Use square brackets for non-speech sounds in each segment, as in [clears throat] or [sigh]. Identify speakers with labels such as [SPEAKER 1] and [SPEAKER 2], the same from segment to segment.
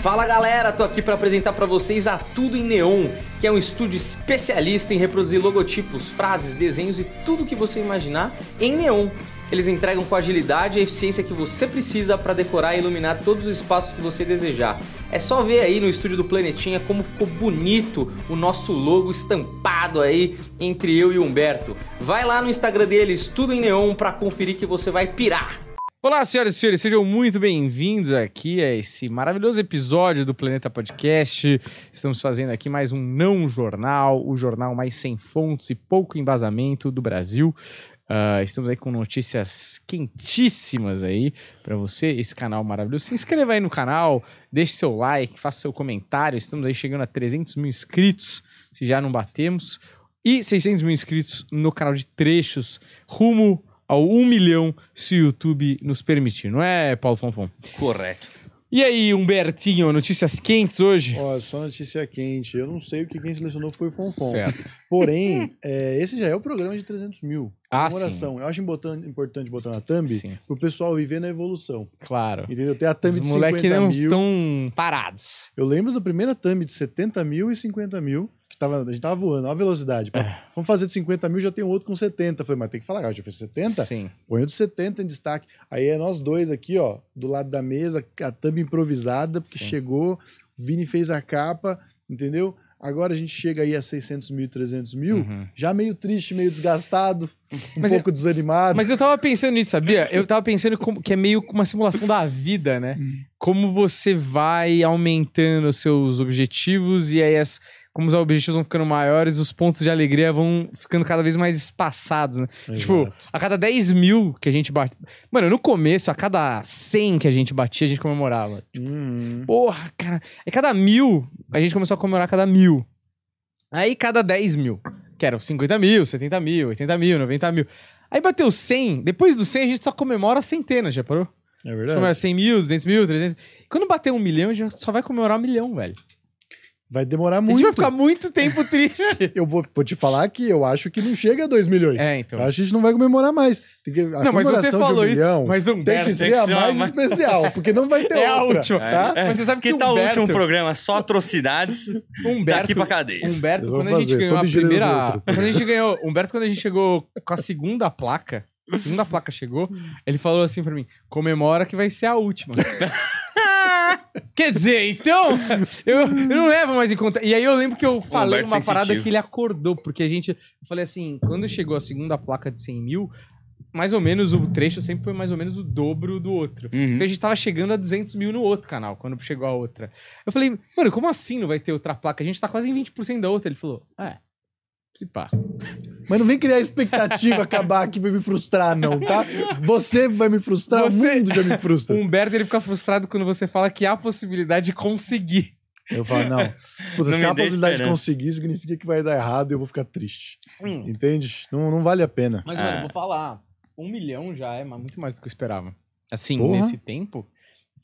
[SPEAKER 1] Fala galera, tô aqui para apresentar para vocês a Tudo em Neon, que é um estúdio especialista em reproduzir logotipos, frases, desenhos e tudo que você imaginar em neon. Eles entregam com a agilidade e a eficiência que você precisa para decorar e iluminar todos os espaços que você desejar. É só ver aí no estúdio do Planetinha como ficou bonito o nosso logo estampado aí entre eu e o Humberto. Vai lá no Instagram deles, Tudo em Neon, para conferir que você vai pirar.
[SPEAKER 2] Olá, senhoras e senhores, sejam muito bem-vindos aqui a esse maravilhoso episódio do Planeta Podcast. Estamos fazendo aqui mais um não jornal, o jornal mais sem fontes e pouco embasamento do Brasil. Ah, estamos aí com notícias quentíssimas aí para você, esse canal maravilhoso. Se inscreva aí no canal, deixe seu like, faça seu comentário. Estamos aí chegando a 300 mil inscritos, se já não batemos, e 600 mil inscritos no canal de trechos, rumo ao 1 milhão se o YouTube nos permitir, não é, Paulo Fonfon?
[SPEAKER 1] Correto.
[SPEAKER 2] E aí, Humbertinho, notícias quentes hoje?
[SPEAKER 3] Ó, só notícia quente. Eu não sei o que quem selecionou foi o Fonfon.
[SPEAKER 2] Certo.
[SPEAKER 3] Porém, [laughs] é, esse já é o programa de 300 mil.
[SPEAKER 2] Ah, sim.
[SPEAKER 3] Comemoração. Eu acho imbotan- importante botar na thumb
[SPEAKER 2] Sim,
[SPEAKER 3] pro pessoal viver na evolução.
[SPEAKER 2] claro.
[SPEAKER 3] Entendeu? Tem a thumb
[SPEAKER 2] Os
[SPEAKER 3] de
[SPEAKER 2] moleques
[SPEAKER 3] 50
[SPEAKER 2] não
[SPEAKER 3] mil.
[SPEAKER 2] estão parados.
[SPEAKER 3] Eu lembro da primeira thumb de 70 mil e 50 mil, que tava, a gente tava voando, ó a velocidade. Pô,
[SPEAKER 2] É.
[SPEAKER 3] Vamos fazer de 50 mil, já tem um outro com 70. Eu Falei, mas tem que falar, cara, já fez 70?
[SPEAKER 2] Sim.
[SPEAKER 3] Põe o de 70 em destaque. Aí é nós dois aqui, ó, do lado da mesa, a thumb improvisada, porque
[SPEAKER 2] Sim.
[SPEAKER 3] chegou, o Vini fez a capa, entendeu? Agora a gente chega aí a 600 mil, 300 mil,
[SPEAKER 2] Uhum.
[SPEAKER 3] já meio triste, meio
[SPEAKER 2] [laughs]
[SPEAKER 3] desgastado, um
[SPEAKER 2] Mas eu-
[SPEAKER 3] pouco desanimado.
[SPEAKER 2] Mas eu tava pensando nisso, sabia? Eu tava pensando como- que é meio que uma simulação da vida, né? Como você vai aumentando os seus objetivos e aí as, como os objetivos vão ficando maiores, os pontos de alegria vão ficando cada vez mais espaçados, né?
[SPEAKER 3] Exato.
[SPEAKER 2] Tipo, a cada 10 mil que a gente bate... Mano, no começo, a cada 100 que a gente batia, a gente comemorava.
[SPEAKER 3] Hum.
[SPEAKER 2] Porra, cara. Aí cada mil, a gente começou a comemorar cada mil. Aí cada 10 mil, que eram 50 mil, 70 mil, 80 mil, 90 mil. Aí bateu 100, depois do 100 a gente só comemora centenas, já parou?
[SPEAKER 3] É
[SPEAKER 2] A gente comemora
[SPEAKER 3] verdade.
[SPEAKER 2] 100 mil, 200 mil, 300. Quando bater um milhão, a gente só vai comemorar um milhão, velho.
[SPEAKER 3] Vai demorar
[SPEAKER 2] A gente
[SPEAKER 3] muito.
[SPEAKER 2] vai ficar muito tempo
[SPEAKER 3] [laughs]
[SPEAKER 2] triste.
[SPEAKER 3] Eu vou, vou te falar que eu acho que não chega a 2 milhões.
[SPEAKER 2] É, então.
[SPEAKER 3] Eu acho que a gente não vai comemorar mais. Tem que, a
[SPEAKER 2] Não, mas você
[SPEAKER 3] comemoração de um
[SPEAKER 2] falou isso.
[SPEAKER 3] milhão
[SPEAKER 2] Mas
[SPEAKER 3] Tem
[SPEAKER 2] Humberto...
[SPEAKER 3] que ser a mais especial, porque
[SPEAKER 2] [laughs]
[SPEAKER 3] não vai ter
[SPEAKER 2] É a
[SPEAKER 3] outra.
[SPEAKER 2] última.
[SPEAKER 3] Tá?
[SPEAKER 2] Mas você sabe que,
[SPEAKER 4] Que tal o
[SPEAKER 2] Humberto,
[SPEAKER 4] último programa? Só atrocidades
[SPEAKER 2] Humberto,
[SPEAKER 4] daqui pra cadeia.
[SPEAKER 2] Humberto,
[SPEAKER 3] Eu vou
[SPEAKER 2] quando a gente
[SPEAKER 3] fazer,
[SPEAKER 2] ganhou a
[SPEAKER 3] todo gênero do
[SPEAKER 2] primeira.
[SPEAKER 3] outro.
[SPEAKER 2] Quando a gente ganhou. Humberto, quando a gente chegou com a segunda placa, a segunda placa chegou, ele falou assim pra mim: comemora que vai ser a última.
[SPEAKER 4] [laughs]
[SPEAKER 2] Quer dizer, então, eu, eu não levo mais em conta. E aí eu lembro que eu falei
[SPEAKER 4] Humberto
[SPEAKER 2] uma parada
[SPEAKER 4] sensitivo.
[SPEAKER 2] que ele acordou, porque a gente. Eu falei assim: quando chegou a segunda placa de 100 mil, mais ou menos o trecho sempre foi mais ou menos o dobro do outro.
[SPEAKER 3] Hum?
[SPEAKER 2] Então a gente tava chegando a 200 mil no outro canal, quando chegou a outra. Eu falei, mano, como assim não vai ter outra placa? A gente tá quase em 20% da outra. Ele falou, é, se pá.
[SPEAKER 3] Mas não vem
[SPEAKER 2] [laughs]
[SPEAKER 3] criar expectativa, acabar aqui pra me frustrar, não, tá? Você vai me frustrar,
[SPEAKER 2] Você- Um
[SPEAKER 3] o mundo já me
[SPEAKER 2] O [laughs]
[SPEAKER 3] frustra.
[SPEAKER 2] Humberto, ele fica frustrado quando você fala que há a possibilidade de conseguir.
[SPEAKER 3] Eu falo, não. Puta, se
[SPEAKER 4] Não me
[SPEAKER 3] a
[SPEAKER 4] dê
[SPEAKER 3] possibilidade de
[SPEAKER 4] esperança.
[SPEAKER 3] conseguir, significa que vai dar errado e eu vou ficar triste. Entende? Não, não vale a pena.
[SPEAKER 2] Hum. Mas,
[SPEAKER 4] É.
[SPEAKER 2] mano, vou falar, um milhão já é ma- muito mais do que eu esperava. Assim,
[SPEAKER 3] Porra.
[SPEAKER 2] nesse tempo,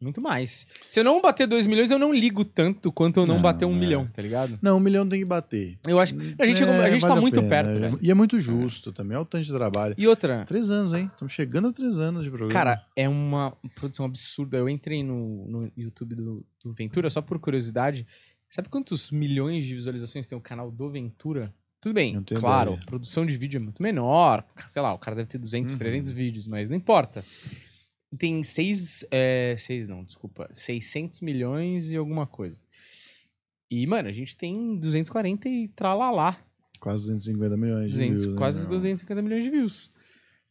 [SPEAKER 2] muito mais. Se eu não bater 2 milhões, eu não ligo tanto quanto eu não,
[SPEAKER 3] Não,
[SPEAKER 2] bater um
[SPEAKER 3] é.
[SPEAKER 2] milhão, tá ligado?
[SPEAKER 3] Não, um milhão tem que bater.
[SPEAKER 2] Eu acho. A gente, chegou- a gente tá
[SPEAKER 3] vale
[SPEAKER 2] muito
[SPEAKER 3] pena,
[SPEAKER 2] perto,
[SPEAKER 3] é.
[SPEAKER 2] velho.
[SPEAKER 3] E é muito justo também, é o tanto de trabalho.
[SPEAKER 2] E outra,
[SPEAKER 3] Três anos, hein? Estamos chegando a três anos de programa.
[SPEAKER 2] Cara, é uma produção absurda. Eu entrei no, no YouTube do, do Ventura só por curiosidade. Sabe quantos milhões de visualizações tem o canal do Ventura? Tudo bem,
[SPEAKER 3] Não tenho
[SPEAKER 2] claro,
[SPEAKER 3] ideia.
[SPEAKER 2] a produção de vídeo é muito menor. Sei lá, o cara deve ter 200,
[SPEAKER 3] Uhum.
[SPEAKER 2] 300 vídeos, mas não importa. Tem seis, é, seis não, desculpa, 600 milhões e alguma coisa. E, mano, a gente tem 240 e tralalá.
[SPEAKER 3] quase 250 milhões de
[SPEAKER 2] 200,
[SPEAKER 3] views, né,
[SPEAKER 2] quase
[SPEAKER 3] meu?
[SPEAKER 2] 250 milhões de views.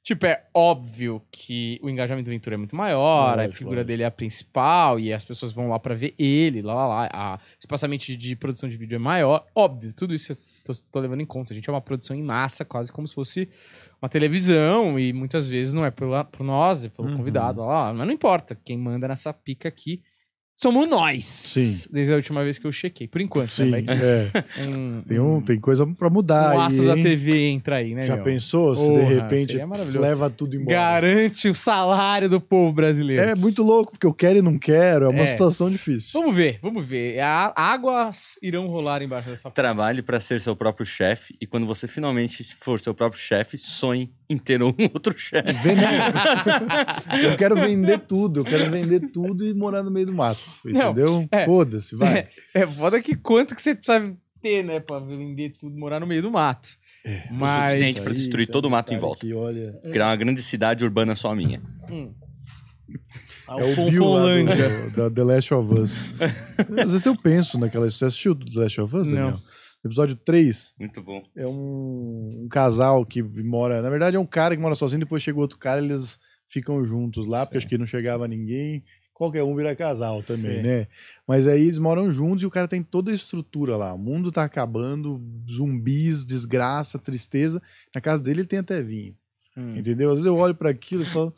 [SPEAKER 2] Tipo, é óbvio que o engajamento do Ventura é muito maior, a
[SPEAKER 3] Lógico,
[SPEAKER 2] figura
[SPEAKER 3] lógico.
[SPEAKER 2] dele é a principal, e as pessoas vão lá pra ver ele, lá, lá, lá. A espaçamento de produção de vídeo é maior. Óbvio, tudo isso eu tô, tô levando em conta. A gente é uma produção em massa, quase como se fosse uma televisão, e muitas vezes não é por, lá- por nós, é pelo
[SPEAKER 3] Uhum.
[SPEAKER 2] convidado, lá, lá. Mas não importa, quem manda nessa pica aqui somos nós.
[SPEAKER 3] Sim.
[SPEAKER 2] Desde a última vez que eu chequei, por enquanto.
[SPEAKER 3] Sim,
[SPEAKER 2] Né? Vai que
[SPEAKER 3] é.
[SPEAKER 2] um-
[SPEAKER 3] Tem, um, tem coisa pra mudar
[SPEAKER 2] um
[SPEAKER 3] aí,
[SPEAKER 2] aço da
[SPEAKER 3] hein?
[SPEAKER 2] TV entra aí, né?
[SPEAKER 3] Já
[SPEAKER 2] meu?
[SPEAKER 3] pensou se
[SPEAKER 2] Porra,
[SPEAKER 3] de repente
[SPEAKER 2] seria maravilhoso.
[SPEAKER 3] leva tudo embora?
[SPEAKER 2] Garante o salário do povo brasileiro.
[SPEAKER 3] É muito louco, porque eu quero e não quero. É uma
[SPEAKER 2] É.
[SPEAKER 3] situação difícil.
[SPEAKER 2] Vamos ver, vamos ver. A- Águas irão rolar [laughs] embaixo dessa p-
[SPEAKER 4] Trabalhe pra ser seu próprio chefe e quando você finalmente for seu próprio chefe, sonhe inteiro um [laughs] outro chefe.
[SPEAKER 3] Eu quero vender tudo, eu quero vender tudo e morar no meio do mato. Entendeu?
[SPEAKER 2] é.
[SPEAKER 3] Foda-se, vai.
[SPEAKER 2] É foda que quanto que você precisa ter, né? Pra vender tudo, morar no meio do mato. é
[SPEAKER 4] o
[SPEAKER 2] Mas.
[SPEAKER 4] suficiente pra destruir todo o mato em
[SPEAKER 3] Cara,
[SPEAKER 4] volta.
[SPEAKER 3] que olha,
[SPEAKER 4] Criar uma grande cidade urbana só minha.
[SPEAKER 2] Ah,
[SPEAKER 3] é o Bill lá
[SPEAKER 2] Fonfolândia. [laughs]
[SPEAKER 3] do, [laughs] da The Last of Us. Às vezes eu penso naquela Você assistiu The Last of Us,
[SPEAKER 2] Não.
[SPEAKER 3] Daniel? No Episódio 3
[SPEAKER 4] Muito bom.
[SPEAKER 3] é um, um casal que mora. Na verdade, é um cara que mora sozinho, depois chega outro cara, eles ficam juntos lá, porque acho que não chegava ninguém. Qualquer um vira casal também,
[SPEAKER 2] Sim.
[SPEAKER 3] né? Mas aí eles moram juntos e o cara tem toda a estrutura lá. O mundo tá acabando, zumbis, desgraça, tristeza. Na casa dele ele tem até vinho.
[SPEAKER 2] Hum.
[SPEAKER 3] Entendeu? Às vezes eu olho para aquilo e falo,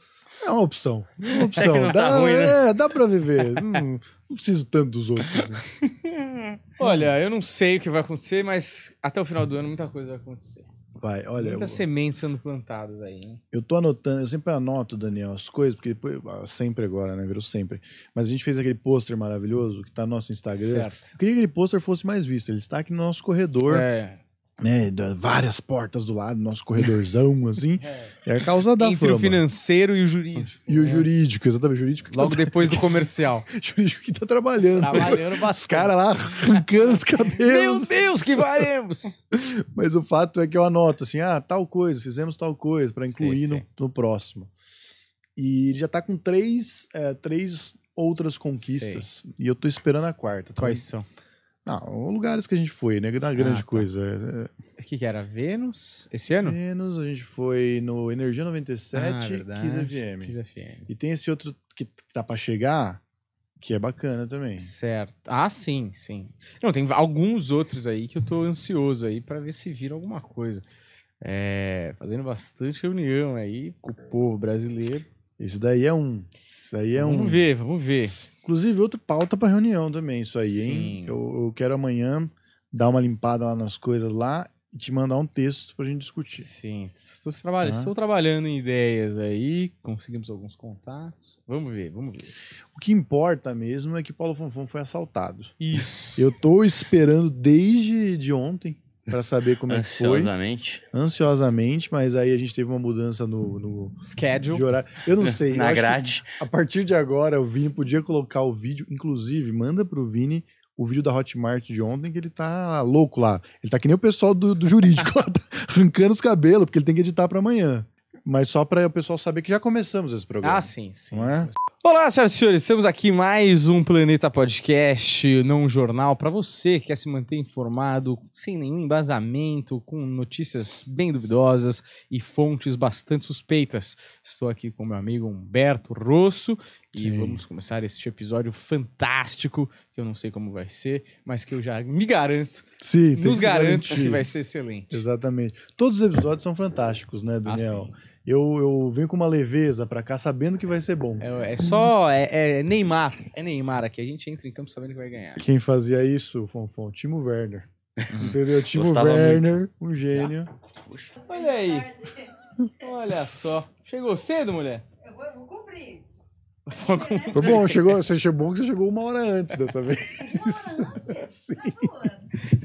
[SPEAKER 3] é uma opção.
[SPEAKER 4] [laughs]
[SPEAKER 3] É uma opção.
[SPEAKER 4] que não
[SPEAKER 3] dá,
[SPEAKER 4] tá ruim, né?
[SPEAKER 3] é, dá pra viver. Hum, não preciso tanto dos outros. né?
[SPEAKER 2] Olha, eu não sei o que vai acontecer, mas até o final do ano muita coisa vai acontecer.
[SPEAKER 3] Vai, olha.
[SPEAKER 2] Muitas
[SPEAKER 3] eu-
[SPEAKER 2] sementes sendo plantadas aí, hein?
[SPEAKER 3] Eu tô anotando, eu sempre anoto, Daniel, as coisas, porque depois, ah, sempre agora, né? Virou sempre. Mas a gente fez aquele pôster maravilhoso que tá no nosso Instagram.
[SPEAKER 2] Certo.
[SPEAKER 3] Eu queria que aquele pôster fosse mais visto. Ele está aqui no nosso corredor,
[SPEAKER 2] É.
[SPEAKER 3] né? da- Várias portas do lado, nosso corredorzão, [laughs] assim. É a causa da
[SPEAKER 2] Entre
[SPEAKER 3] fama.
[SPEAKER 2] o financeiro e o jurídico.
[SPEAKER 3] E o
[SPEAKER 2] né?
[SPEAKER 3] jurídico, exatamente. O jurídico que,
[SPEAKER 2] Logo
[SPEAKER 3] tá, [laughs]
[SPEAKER 2] depois do comercial.
[SPEAKER 3] jurídico que tá trabalhando.
[SPEAKER 2] [laughs] Trabalhando
[SPEAKER 3] Os
[SPEAKER 2] bastante.
[SPEAKER 3] caras lá arrancando os
[SPEAKER 2] Meu
[SPEAKER 3] cabelos.
[SPEAKER 2] Deus, que varemos!
[SPEAKER 3] Mas o fato é que eu anoto assim: ah, tal coisa, fizemos tal coisa, para incluir
[SPEAKER 4] Sei,
[SPEAKER 3] no,
[SPEAKER 4] sei.
[SPEAKER 3] no próximo. E ele já tá com três, é, três outras conquistas. E eu tô esperando a quarta. Tô-
[SPEAKER 2] Quais são?
[SPEAKER 3] Não, lugares que a gente foi, né? Na grande
[SPEAKER 2] Ah, tá. Hum.
[SPEAKER 3] coisa.
[SPEAKER 2] O que, que era? Vênus? Esse
[SPEAKER 3] É,
[SPEAKER 2] ano?
[SPEAKER 3] menos a gente foi no Energia
[SPEAKER 2] Ah,
[SPEAKER 3] 97
[SPEAKER 2] verdade.
[SPEAKER 3] 15 FM.
[SPEAKER 2] 15 FM.
[SPEAKER 3] E tem esse outro que tá pra chegar, que é bacana também.
[SPEAKER 2] Certo. Ah, sim, sim. Não, tem alguns outros aí que eu tô ansioso aí pra ver se vira alguma coisa. É, fazendo bastante reunião aí com o povo brasileiro.
[SPEAKER 3] Esse daí é um. Esse daí é um.
[SPEAKER 2] Vamos ver, vamos ver.
[SPEAKER 3] Inclusive, outra pauta para reunião também, isso aí, hein?
[SPEAKER 2] Sim.
[SPEAKER 3] Eu, eu quero amanhã dar uma limpada lá nas coisas lá e te mandar um texto pra gente discutir.
[SPEAKER 2] Sim, estou, trabalha-
[SPEAKER 3] Tá.
[SPEAKER 2] estou trabalhando em ideias aí, conseguimos alguns contatos. Vamos ver, vamos ver.
[SPEAKER 3] O que importa mesmo é que Paulo Fonfon foi assaltado.
[SPEAKER 2] Isso.
[SPEAKER 3] Eu tô esperando desde de ontem para saber como é que foi,
[SPEAKER 4] Ansiosamente.
[SPEAKER 3] ansiosamente, mas aí a gente teve uma mudança no, no
[SPEAKER 2] Schedule.
[SPEAKER 3] de horário. Eu não sei. eu
[SPEAKER 4] [laughs] Na
[SPEAKER 3] acho que
[SPEAKER 4] grade.
[SPEAKER 3] a partir de agora, o Vini podia colocar o vídeo, inclusive, manda pro Vini o vídeo da Hotmart de ontem, que ele tá louco lá. Ele tá que nem o pessoal do, do jurídico lá, [laughs] tá arrancando os cabelos, porque ele tem que editar pra amanhã. Mas só pra o pessoal saber que já começamos esse programa.
[SPEAKER 2] Ah, sim, sim.
[SPEAKER 3] não é?
[SPEAKER 2] Olá, senhoras e senhores, estamos aqui em mais um Planeta Podcast, não um jornal, para você que quer se manter informado, sem nenhum embasamento, com notícias bem duvidosas e fontes bastante suspeitas. Estou aqui com meu amigo Humberto Rosso e
[SPEAKER 3] Sim.
[SPEAKER 2] vamos começar este episódio fantástico, que eu não sei como vai ser, mas que eu já me garanto,
[SPEAKER 3] Sim, tem
[SPEAKER 2] nos
[SPEAKER 3] se
[SPEAKER 2] garanto
[SPEAKER 3] garantir.
[SPEAKER 2] que vai ser excelente.
[SPEAKER 3] Exatamente. Todos os episódios são fantásticos, né, Daniel?
[SPEAKER 2] Assim,
[SPEAKER 3] eu, eu venho com uma leveza pra cá sabendo que vai ser bom.
[SPEAKER 2] é, é só, é, é Neymar, é Neymar aqui, a gente entra em campo sabendo que vai ganhar.
[SPEAKER 3] Quem fazia isso, Fonfon? Timo
[SPEAKER 2] [laughs]
[SPEAKER 3] Werner. Entendeu? Timo
[SPEAKER 4] Gostava
[SPEAKER 3] Werner, um gênio.
[SPEAKER 4] Puxa.
[SPEAKER 2] Olha é aí. Olha só. Chegou cedo, mulher?
[SPEAKER 5] Eu vou, eu vou cumprir.
[SPEAKER 3] Foi bom, chegou, você chegou bom que você chegou uma hora antes dessa vez. Sim.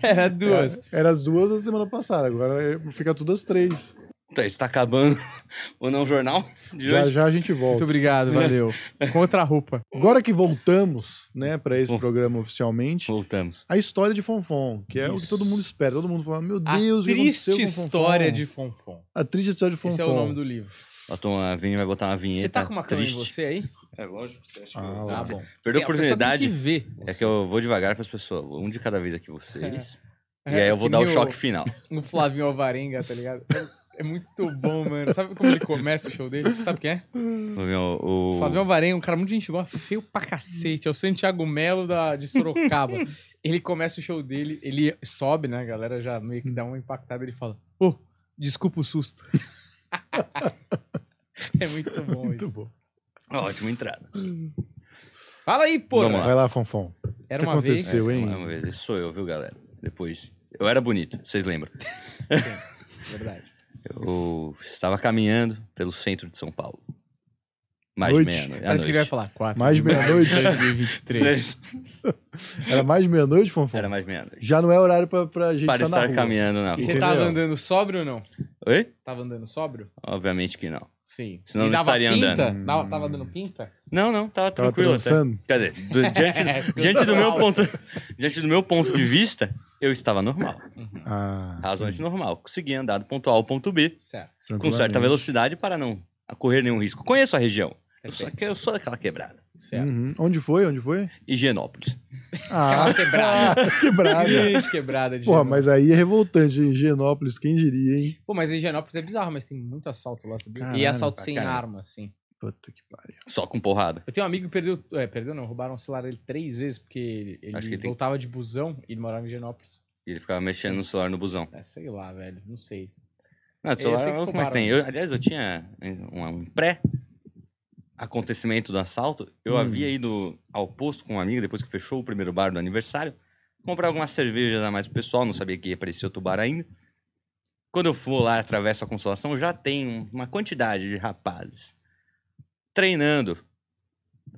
[SPEAKER 2] Era duas.
[SPEAKER 3] Era as duas da semana passada, agora é- fica tudo às três.
[SPEAKER 4] Então, isso tá acabando [laughs] o não jornal de
[SPEAKER 3] Já
[SPEAKER 4] hoje.
[SPEAKER 3] já a gente
[SPEAKER 2] Muito
[SPEAKER 3] volta.
[SPEAKER 2] obrigado,
[SPEAKER 4] [laughs]
[SPEAKER 2] valeu. Com outra roupa.
[SPEAKER 3] Agora que voltamos, né, para esse
[SPEAKER 4] Bom.
[SPEAKER 3] programa oficialmente,
[SPEAKER 4] Voltamos.
[SPEAKER 3] a história de Fonfon, que é o que
[SPEAKER 2] Isso.
[SPEAKER 3] todo mundo espera. Todo mundo fala, meu Deus,
[SPEAKER 2] a
[SPEAKER 3] o que
[SPEAKER 2] triste
[SPEAKER 3] aconteceu com Fonfon?
[SPEAKER 2] história de Fonfon.
[SPEAKER 3] A triste história de Fonfon.
[SPEAKER 2] Esse é o nome do livro.
[SPEAKER 4] Botou uma, vinha- vai botar uma vinheta.
[SPEAKER 2] Você tá com uma câmera em
[SPEAKER 4] triste.
[SPEAKER 2] você aí?
[SPEAKER 4] É lógico. Você acha
[SPEAKER 3] Ah,
[SPEAKER 2] Tá
[SPEAKER 3] lá.
[SPEAKER 2] bom. É,
[SPEAKER 4] Perdeu a
[SPEAKER 2] pessoa tem
[SPEAKER 4] oportunidade.
[SPEAKER 2] que ver.
[SPEAKER 4] É que eu vou devagar para as pessoas, vou um de cada vez aqui vocês.
[SPEAKER 2] É.
[SPEAKER 4] E aí
[SPEAKER 2] É,
[SPEAKER 4] eu vou
[SPEAKER 2] que
[SPEAKER 4] dar o
[SPEAKER 2] nem
[SPEAKER 4] choque
[SPEAKER 2] [laughs]
[SPEAKER 4] final.
[SPEAKER 2] No Flavinho Alvarenga, tá ligado? É muito bom, mano. Sabe como ele começa o show dele? Sabe quem é?
[SPEAKER 4] Vou ver o-
[SPEAKER 2] O
[SPEAKER 4] o-
[SPEAKER 2] Flavinho Alvarenga, um cara muito gente boa, feio pra cacete. É o Santiago Melo da, de
[SPEAKER 3] [laughs]
[SPEAKER 2] Sorocaba. ele começa o show dele, ele sobe, né? A galera já meio que dá uma impactada. Ele fala: Ô, desculpa o susto. [laughs] é muito bom
[SPEAKER 3] Muito
[SPEAKER 2] isso.
[SPEAKER 3] bom.
[SPEAKER 4] Ótima entrada.
[SPEAKER 2] Fala aí, pô.
[SPEAKER 4] Vamos lá.
[SPEAKER 3] Vai lá, Fonfon.
[SPEAKER 2] Era
[SPEAKER 3] O que
[SPEAKER 2] uma vez.
[SPEAKER 3] aconteceu, hein?
[SPEAKER 4] Mais é uma vez, esse sou eu, viu, galera? Depois. Eu era bonito, vocês lembram?
[SPEAKER 2] É Verdade.
[SPEAKER 4] Eu estava caminhando pelo centro de São Paulo. Mais
[SPEAKER 3] É Noite.
[SPEAKER 4] de meia-noite. à
[SPEAKER 2] Parece que ele vai
[SPEAKER 4] noite.
[SPEAKER 2] falar: quatro.
[SPEAKER 3] Mais de
[SPEAKER 4] [laughs]
[SPEAKER 3] meia-noite.
[SPEAKER 2] 2023.
[SPEAKER 3] Era mais de meia-noite, Fonfon?
[SPEAKER 4] Era mais de meia-noite.
[SPEAKER 3] Já não é horário pra, pra gente
[SPEAKER 4] Para
[SPEAKER 3] tá na
[SPEAKER 4] estar
[SPEAKER 3] rua.
[SPEAKER 4] caminhando
[SPEAKER 2] E
[SPEAKER 4] na rua.
[SPEAKER 2] você
[SPEAKER 3] Entendeu?
[SPEAKER 2] tava andando sóbrio ou não?
[SPEAKER 4] Oi?
[SPEAKER 2] Tava andando sóbrio?
[SPEAKER 4] Obviamente que não.
[SPEAKER 2] Sim.
[SPEAKER 4] Senão
[SPEAKER 2] E
[SPEAKER 4] não
[SPEAKER 2] dava
[SPEAKER 4] estaria
[SPEAKER 2] pinta?
[SPEAKER 3] andando. Hum.
[SPEAKER 2] Dava- Tava dando pinta?
[SPEAKER 4] Não, não, tava
[SPEAKER 3] Tava
[SPEAKER 4] tranquilo até.
[SPEAKER 3] dançando.
[SPEAKER 4] Quer dizer,
[SPEAKER 3] [laughs]
[SPEAKER 4] do- diante,
[SPEAKER 2] É,
[SPEAKER 4] diante do meu ponto, diante do meu ponto de vista, eu estava normal.
[SPEAKER 3] Ah,
[SPEAKER 4] Razões normal. Consegui andar do ponto A ao ponto B
[SPEAKER 2] Certo.
[SPEAKER 4] com certa velocidade para não correr nenhum risco. Conheço a região. Eu sou, eu sou daquela quebrada.
[SPEAKER 2] Certo.
[SPEAKER 3] Uhum. Onde foi? Onde foi?
[SPEAKER 4] Higienópolis.
[SPEAKER 3] Ah,
[SPEAKER 2] quebrada.
[SPEAKER 3] [laughs] quebrada.
[SPEAKER 2] Grande quebrada de
[SPEAKER 3] Porra,
[SPEAKER 2] Higienópolis.
[SPEAKER 3] mas aí é revoltante, hein? Higienópolis, quem diria, hein?
[SPEAKER 2] Pô, mas Higienópolis é bizarro, mas tem muito assalto lá, sabia? e
[SPEAKER 3] Caralho,
[SPEAKER 2] assalto sem
[SPEAKER 4] caralho.
[SPEAKER 2] arma, assim.
[SPEAKER 3] Puta que pariu.
[SPEAKER 4] Só com porrada.
[SPEAKER 2] Eu tenho um amigo que perdeu. É, perdeu não, roubaram o celular dele três vezes, porque ele, ele
[SPEAKER 4] Acho que ele tem-
[SPEAKER 2] voltava de busão e ele morava em Higienópolis.
[SPEAKER 4] E ele ficava mexendo no celular no busão.
[SPEAKER 2] É, sei lá, velho. Não sei.
[SPEAKER 4] Não, o celular
[SPEAKER 2] sei
[SPEAKER 4] é
[SPEAKER 2] que
[SPEAKER 4] o que mais
[SPEAKER 2] roubaram. né?
[SPEAKER 4] tem. Eu, aliás, eu tinha um, um pré-acontecimento do assalto. Eu
[SPEAKER 3] Hum.
[SPEAKER 4] havia ido ao posto com um amigo, depois que fechou o primeiro bar do aniversário, comprar algumas cervejas a mais pro pessoal, não sabia que ia aparecer outro bar ainda. Quando eu for lá, atravesso a Consolação, já tem um, uma quantidade de rapazes treinando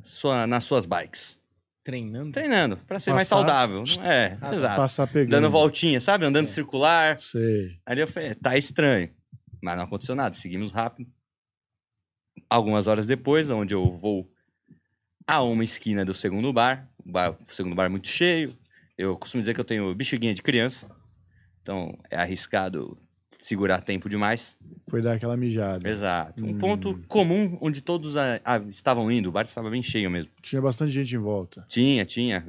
[SPEAKER 4] sua- nas suas bikes.
[SPEAKER 2] Treinando?
[SPEAKER 4] Treinando, pra ser mais
[SPEAKER 3] Passar-
[SPEAKER 4] saudável. não É,
[SPEAKER 2] Ah, tá.
[SPEAKER 4] exato.
[SPEAKER 3] Passar pegando.
[SPEAKER 4] Dando voltinha, sabe? Andando
[SPEAKER 2] Sim.
[SPEAKER 4] circular.
[SPEAKER 3] Sei.
[SPEAKER 4] Ali eu falei, tá estranho. Mas não aconteceu nada, seguimos rápido. Algumas horas depois, onde eu vou a uma esquina do segundo bar, o, bar- o segundo bar é muito cheio. Eu costumo dizer que eu tenho bexiguinha de criança, então é arriscado segurar tempo demais.
[SPEAKER 3] Foi dar aquela mijada.
[SPEAKER 4] Exato. Um
[SPEAKER 3] Hum.
[SPEAKER 4] ponto comum onde todos ah, ah, estavam indo, o bar estava bem cheio mesmo.
[SPEAKER 3] Tinha bastante gente em volta.
[SPEAKER 4] Tinha, tinha.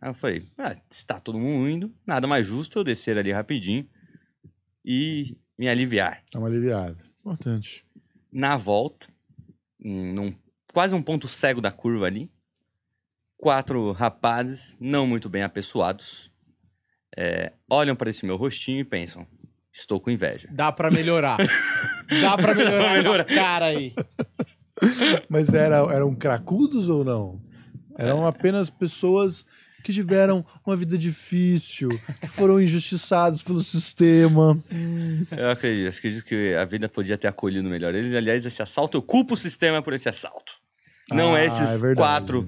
[SPEAKER 4] Aí eu falei, ah, está todo mundo indo, nada mais justo eu descer ali rapidinho e me aliviar.
[SPEAKER 3] Tá uma aliviada. Importante.
[SPEAKER 4] na volta, em- num, quase um ponto cego da curva ali, quatro rapazes não muito bem apessoados é, olham para esse meu rostinho e pensam: estou com
[SPEAKER 2] [laughs]
[SPEAKER 4] inveja.
[SPEAKER 2] Dá pra melhorar. Dá pra melhorar essa
[SPEAKER 4] Melhorar.
[SPEAKER 2] cara aí.
[SPEAKER 3] Mas era, eram cracudos ou não? Eram apenas pessoas que tiveram uma vida difícil, que foram injustiçados pelo sistema.
[SPEAKER 4] Eu acredito, acredito que a vida podia ter acolhido melhor eles. Aliás, esse assalto, eu culpo o sistema por esse assalto. Não
[SPEAKER 3] Ah, é
[SPEAKER 4] esses
[SPEAKER 3] verdade.
[SPEAKER 4] quatro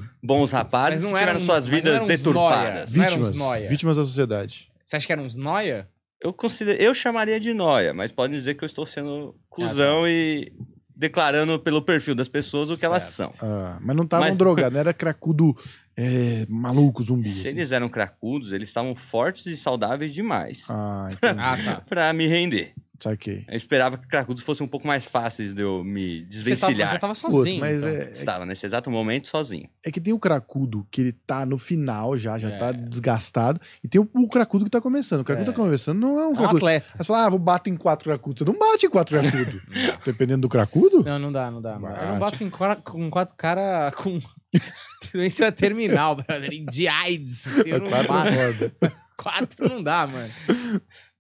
[SPEAKER 2] Mas
[SPEAKER 4] bons rapazes
[SPEAKER 2] não
[SPEAKER 4] que tiveram
[SPEAKER 2] eram- mas
[SPEAKER 4] suas
[SPEAKER 2] não um
[SPEAKER 4] vidas
[SPEAKER 2] eram uns
[SPEAKER 4] deturpadas.
[SPEAKER 2] Não eram uns
[SPEAKER 3] Vítimas.
[SPEAKER 2] nóia.
[SPEAKER 3] Vítimas da sociedade.
[SPEAKER 2] Você acha que era uns noia?
[SPEAKER 4] Eu, considero, eu chamaria de noia, mas podem dizer que eu estou sendo cuzão e declarando pelo perfil das pessoas o que elas
[SPEAKER 2] Certo.
[SPEAKER 4] são.
[SPEAKER 3] Ah, mas não estavam
[SPEAKER 4] Mas-
[SPEAKER 3] drogados, não era cracudo é, maluco zumbi.
[SPEAKER 4] Se
[SPEAKER 3] assim.
[SPEAKER 4] eles eram cracudos, eles estavam fortes e saudáveis demais
[SPEAKER 3] Ah, entendi.
[SPEAKER 2] Ah, tá.
[SPEAKER 4] pra me render.
[SPEAKER 3] Saquei.
[SPEAKER 4] Eu esperava que cracudos fossem um pouco mais fáceis de eu
[SPEAKER 2] Você
[SPEAKER 4] me
[SPEAKER 2] tava,
[SPEAKER 4] desvencilhar.
[SPEAKER 2] você tava
[SPEAKER 3] Putz,
[SPEAKER 2] sozinho.
[SPEAKER 3] mas
[SPEAKER 2] então.
[SPEAKER 3] é, é-
[SPEAKER 4] Estava nesse exato momento sozinho.
[SPEAKER 3] é que tem o cracudo que ele tá no final já, já
[SPEAKER 2] É.
[SPEAKER 3] tá desgastado, e tem o, o cracudo que tá começando. O cracudo
[SPEAKER 2] É.
[SPEAKER 3] que tá começando não é
[SPEAKER 2] É
[SPEAKER 3] um
[SPEAKER 2] um
[SPEAKER 3] cracudo.
[SPEAKER 2] atleta.
[SPEAKER 3] Aí você fala, ah, vou bater em quatro cracudos. Você não bate
[SPEAKER 2] [laughs]
[SPEAKER 3] em quatro cracudos. Dependendo do cracudo?
[SPEAKER 2] Não, não dá, não dá. mano. Eu não
[SPEAKER 3] Bate.
[SPEAKER 2] bato em quatro, com quatro cara com [laughs] doença terminal, brother. De AIDS. assim, Eu não
[SPEAKER 3] É quatro
[SPEAKER 2] bato.
[SPEAKER 3] roda.
[SPEAKER 2] Quatro não dá, mano.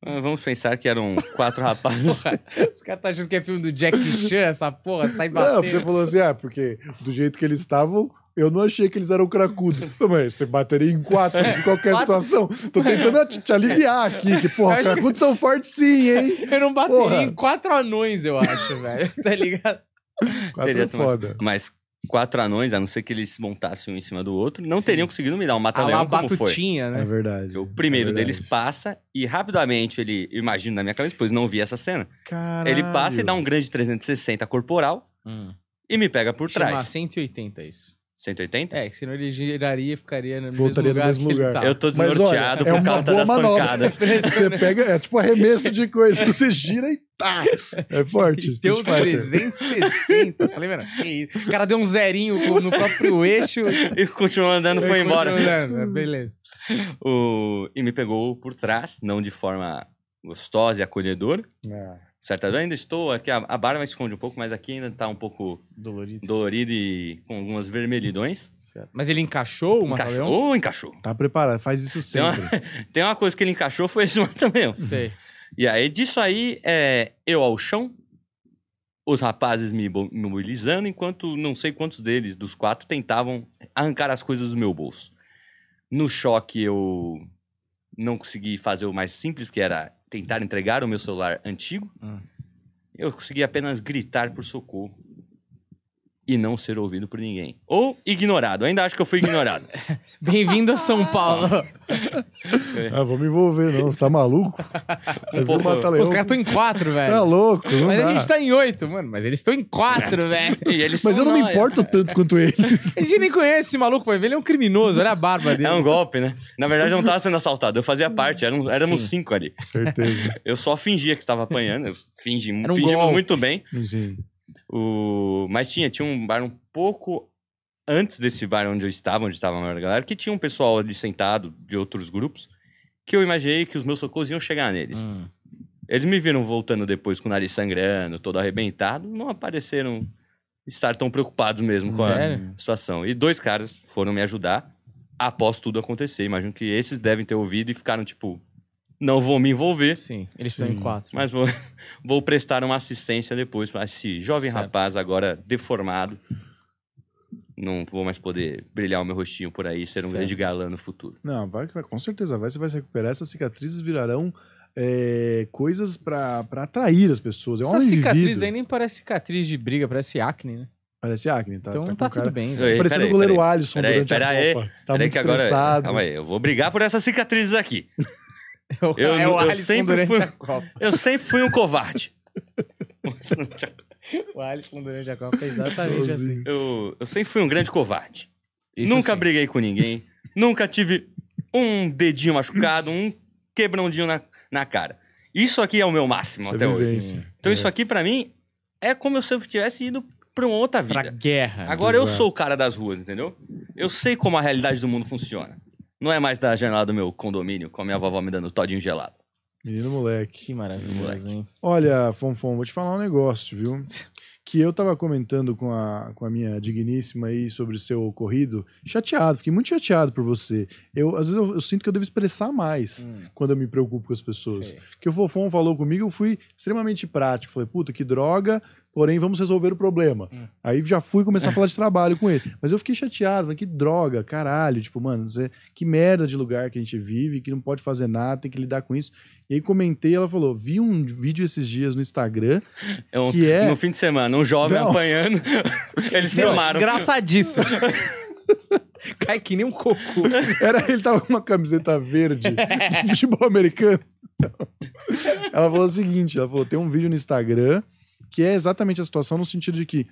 [SPEAKER 4] Ah, Vamos pensar que eram quatro [laughs] rapazes.
[SPEAKER 2] Porra, os caras tá achando que é filme do Jack Chan, essa porra, sai
[SPEAKER 3] Não, você
[SPEAKER 2] batendo.
[SPEAKER 3] falou assim, ah, porque do jeito que eles estavam. Eu não achei que eles eram cracudos.
[SPEAKER 2] [laughs]
[SPEAKER 3] Não, Mas você bateria em quatro em qualquer
[SPEAKER 2] Quatro?
[SPEAKER 3] situação. Tô tentando te, te aliviar aqui, que,
[SPEAKER 2] Eu
[SPEAKER 3] porra, os
[SPEAKER 2] acho que-
[SPEAKER 3] cracudos são fortes sim, hein?
[SPEAKER 2] Eu não bateria
[SPEAKER 3] Porra.
[SPEAKER 2] em quatro anões, eu acho, velho. Tá ligado?
[SPEAKER 3] Quatro
[SPEAKER 4] Teria
[SPEAKER 3] é
[SPEAKER 4] tomado.
[SPEAKER 3] foda.
[SPEAKER 4] Mas quatro anões, a não ser que eles se montassem um em cima do outro, não teriam conseguido me dar
[SPEAKER 2] A
[SPEAKER 4] um
[SPEAKER 2] lá
[SPEAKER 4] mata-leão como foi.
[SPEAKER 2] batutinha,
[SPEAKER 3] É
[SPEAKER 2] né?
[SPEAKER 3] verdade.
[SPEAKER 4] O primeiro
[SPEAKER 3] É verdade.
[SPEAKER 4] deles passa e rapidamente ele, eu imagino na minha cabeça, pois não vi essa cena,
[SPEAKER 3] Caralho.
[SPEAKER 4] ele passa e dá um grande 360 corporal
[SPEAKER 2] Hum.
[SPEAKER 4] e me pega por
[SPEAKER 2] Chama assim.
[SPEAKER 4] trás.
[SPEAKER 2] 180 isso.
[SPEAKER 4] 180?
[SPEAKER 2] É, que senão ele giraria e ficaria no
[SPEAKER 3] Voltaria no
[SPEAKER 2] mesmo lugar.
[SPEAKER 3] mesmo
[SPEAKER 2] que ele tá.
[SPEAKER 3] lugar.
[SPEAKER 2] tava.
[SPEAKER 4] Eu tô
[SPEAKER 3] Mas olha,
[SPEAKER 4] desnorteado
[SPEAKER 3] é
[SPEAKER 4] por
[SPEAKER 3] uma
[SPEAKER 4] causa
[SPEAKER 3] boa
[SPEAKER 4] das
[SPEAKER 3] manobra.
[SPEAKER 4] pancadas.
[SPEAKER 3] [laughs] Você pega, é tipo arremesso de coisa, você gira e tá. É forte.
[SPEAKER 2] Deu
[SPEAKER 3] Street Fighter.
[SPEAKER 2] 360. Falei, mano, tá que isso? o cara deu um zerinho com- no próprio
[SPEAKER 4] [laughs]
[SPEAKER 2] eixo.
[SPEAKER 4] E continuou andando, foi embora.
[SPEAKER 2] Continuando, É, Beleza.
[SPEAKER 4] O... E me pegou por trás, não de forma gostosa e acolhedora.
[SPEAKER 3] Ah,
[SPEAKER 4] Certo? Eu ainda estou aqui, a, a barba esconde um pouco, mas aqui ainda tá um pouco
[SPEAKER 2] Dolorido.
[SPEAKER 4] dolorido e com algumas vermelhidões.
[SPEAKER 2] Certo. Mas ele encaixou o
[SPEAKER 4] Encaixou?
[SPEAKER 2] mataleão?
[SPEAKER 4] Ô, encaixou.
[SPEAKER 3] Tá preparado, faz isso
[SPEAKER 4] Tem uma,
[SPEAKER 3] sempre.
[SPEAKER 4] [laughs] tem uma coisa que ele encaixou, foi esse [laughs] mataleão.
[SPEAKER 2] Sei.
[SPEAKER 4] E aí, disso aí, é, eu ao chão, os rapazes me bo- me mobilizando, enquanto não sei quantos deles, dos quatro, tentavam arrancar as coisas do meu bolso. No choque, eu não consegui fazer o mais simples, que era tentar entregar o meu
[SPEAKER 3] Ah.
[SPEAKER 4] celular antigo.
[SPEAKER 2] Hum.
[SPEAKER 4] Eu consegui apenas gritar por socorro. e não ser ouvido por ninguém. Ou ignorado. Ainda acho que eu fui ignorado.
[SPEAKER 2] Bem-vindo a São Paulo.
[SPEAKER 3] Ah, vou me envolver, não. Você tá maluco? Você viu
[SPEAKER 4] Um pouco.
[SPEAKER 3] o Mata Leão?
[SPEAKER 2] Os caras estão em quatro, velho.
[SPEAKER 3] Tá louco, não
[SPEAKER 2] mas
[SPEAKER 3] dá.
[SPEAKER 2] a gente tá em oito, mano. Mas eles estão em
[SPEAKER 4] [laughs]
[SPEAKER 2] quatro, velho.
[SPEAKER 4] E
[SPEAKER 3] [laughs]
[SPEAKER 4] eles
[SPEAKER 3] Mas eu
[SPEAKER 4] são
[SPEAKER 3] não me
[SPEAKER 2] assim,
[SPEAKER 4] nóia.
[SPEAKER 2] é.
[SPEAKER 3] importo tanto quanto eles.
[SPEAKER 2] A gente nem conhece esse maluco, vai ver. Ele é um criminoso, olha a barba dele.
[SPEAKER 4] É um golpe, né? Na verdade, eu não tava sendo assaltado. Eu fazia parte, eram, éramos cinco ali.
[SPEAKER 3] [laughs] Certeza.
[SPEAKER 4] Eu só fingia que estava apanhando. Eu fingi,
[SPEAKER 2] Era um
[SPEAKER 4] fingimos
[SPEAKER 2] gol.
[SPEAKER 4] muito bem.
[SPEAKER 3] Sim.
[SPEAKER 4] O... Mas tinha, tinha um bar um pouco antes desse bar onde eu estava, onde estava a maior galera, que tinha um pessoal ali sentado de outros grupos, que eu imaginei que os meus socorros iam chegar neles.
[SPEAKER 2] Hum.
[SPEAKER 4] Eles me viram voltando depois com o nariz sangrando, todo arrebentado, não apareceram estar tão preocupados mesmo com
[SPEAKER 2] Sério?
[SPEAKER 4] a situação. E dois caras foram me ajudar após tudo acontecer. Imagino que esses devem ter ouvido e ficaram tipo, não vou me envolver.
[SPEAKER 2] Sim, eles estão
[SPEAKER 3] Sim.
[SPEAKER 2] em quatro.
[SPEAKER 4] Mas vou, [laughs] vou prestar uma assistência depois para esse jovem
[SPEAKER 2] Certo.
[SPEAKER 4] rapaz agora deformado. Não vou mais poder brilhar o meu rostinho por aí, ser um
[SPEAKER 2] Certo.
[SPEAKER 4] grande galã no futuro.
[SPEAKER 3] Não, vai, que vai, com certeza vai. Você vai se recuperar. Essas cicatrizes virarão é, coisas pra, pra atrair as pessoas. É um
[SPEAKER 2] Essa
[SPEAKER 3] homem
[SPEAKER 2] cicatriz
[SPEAKER 3] vivido.
[SPEAKER 2] aí nem parece cicatriz de briga, parece acne, né?
[SPEAKER 3] Parece acne, tá?
[SPEAKER 2] então tá,
[SPEAKER 3] com cara-
[SPEAKER 2] tudo
[SPEAKER 4] [laughs]
[SPEAKER 2] bem. velho.
[SPEAKER 4] Ei,
[SPEAKER 3] Parecendo
[SPEAKER 4] peraí,
[SPEAKER 3] o goleiro
[SPEAKER 4] peraí.
[SPEAKER 3] Alisson
[SPEAKER 4] Peraí,
[SPEAKER 3] durante
[SPEAKER 4] peraí.
[SPEAKER 3] a Copa. Tá
[SPEAKER 4] Peraí
[SPEAKER 3] muito
[SPEAKER 4] que agora.
[SPEAKER 3] estressado.
[SPEAKER 4] Calma aí, eu vou brigar por essas cicatrizes aqui. Eu-
[SPEAKER 2] é o
[SPEAKER 4] eu
[SPEAKER 2] Alisson
[SPEAKER 4] sempre
[SPEAKER 2] durante
[SPEAKER 4] fui-
[SPEAKER 2] a Copa.
[SPEAKER 4] Eu sempre fui um covarde.
[SPEAKER 2] O Alisson durante a Copa é exatamente assim.
[SPEAKER 4] Eu, eu sempre fui um grande covarde.
[SPEAKER 3] assim.
[SPEAKER 2] Isso
[SPEAKER 4] nunca
[SPEAKER 2] sim.
[SPEAKER 4] briguei com ninguém. nunca tive um dedinho machucado, um quebrãozinho na, na cara. Isso aqui é o meu máximo
[SPEAKER 3] Essa
[SPEAKER 4] até hoje.
[SPEAKER 3] vivência.
[SPEAKER 4] Então isso aqui pra mim é como se eu tivesse ido pra uma outra
[SPEAKER 2] Pra
[SPEAKER 4] vida.
[SPEAKER 2] guerra.
[SPEAKER 4] Agora eu
[SPEAKER 3] Exato.
[SPEAKER 4] sou o cara das ruas, entendeu? Eu sei como a realidade do mundo funciona. Não é mais da janela do meu condomínio com a minha vovó me dando todinho gelado.
[SPEAKER 3] Menino moleque.
[SPEAKER 2] Que maravilhoso,
[SPEAKER 4] Moleque.
[SPEAKER 2] hein?
[SPEAKER 3] Olha, Fonfon, vou te falar um negócio, viu? Que eu tava comentando com a, com a minha digníssima aí sobre o seu ocorrido. Chateado, fiquei muito chateado por você. Eu, às vezes eu, eu sinto que eu devo expressar mais
[SPEAKER 2] Hum.
[SPEAKER 3] quando eu me preocupo com as pessoas.
[SPEAKER 2] Sei.
[SPEAKER 3] Que o Fofon falou comigo, eu fui extremamente prático. Falei, puta, que droga, porém vamos resolver o problema.
[SPEAKER 2] Hum.
[SPEAKER 3] Aí já fui começar a falar de trabalho com ele. Mas eu fiquei chateado, falei, que droga, caralho. Tipo, mano, você- que merda de lugar que a gente vive, que não pode fazer nada, tem que lidar com isso. E aí comentei, ela falou, vi um vídeo esses dias no Instagram,
[SPEAKER 4] É um-
[SPEAKER 3] Que é-
[SPEAKER 4] No fim de semana, um jovem
[SPEAKER 3] Não. [laughs]
[SPEAKER 4] apanhando. Eles
[SPEAKER 2] Não,
[SPEAKER 4] filmaram. [laughs]
[SPEAKER 2] Engraçadíssimo. [laughs] Cai que nem um cocô.
[SPEAKER 3] era ele tava com uma camiseta verde de futebol americano. Ela falou o seguinte, ela falou, tem um vídeo no Instagram que é exatamente a situação no sentido de que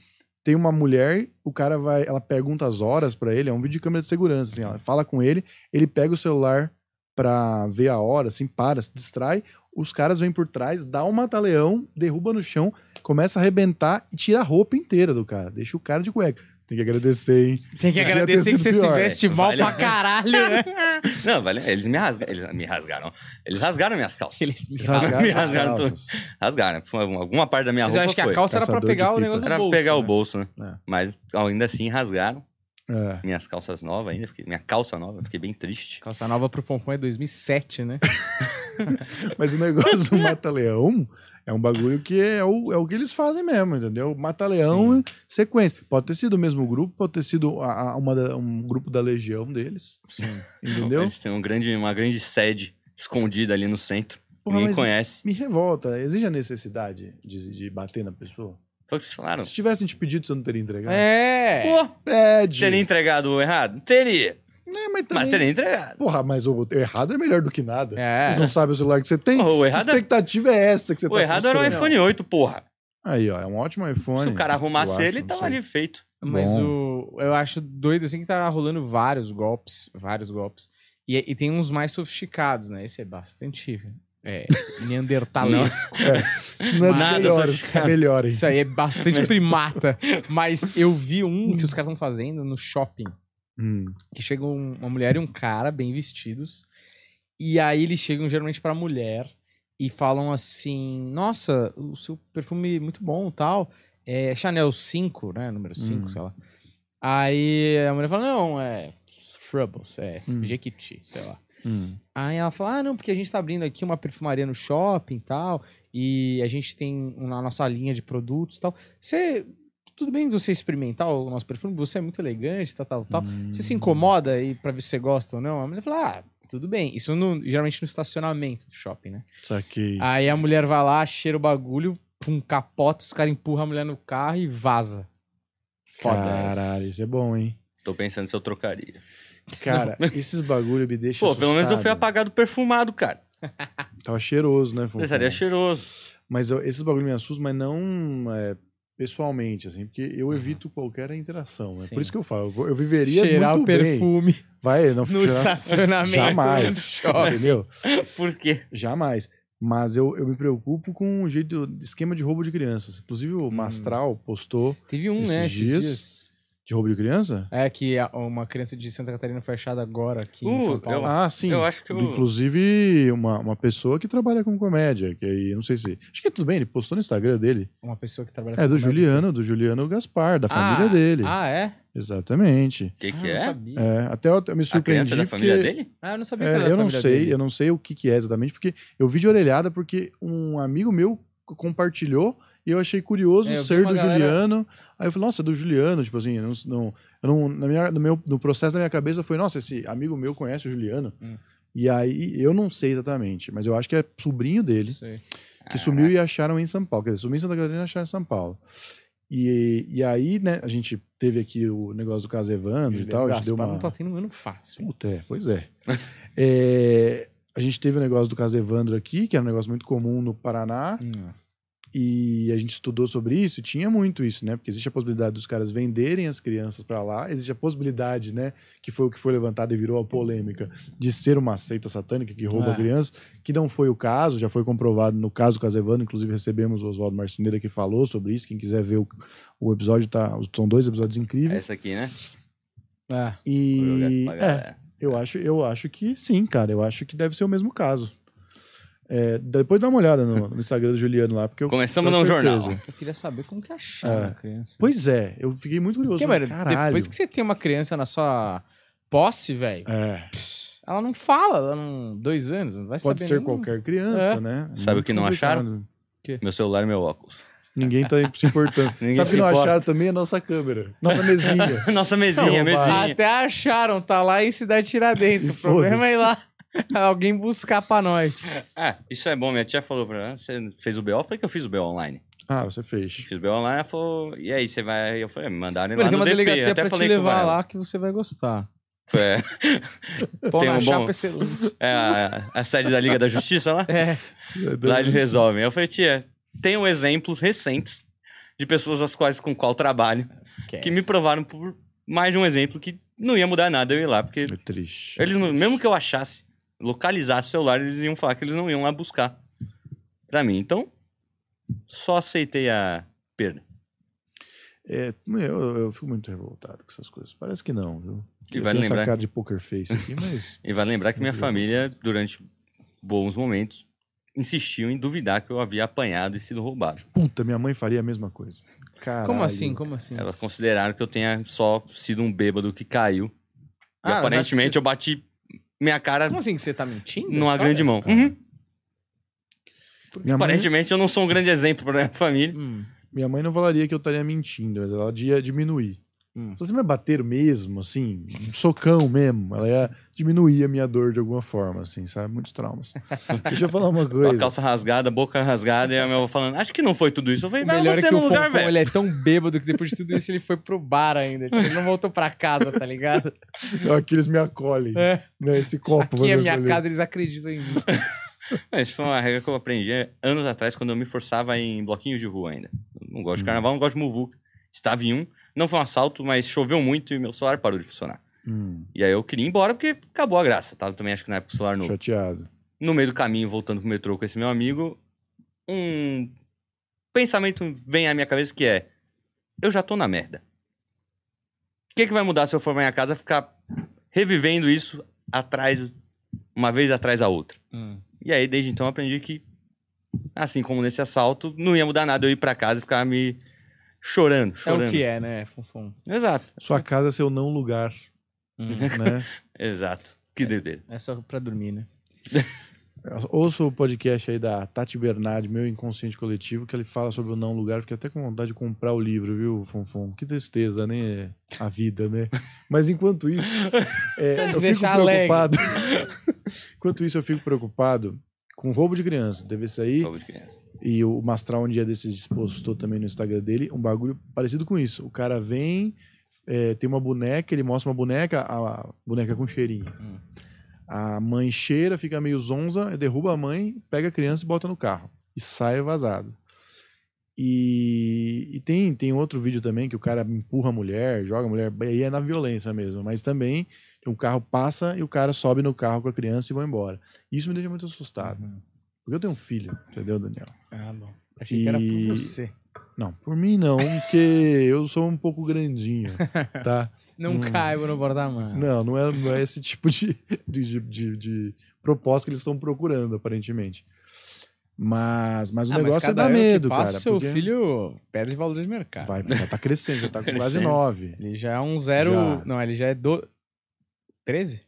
[SPEAKER 3] tem uma mulher, o cara vai, ela pergunta as horas pra ele, é um vídeo de câmera de segurança, assim, ela fala com ele, ele pega o celular pra ver a hora, assim, para, se distrai, os caras vêm por trás, dá um mataleão, derruba no chão, começa a arrebentar e tira a roupa inteira do cara, deixa o cara de cueca. Tem que agradecer, hein?
[SPEAKER 2] Tem que
[SPEAKER 3] Podia ter
[SPEAKER 2] agradecer que
[SPEAKER 3] sido
[SPEAKER 2] você
[SPEAKER 3] pior. é.
[SPEAKER 2] se veste mal
[SPEAKER 4] Vale.
[SPEAKER 2] pra caralho, né?
[SPEAKER 4] Não, velho, eles me rasgaram. Eles me rasgaram. Eles rasgaram minhas calças.
[SPEAKER 2] Eles me
[SPEAKER 3] Eles
[SPEAKER 2] rasgaram.
[SPEAKER 4] Me
[SPEAKER 3] as
[SPEAKER 4] rasgaram tudo.
[SPEAKER 3] calças.
[SPEAKER 4] Rasgaram. Foi uma- Alguma parte da minha
[SPEAKER 2] Mas eu
[SPEAKER 4] roupa
[SPEAKER 2] acho que
[SPEAKER 4] foi.
[SPEAKER 2] a calça era pra
[SPEAKER 3] Caçador de
[SPEAKER 2] pegar o
[SPEAKER 3] pipas.
[SPEAKER 2] negócio
[SPEAKER 4] Era
[SPEAKER 2] do bolso.
[SPEAKER 4] pegar o
[SPEAKER 2] né?
[SPEAKER 4] bolso, né?
[SPEAKER 3] É.
[SPEAKER 4] Mas ainda assim rasgaram.
[SPEAKER 3] É.
[SPEAKER 4] Minhas calças novas ainda. fiquei- Minha calça nova. Fiquei bem triste.
[SPEAKER 2] Calça nova pro Fonfon é 2007,
[SPEAKER 3] [laughs]
[SPEAKER 2] né?
[SPEAKER 3] Mas o negócio do mata-leão é um bagulho que é o, é o que eles fazem mesmo, entendeu? Mata-leão é sequência. Pode ter sido o mesmo grupo, pode ter sido a- a- uma da- um grupo da legião deles. Entendeu?
[SPEAKER 4] Eles têm um grande, uma grande sede escondida ali no centro.
[SPEAKER 3] Porra,
[SPEAKER 4] Ninguém
[SPEAKER 3] mas
[SPEAKER 4] conhece.
[SPEAKER 3] Me revolta. Exige a necessidade de, de bater na pessoa.
[SPEAKER 4] Foi o que vocês falaram.
[SPEAKER 3] Se tivessem te pedido, você não teria entregado.
[SPEAKER 2] É.
[SPEAKER 4] Pô,
[SPEAKER 3] Pede.
[SPEAKER 4] teria entregado errado? Teria.
[SPEAKER 3] É, mas
[SPEAKER 4] Mas
[SPEAKER 3] também...
[SPEAKER 4] teria entregado.
[SPEAKER 3] Porra, mas o errado é melhor do que nada.
[SPEAKER 2] É.
[SPEAKER 3] Eles não sabem o celular que você tem.
[SPEAKER 4] Porra, o
[SPEAKER 3] a
[SPEAKER 4] errado,
[SPEAKER 3] expectativa é essa que você
[SPEAKER 4] o errado era o
[SPEAKER 3] frustrando.
[SPEAKER 4] iPhone 8, porra.
[SPEAKER 3] Aí, ó, é um ótimo iPhone.
[SPEAKER 4] Se o cara arrumasse
[SPEAKER 3] eu acho,
[SPEAKER 4] ele,
[SPEAKER 3] não
[SPEAKER 4] tava
[SPEAKER 3] sei.
[SPEAKER 4] ali feito.
[SPEAKER 2] Mas
[SPEAKER 3] Bom.
[SPEAKER 2] o, eu acho doido assim que tá rolando vários golpes, vários golpes. E, e tem uns mais sofisticados, né? Esse é bastante é, neandertalesco.
[SPEAKER 3] Não é de
[SPEAKER 4] Nada
[SPEAKER 3] melhores,
[SPEAKER 4] social.
[SPEAKER 3] melhores.
[SPEAKER 2] Isso aí é
[SPEAKER 3] [laughs]
[SPEAKER 2] bastante primata. Mas eu vi um que os caras estão fazendo no shopping.
[SPEAKER 3] Hum.
[SPEAKER 2] que chegam uma mulher e um cara bem vestidos. E aí eles chegam geralmente pra mulher e falam assim: "Nossa, o seu perfume é muito bom, tal. É Chanel 5, né, número 5,
[SPEAKER 3] Hum.
[SPEAKER 2] sei lá". Aí a mulher fala: "Não, é Troubles, é
[SPEAKER 3] Hum.
[SPEAKER 2] Jequiti, sei lá".
[SPEAKER 3] Hum.
[SPEAKER 2] Aí ela fala: "Ah, não, porque a gente tá abrindo aqui uma perfumaria no shopping, tal, e a gente tem um, na nossa linha de produtos, tal. Você tudo bem você experimentar o nosso perfume, você é muito elegante, tal, tal, tal.
[SPEAKER 4] Hum.
[SPEAKER 2] Você Então, se assim incomoda aí pra ver se você gosta ou não? A mulher fala, ah, tudo bem. Isso no- geralmente no estacionamento do shopping, né?
[SPEAKER 3] Saquei.
[SPEAKER 2] Aí a mulher um vai lá, cheira o bagulho, pum, capota, os caras empurram a mulher no carro e vaza. Foda
[SPEAKER 3] Caralho,
[SPEAKER 2] essa.
[SPEAKER 3] isso é bom, hein?
[SPEAKER 4] Tô pensando se eu trocaria. [laughs]
[SPEAKER 3] Cara, esses bagulho me deixam.
[SPEAKER 4] Pô, pelo menos eu fui
[SPEAKER 3] assustado.
[SPEAKER 4] apagado perfumado, cara.
[SPEAKER 3] Tava cheiroso, né? Fonfão?
[SPEAKER 4] Pensaria cheiroso. [laughs]
[SPEAKER 3] Mas eu- esses bagulho me assustam, mas não é, pessoalmente, assim, porque
[SPEAKER 4] Uhum.
[SPEAKER 3] eu evito qualquer interação. Né?
[SPEAKER 2] Sim.
[SPEAKER 3] Por isso que eu falo, eu vou- eu viveria
[SPEAKER 2] Cheirar o
[SPEAKER 3] muito bem. [laughs]
[SPEAKER 2] perfume
[SPEAKER 3] Vai, não
[SPEAKER 2] no né?
[SPEAKER 3] cheirar-
[SPEAKER 2] estacionamento.
[SPEAKER 3] Jamais.
[SPEAKER 2] do [laughs] shopping.
[SPEAKER 3] Entendeu?
[SPEAKER 4] Por quê?
[SPEAKER 3] Jamais. Mas eu, eu me preocupo com o jeito, esquema de roubo de crianças. Inclusive
[SPEAKER 2] Hum.
[SPEAKER 3] o Mastral postou
[SPEAKER 2] Teve um,
[SPEAKER 3] Esses
[SPEAKER 2] né? Esses dias.
[SPEAKER 3] dias. de roubo de criança?
[SPEAKER 2] É que a- uma criança de Santa Catarina foi achada agora aqui em
[SPEAKER 4] Uh,
[SPEAKER 2] São Paulo.
[SPEAKER 4] Eu-
[SPEAKER 3] ah, sim.
[SPEAKER 4] eu acho que eu-
[SPEAKER 3] Inclusive uma, uma pessoa que trabalha com comédia, que aí, eu não sei se... Acho que é tudo bem, ele postou no Instagram dele.
[SPEAKER 2] Uma pessoa que trabalha
[SPEAKER 3] É do
[SPEAKER 2] comédia.
[SPEAKER 3] Juliano, do Juliano Gaspar, da família
[SPEAKER 2] Ah,
[SPEAKER 3] dele.
[SPEAKER 2] Ah, é?
[SPEAKER 3] Exatamente.
[SPEAKER 4] O que,
[SPEAKER 2] ah,
[SPEAKER 4] que
[SPEAKER 2] eu não
[SPEAKER 4] é?
[SPEAKER 2] sabia.
[SPEAKER 3] É, até eu, eu me
[SPEAKER 4] A
[SPEAKER 3] surpreendi
[SPEAKER 4] criança da família
[SPEAKER 3] porque-
[SPEAKER 4] dele?
[SPEAKER 2] Ah, eu não sabia que era
[SPEAKER 3] É,
[SPEAKER 2] da
[SPEAKER 3] eu não
[SPEAKER 2] família
[SPEAKER 3] sei,
[SPEAKER 2] dele.
[SPEAKER 3] eu não sei o que, que é exatamente, porque eu vi de orelhada porque um amigo meu c- compartilhou e eu achei curioso
[SPEAKER 2] É, eu vi
[SPEAKER 3] ser
[SPEAKER 2] uma
[SPEAKER 3] do
[SPEAKER 2] galera-
[SPEAKER 3] Juliano. Aí eu falei, nossa, é do Juliano, tipo assim, eu não, não- eu não- na minha, no, meu, no processo da minha cabeça foi, nossa, esse amigo meu conhece o Juliano.
[SPEAKER 2] Hum.
[SPEAKER 3] E aí eu não sei exatamente, mas eu acho que é sobrinho dele
[SPEAKER 2] Sei.
[SPEAKER 3] que sumiu e acharam em São Paulo. Quer dizer, sumiu em Santa Catarina e acharam em São Paulo. E, e aí, né, a gente teve aqui o negócio do caso Evandro e
[SPEAKER 2] Juliano
[SPEAKER 3] tal, a gente deu
[SPEAKER 2] Gaspar
[SPEAKER 3] uma...
[SPEAKER 2] não tá tendo um ano fácil.
[SPEAKER 3] Puta, é, pois é. [laughs] É, A gente teve o negócio do caso Evandro aqui, que era um negócio muito comum no Paraná,
[SPEAKER 2] Hum.
[SPEAKER 3] e a gente estudou sobre isso, e tinha muito isso, né? Porque existe a possibilidade dos caras venderem as crianças pra lá, existe a possibilidade, né, que foi o que foi levantado e virou a polêmica, de ser uma seita satânica que rouba
[SPEAKER 2] É.
[SPEAKER 3] crianças, que não foi o caso, já foi comprovado no caso do caso Evandro, inclusive recebemos o Oswaldo Marceneira que falou sobre isso, quem quiser ver o, o episódio, tá, são dois episódios incríveis.
[SPEAKER 4] Essa aqui, né?
[SPEAKER 2] É.
[SPEAKER 4] Vou
[SPEAKER 3] E...
[SPEAKER 4] jogar pra
[SPEAKER 3] É,
[SPEAKER 4] galera.
[SPEAKER 3] eu acho, eu acho que sim, cara. Eu acho que deve ser o mesmo caso. É, depois dá uma olhada no, no Instagram do Juliano lá, porque eu.
[SPEAKER 4] Começamos
[SPEAKER 3] com
[SPEAKER 4] num
[SPEAKER 3] certeza.
[SPEAKER 4] jornal.
[SPEAKER 2] Eu queria saber como que acharam
[SPEAKER 3] É.
[SPEAKER 2] a criança.
[SPEAKER 3] Pois é, eu fiquei muito curioso.
[SPEAKER 2] Porque,
[SPEAKER 3] falei,
[SPEAKER 2] mano,
[SPEAKER 3] Caralho.
[SPEAKER 2] depois que você tem uma criança na sua posse, velho,
[SPEAKER 3] É,
[SPEAKER 2] ela não fala, ela não. Dois anos, não vai
[SPEAKER 3] pode
[SPEAKER 2] saber.
[SPEAKER 3] ser
[SPEAKER 2] nem-
[SPEAKER 3] qualquer criança,
[SPEAKER 2] É.
[SPEAKER 3] né? É
[SPEAKER 4] Sabe
[SPEAKER 3] muito
[SPEAKER 4] o que não acharam? Meu celular e meu óculos.
[SPEAKER 3] Ninguém tá se importando.
[SPEAKER 4] [laughs] Ninguém
[SPEAKER 3] Sabe o
[SPEAKER 4] se
[SPEAKER 3] que não
[SPEAKER 4] importa.
[SPEAKER 3] acharam também? A nossa câmera. Nossa
[SPEAKER 4] [laughs]
[SPEAKER 3] mesinha.
[SPEAKER 4] [laughs] Nossa mesinha,
[SPEAKER 3] Não, vai.
[SPEAKER 4] mesinha.
[SPEAKER 2] Até acharam, tá lá em Cidade Tiradentes.
[SPEAKER 3] E
[SPEAKER 2] o problema é ir lá
[SPEAKER 3] foda-se.
[SPEAKER 2] [laughs] alguém buscar pra nós.
[SPEAKER 4] Ah, isso é bom. Minha tia falou pra ela, você fez o BO? Eu falei que eu fiz o BO online.
[SPEAKER 3] ah, você fez.
[SPEAKER 4] Fiz o BO online, ela falou, e aí, você vai? Eu falei, me mandaram ir
[SPEAKER 2] Mano,
[SPEAKER 4] lá
[SPEAKER 2] tem uma
[SPEAKER 4] no DP.
[SPEAKER 2] delegacia
[SPEAKER 4] até
[SPEAKER 2] pra te
[SPEAKER 4] falei com
[SPEAKER 2] levar
[SPEAKER 4] ela.
[SPEAKER 2] lá que você vai gostar.
[SPEAKER 4] Foi,
[SPEAKER 2] Pão
[SPEAKER 4] Tem
[SPEAKER 2] na
[SPEAKER 4] um bom-
[SPEAKER 2] chapa
[SPEAKER 4] [laughs]
[SPEAKER 2] excelente.
[SPEAKER 4] é a, a sede da Liga da Justiça lá.
[SPEAKER 2] É,
[SPEAKER 4] Lá eles resolvem. Eu falei, tia, tenho exemplos recentes de pessoas as quais com qual trabalho
[SPEAKER 2] É.
[SPEAKER 4] que me provaram por mais de um exemplo que não ia mudar nada eu ir lá, porque
[SPEAKER 3] É triste.
[SPEAKER 4] eles não- mesmo que eu achasse, localizasse o celular, eles iam falar que eles não iam lá buscar pra mim. Então, só aceitei a perda.
[SPEAKER 3] É, eu, eu fico muito revoltado com essas coisas. Parece que não, viu?
[SPEAKER 4] E
[SPEAKER 3] eu
[SPEAKER 4] vale
[SPEAKER 3] tenho essa
[SPEAKER 4] lembrar,
[SPEAKER 3] cara de poker face aqui, mas.
[SPEAKER 4] e vale lembrar que minha família, durante bons momentos, insistiu em duvidar que eu havia apanhado e sido roubado.
[SPEAKER 3] Puta, minha mãe faria a mesma coisa. Caralho.
[SPEAKER 2] Como assim? Como assim?
[SPEAKER 4] Elas consideraram que eu tenha só sido um bêbado que caiu E
[SPEAKER 2] Ah,
[SPEAKER 4] aparentemente eu bati minha cara
[SPEAKER 2] Como assim que você tá mentindo?
[SPEAKER 4] numa
[SPEAKER 2] Cara, é
[SPEAKER 4] grande mão.
[SPEAKER 3] cara.
[SPEAKER 4] Uhum.
[SPEAKER 3] Minha mãe,
[SPEAKER 4] Aparentemente eu não sou um grande exemplo pra minha família.
[SPEAKER 2] Hum,
[SPEAKER 3] minha mãe não falaria que eu estaria mentindo, mas ela ia diminuir.
[SPEAKER 2] Hum.
[SPEAKER 3] Se você me bater mesmo, assim, um socão mesmo, ela ia diminuir a minha dor de alguma forma, assim, sabe? Muitos traumas. Deixa eu falar uma
[SPEAKER 4] Com a
[SPEAKER 3] coisa.
[SPEAKER 4] calça rasgada, boca rasgada, e a minha avó falando, acho que não foi tudo isso. Eu falei,
[SPEAKER 2] O
[SPEAKER 4] vai
[SPEAKER 2] melhor é
[SPEAKER 4] você
[SPEAKER 2] que o
[SPEAKER 4] no lugar,
[SPEAKER 2] Fonfon,
[SPEAKER 4] velho.
[SPEAKER 2] ele é tão bêbado que depois de tudo isso ele foi pro bar ainda. Tipo, ele não voltou pra casa, tá ligado?
[SPEAKER 3] Aqui eles me acolhem,
[SPEAKER 2] É.
[SPEAKER 3] né? Esse copo. vai
[SPEAKER 2] Aqui é
[SPEAKER 3] me
[SPEAKER 2] minha
[SPEAKER 3] acolher.
[SPEAKER 2] casa, eles acreditam em mim.
[SPEAKER 4] Mas Isso foi uma regra que eu aprendi anos atrás, quando eu me forçava em bloquinhos de rua ainda. Eu Não gosto de carnaval, não gosto de muvuca. Estava em um, não foi um assalto, mas choveu muito e meu celular parou de funcionar.
[SPEAKER 3] Hum,
[SPEAKER 4] E aí eu queria ir embora porque acabou a graça. Tava também, acho que na época, o celular novo.
[SPEAKER 3] chateado.
[SPEAKER 4] no meio do caminho, voltando pro metrô com esse meu amigo, um pensamento vem à minha cabeça que é: eu já tô na merda. O que, que vai mudar se eu for pra minha casa ficar revivendo isso atrás, uma vez atrás da outra?
[SPEAKER 2] Hum. É
[SPEAKER 4] E aí, desde então, eu aprendi que, assim como nesse assalto, não ia mudar nada eu ir pra casa e ficar me chorando,
[SPEAKER 2] É
[SPEAKER 4] chorando.
[SPEAKER 2] o que é, né, Fonfon?
[SPEAKER 4] Exato,
[SPEAKER 3] Sua casa é seu não lugar,
[SPEAKER 2] Hum.
[SPEAKER 3] né?
[SPEAKER 4] exato. Que doideira.
[SPEAKER 2] É só pra dormir, né?
[SPEAKER 3] Ouça o podcast aí da Tati Bernardi, Meu Inconsciente Coletivo, que ele fala sobre o não lugar. Fiquei até com vontade de comprar o livro, viu, Fonfon? Que tristeza, né? A vida, né? Mas enquanto isso, é,
[SPEAKER 2] [laughs]
[SPEAKER 3] eu fico
[SPEAKER 2] Deixar alegre.
[SPEAKER 3] preocupado. [laughs] enquanto isso, eu fico preocupado com roubo de criança. Deve sair
[SPEAKER 4] Pobre criança.
[SPEAKER 3] E o Mastral um dia desses postou também no Instagram dele um bagulho parecido com isso. O cara vem, é, tem uma boneca, ele mostra uma boneca, a boneca com cheirinho.
[SPEAKER 2] Hum.
[SPEAKER 3] A mãe cheira, fica meio zonza, derruba a mãe, pega a criança e bota no carro. E sai vazado. E, e tem, tem outro vídeo também que o cara empurra a mulher, joga a mulher, e aí é na violência mesmo. Mas também o carro passa e o cara sobe no carro com a criança e vai embora. Isso me deixa muito assustado. Porque eu tenho um filho, entendeu, Daniel?
[SPEAKER 2] Ah, bom. Achei que era
[SPEAKER 3] E-
[SPEAKER 2] por você.
[SPEAKER 3] Não, por mim não, porque eu sou um pouco grandinho, tá?
[SPEAKER 2] Não
[SPEAKER 3] Hum.
[SPEAKER 2] caibo no porta-mala.
[SPEAKER 3] [laughs] Não, não é, não é esse tipo de, de, de, de- de proposta que eles estão procurando, aparentemente. Mas, mas o
[SPEAKER 2] Ah, mas
[SPEAKER 3] negócio é
[SPEAKER 2] cada
[SPEAKER 3] dar
[SPEAKER 2] ano que
[SPEAKER 3] medo,
[SPEAKER 2] passa,
[SPEAKER 3] cara.
[SPEAKER 2] seu
[SPEAKER 3] porque
[SPEAKER 2] filho perde valor de mercado.
[SPEAKER 3] Vai, já tá crescendo, já tá com quase
[SPEAKER 4] Crescendo.
[SPEAKER 3] nove.
[SPEAKER 2] Ele já é um zero...
[SPEAKER 3] Já.
[SPEAKER 2] Não, ele já é do... 13?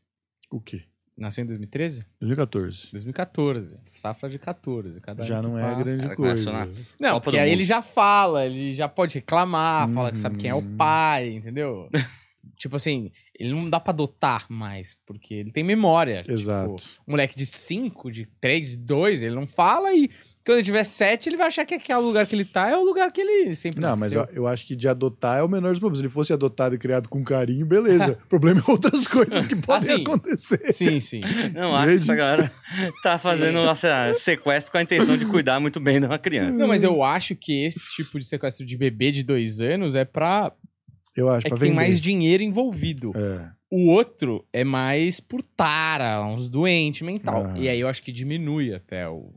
[SPEAKER 3] O quê?
[SPEAKER 2] Nasceu em 2013?
[SPEAKER 3] 2014.
[SPEAKER 2] 2014. Safra de 14. Cada
[SPEAKER 3] Já
[SPEAKER 2] ano que
[SPEAKER 3] não é
[SPEAKER 2] passa.
[SPEAKER 3] grande
[SPEAKER 4] Cara,
[SPEAKER 3] coisa.
[SPEAKER 4] começou na-
[SPEAKER 2] Não,
[SPEAKER 4] Copa
[SPEAKER 2] porque
[SPEAKER 4] do
[SPEAKER 2] aí
[SPEAKER 4] Mundo.
[SPEAKER 2] ele já fala, ele já pode reclamar, fala que sabe quem é o
[SPEAKER 3] Uhum.
[SPEAKER 2] pai,
[SPEAKER 3] [laughs]
[SPEAKER 2] entendeu? tipo assim, ele não dá pra adotar mais, porque ele tem memória. Tipo,
[SPEAKER 3] Exato.
[SPEAKER 2] um moleque de 5, de 3, de 2, ele não fala e quando ele tiver 7, ele vai achar que aquele lugar que ele tá é o lugar que ele sempre
[SPEAKER 3] Não, mas eu,
[SPEAKER 2] nasceu.
[SPEAKER 3] eu acho que de adotar é o menor dos problemas. Se ele fosse adotado e criado com carinho, beleza.
[SPEAKER 2] [laughs]
[SPEAKER 3] O problema é outras coisas que podem
[SPEAKER 2] Assim,
[SPEAKER 3] acontecer.
[SPEAKER 2] Sim,
[SPEAKER 3] [laughs]
[SPEAKER 2] sim.
[SPEAKER 4] Não acho que essa galera [laughs] tá fazendo essa sequestro com a intenção de cuidar muito bem de uma criança.
[SPEAKER 2] Não, mas eu acho que esse tipo de sequestro de bebê de dois anos é pra.
[SPEAKER 3] Eu acho,
[SPEAKER 2] É
[SPEAKER 3] pra
[SPEAKER 2] que
[SPEAKER 3] vender.
[SPEAKER 2] tem mais dinheiro envolvido.
[SPEAKER 3] É.
[SPEAKER 2] O outro é mais por tara, uns doentes mental.
[SPEAKER 3] Aham.
[SPEAKER 2] E aí eu acho que diminui até o.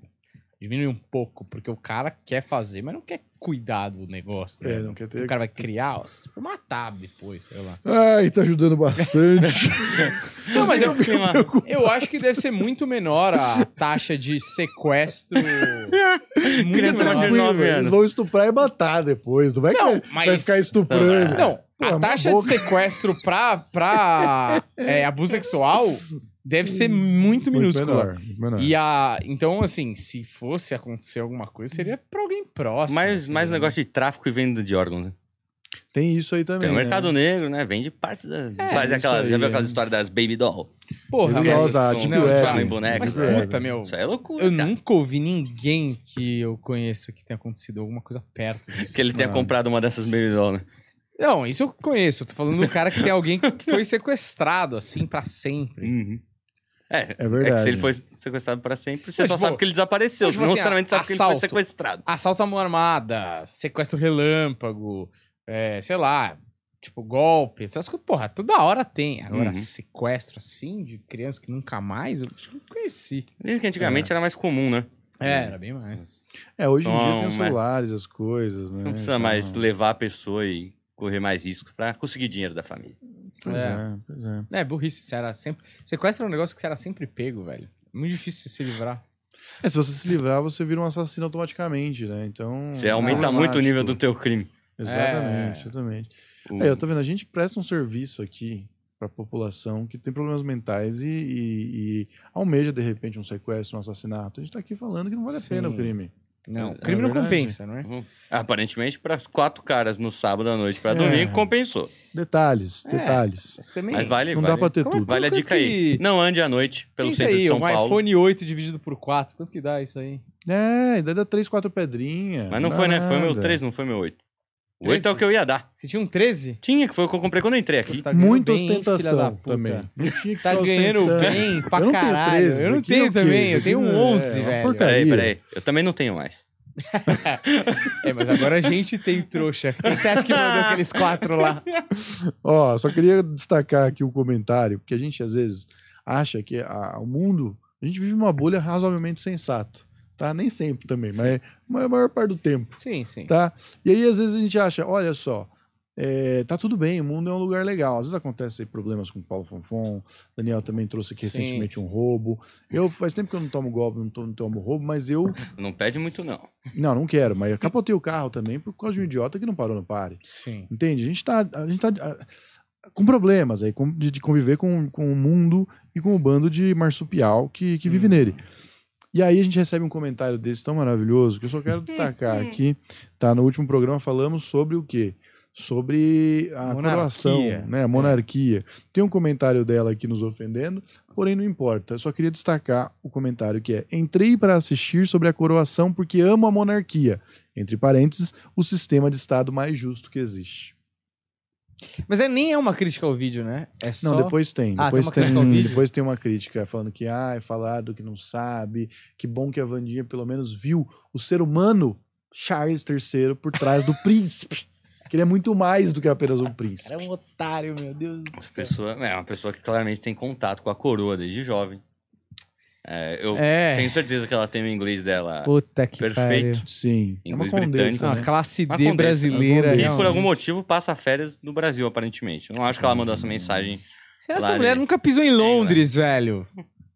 [SPEAKER 2] Diminui um pouco, porque o cara quer fazer, mas não quer cuidar do negócio, né?
[SPEAKER 3] É, não quer ter-
[SPEAKER 2] O cara vai criar, ó, se for matar depois, sei
[SPEAKER 3] [laughs]
[SPEAKER 2] lá.
[SPEAKER 3] Ai, tá ajudando
[SPEAKER 4] [laughs]
[SPEAKER 3] bastante.
[SPEAKER 2] Não, mas eu,
[SPEAKER 4] é um clima-
[SPEAKER 2] eu acho que deve ser muito menor a taxa de
[SPEAKER 3] [laughs]
[SPEAKER 2] sequestro. muito
[SPEAKER 4] Criança
[SPEAKER 2] menor.
[SPEAKER 4] vai
[SPEAKER 3] Tranquilo,
[SPEAKER 4] de nove
[SPEAKER 3] Eles
[SPEAKER 4] anos.
[SPEAKER 3] vão estuprar e matar depois. Não vai,
[SPEAKER 2] Não,
[SPEAKER 3] que
[SPEAKER 2] mas-
[SPEAKER 3] vai ficar estuprando.
[SPEAKER 2] Não,
[SPEAKER 3] Pô,
[SPEAKER 2] a
[SPEAKER 3] é uma
[SPEAKER 2] taxa de
[SPEAKER 3] boca.
[SPEAKER 2] sequestro pra, pra é, abuso sexual deve ser muito
[SPEAKER 3] Muito
[SPEAKER 2] minúscula.
[SPEAKER 3] menor, muito menor.
[SPEAKER 4] é
[SPEAKER 2] E a. Então, assim, se fosse acontecer alguma coisa, seria pra alguém próximo. assim, né?
[SPEAKER 4] Mais, mais um negócio de tráfico e venda de órgãos. né?
[SPEAKER 3] Tem isso aí também.
[SPEAKER 4] Tem o
[SPEAKER 3] né?
[SPEAKER 4] mercado negro, né? Vende parte da. faz
[SPEAKER 3] isso
[SPEAKER 4] aquela.
[SPEAKER 3] aí,
[SPEAKER 4] já viu
[SPEAKER 3] é.
[SPEAKER 4] aquela história das baby doll?
[SPEAKER 2] Porra,
[SPEAKER 3] Legal,
[SPEAKER 2] mas.
[SPEAKER 3] da
[SPEAKER 4] Essas
[SPEAKER 3] Deep
[SPEAKER 4] são-
[SPEAKER 2] não,
[SPEAKER 3] Web.
[SPEAKER 4] são em
[SPEAKER 2] já-
[SPEAKER 4] bonecas,
[SPEAKER 2] Mas
[SPEAKER 3] Deep Web.
[SPEAKER 2] puta, meu.
[SPEAKER 4] Isso aí é loucura.
[SPEAKER 2] Eu
[SPEAKER 4] cara.
[SPEAKER 2] nunca ouvi ninguém que eu conheço que tenha acontecido alguma coisa perto disso.
[SPEAKER 4] Que ele tenha
[SPEAKER 3] Ah.
[SPEAKER 4] comprado uma dessas baby doll, né?
[SPEAKER 2] Não, isso eu conheço. Eu tô falando do cara que tem alguém que foi sequestrado, assim, pra sempre.
[SPEAKER 4] É,
[SPEAKER 3] É verdade.
[SPEAKER 4] É que se ele foi sequestrado pra sempre, você
[SPEAKER 2] Mas,
[SPEAKER 4] só
[SPEAKER 2] tipo,
[SPEAKER 4] sabe que ele desapareceu.
[SPEAKER 2] mas, tipo
[SPEAKER 4] não
[SPEAKER 2] assim,
[SPEAKER 4] necessariamente sabe que ele
[SPEAKER 2] assalto.
[SPEAKER 4] foi sequestrado.
[SPEAKER 2] Assalto à mão armada, sequestro relâmpago, é, sei lá, tipo, golpe, essas coisas. Porra, toda hora tem. Agora,
[SPEAKER 4] Uhum.
[SPEAKER 2] sequestro, assim, de criança que nunca mais, eu acho que não conheci.
[SPEAKER 4] Dizem que antigamente era mais comum, né?
[SPEAKER 2] É, era bem mais.
[SPEAKER 3] É, hoje em dia
[SPEAKER 4] Então,
[SPEAKER 3] tem os
[SPEAKER 4] mas-
[SPEAKER 3] celulares, as coisas, né?
[SPEAKER 4] Você não precisa
[SPEAKER 3] Então,
[SPEAKER 4] mais levar a pessoa e correr mais risco pra conseguir dinheiro da família.
[SPEAKER 3] Pois
[SPEAKER 2] É.
[SPEAKER 3] é, pois é.
[SPEAKER 2] É, burrice, você era sempre. Sequestro é um negócio que você era sempre pego, velho. Muito difícil você se livrar.
[SPEAKER 3] É, se você se livrar, você vira um assassino automaticamente, né? Então.
[SPEAKER 4] Você aumenta muito o nível do teu crime.
[SPEAKER 3] Exatamente,
[SPEAKER 2] É.
[SPEAKER 3] exatamente.
[SPEAKER 4] O-
[SPEAKER 3] É, eu tô vendo, a gente presta um serviço aqui pra população que tem problemas mentais e, e- e almeja, de repente, um sequestro, um assassinato. A gente tá aqui falando que não vale a pena
[SPEAKER 2] Sim.
[SPEAKER 3] o crime.
[SPEAKER 2] Não,
[SPEAKER 4] É,
[SPEAKER 2] crime não
[SPEAKER 3] verdade.
[SPEAKER 2] compensa, não é?
[SPEAKER 4] Aparentemente, para quatro caras no sábado à noite pra
[SPEAKER 3] É.
[SPEAKER 4] domingo, compensou.
[SPEAKER 3] Detalhes,
[SPEAKER 2] É.
[SPEAKER 3] detalhes.
[SPEAKER 2] Mas também.
[SPEAKER 4] Mas vale,
[SPEAKER 3] Não
[SPEAKER 4] vale,
[SPEAKER 3] dá pra ter
[SPEAKER 2] Como é
[SPEAKER 3] tudo.
[SPEAKER 2] que-
[SPEAKER 4] vale a
[SPEAKER 2] quanto
[SPEAKER 4] dica aí.
[SPEAKER 2] que-
[SPEAKER 4] Não ande à noite pelo
[SPEAKER 2] Pensa
[SPEAKER 4] centro
[SPEAKER 2] aí,
[SPEAKER 4] de São
[SPEAKER 2] um
[SPEAKER 4] Paulo.
[SPEAKER 2] iPhone 8 dividido por 4. Quanto que dá isso aí?
[SPEAKER 3] É, e daí dá três, quatro pedrinhas.
[SPEAKER 4] Mas não
[SPEAKER 3] dá
[SPEAKER 4] foi, né? Foi meu
[SPEAKER 3] nada.
[SPEAKER 4] 3, não foi meu 8. O
[SPEAKER 2] Três?
[SPEAKER 4] 8 é o que eu ia dar.
[SPEAKER 2] Você tinha um 13?
[SPEAKER 4] Tinha, que foi o que eu comprei quando eu entrei
[SPEAKER 2] Você
[SPEAKER 4] aqui.
[SPEAKER 2] tá ganhando
[SPEAKER 3] Muita
[SPEAKER 2] bem, filha da
[SPEAKER 3] ostentação
[SPEAKER 2] puta.
[SPEAKER 3] também. Não tinha que
[SPEAKER 2] Tá
[SPEAKER 3] ficar
[SPEAKER 2] ganhando
[SPEAKER 3] ostentando.
[SPEAKER 2] bem pra
[SPEAKER 3] Eu não tenho
[SPEAKER 2] caralho.
[SPEAKER 3] 13,
[SPEAKER 2] eu não
[SPEAKER 3] isso aqui é
[SPEAKER 2] tenho
[SPEAKER 3] o quê?
[SPEAKER 2] também, eu
[SPEAKER 3] Isso
[SPEAKER 2] tenho
[SPEAKER 3] aqui
[SPEAKER 2] um
[SPEAKER 3] não é-
[SPEAKER 2] 11,
[SPEAKER 3] é uma
[SPEAKER 2] velho.
[SPEAKER 3] porcaria.
[SPEAKER 4] Peraí,
[SPEAKER 3] Aí, ó.
[SPEAKER 4] peraí. Eu também não tenho mais.
[SPEAKER 2] É, mas agora a gente tem
[SPEAKER 3] [laughs]
[SPEAKER 2] trouxa. Quem você acha que mandou aqueles quatro lá?
[SPEAKER 3] Ó, só queria destacar aqui um comentário, porque a gente às vezes acha que a- o mundo. A gente vive uma bolha razoavelmente sensata, tá? Nem sempre também, mas, mas a maior parte do tempo,
[SPEAKER 2] Sim, sim.
[SPEAKER 3] tá? E aí às vezes a gente acha, olha só. é, tá tudo bem, o mundo é um lugar legal. Às vezes acontece aí problemas com o Paulo Fonfon. Daniel também trouxe aqui
[SPEAKER 2] Sim,
[SPEAKER 3] recentemente
[SPEAKER 2] sim.
[SPEAKER 3] um roubo. Eu faz tempo que eu não tomo golpe, não, to- não tomo roubo, mas eu.
[SPEAKER 4] Não pede muito, não.
[SPEAKER 3] Não, não quero, mas eu capotei o carro também por causa de um idiota que não parou no pare.
[SPEAKER 2] Sim.
[SPEAKER 3] Entende? A gente tá, a gente tá ah, com problemas aí, com- de, de conviver com, com o mundo e com o bando de marsupial que, que
[SPEAKER 2] Hum.
[SPEAKER 3] vive nele. E aí a gente recebe um comentário desse tão maravilhoso que eu só quero destacar aqui, tá? No último programa falamos sobre o quê? sobre a
[SPEAKER 2] Monarquia.
[SPEAKER 3] coroação, né, a monarquia. Tem um comentário dela aqui nos ofendendo, porém não importa. Eu só queria destacar o comentário que é: "Entrei para assistir sobre a coroação porque amo a monarquia." Entre parênteses, o sistema de estado mais justo que existe.
[SPEAKER 2] Mas é, nem é uma crítica ao vídeo, né? É só...
[SPEAKER 3] Não, depois tem.
[SPEAKER 2] Ah,
[SPEAKER 3] Depois
[SPEAKER 2] tem
[SPEAKER 3] tem,
[SPEAKER 2] uma crítica ao vídeo?
[SPEAKER 3] depois tem uma crítica falando que ah, é falado que não sabe. Que bom que a Vandinha pelo menos viu o ser humano Charles III por trás
[SPEAKER 2] [laughs]
[SPEAKER 3] do príncipe. Que ele é muito mais do que apenas um príncipe.
[SPEAKER 2] Cara, é um otário, meu Deus. do
[SPEAKER 4] Essa
[SPEAKER 2] céu.
[SPEAKER 4] pessoa- é uma pessoa que claramente tem contato com a coroa desde jovem. É, eu
[SPEAKER 2] É.
[SPEAKER 4] tenho certeza que ela tem o inglês dela.
[SPEAKER 2] Puta que
[SPEAKER 4] Perfeito.
[SPEAKER 2] pariu.
[SPEAKER 3] Sim. É uma
[SPEAKER 4] Inglês
[SPEAKER 3] condessa,
[SPEAKER 4] britânico,
[SPEAKER 2] Não,
[SPEAKER 3] né?
[SPEAKER 2] a classe
[SPEAKER 4] Uma
[SPEAKER 2] D
[SPEAKER 4] condessa,
[SPEAKER 2] brasileira.
[SPEAKER 3] uma
[SPEAKER 4] Que
[SPEAKER 3] condessa.
[SPEAKER 2] realmente.
[SPEAKER 4] por algum motivo passa férias no Brasil, aparentemente. Eu não acho que ela mandou
[SPEAKER 2] Hum,
[SPEAKER 4] essa mensagem.
[SPEAKER 2] Essa
[SPEAKER 4] Lá,
[SPEAKER 2] mulher
[SPEAKER 4] né?
[SPEAKER 2] nunca pisou em
[SPEAKER 4] né?
[SPEAKER 2] Londres, velho.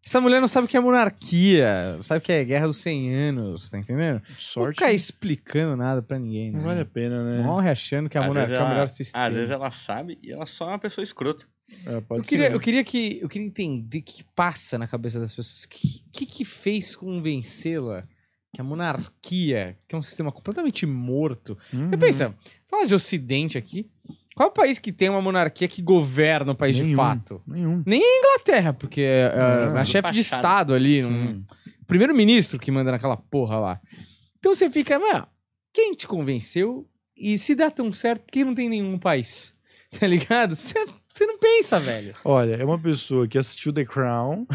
[SPEAKER 2] Essa mulher não sabe o que é monarquia, não sabe o que é guerra dos 100 anos, tá entendendo?
[SPEAKER 3] Sorte.
[SPEAKER 2] Nunca explicando nada pra ninguém, né?
[SPEAKER 3] Não vale a pena, né?
[SPEAKER 2] Morre achando que a
[SPEAKER 4] Às vezes
[SPEAKER 2] monarquia é o
[SPEAKER 4] ela-
[SPEAKER 2] melhor sistema.
[SPEAKER 4] Às vezes ela sabe e ela só é uma pessoa escrota.
[SPEAKER 3] É, pode
[SPEAKER 2] Eu queria,
[SPEAKER 3] ser.
[SPEAKER 2] eu queria que eu queria entender o que passa na cabeça das pessoas. O que, que, que fez convencê-la que a monarquia, que é um sistema completamente morto.
[SPEAKER 3] Uhum.
[SPEAKER 2] Eu pensa, fala de Ocidente aqui. Qual é o país que tem uma monarquia que governa o país de
[SPEAKER 3] Nenhum.
[SPEAKER 2] fato?
[SPEAKER 3] Nenhum.
[SPEAKER 2] Inglaterra, porque é,
[SPEAKER 3] Ah,
[SPEAKER 2] a chefe de
[SPEAKER 4] fachada.
[SPEAKER 2] Estado ali, um
[SPEAKER 3] Hum.
[SPEAKER 2] primeiro-ministro que manda naquela porra lá. Então você fica, mano, quem te convenceu? E se dá tão certo, porque não tem nenhum país? [laughs] Tá ligado? Você você não pensa, velho.
[SPEAKER 3] Olha, é uma pessoa que assistiu
[SPEAKER 2] [laughs]
[SPEAKER 3] The Crown,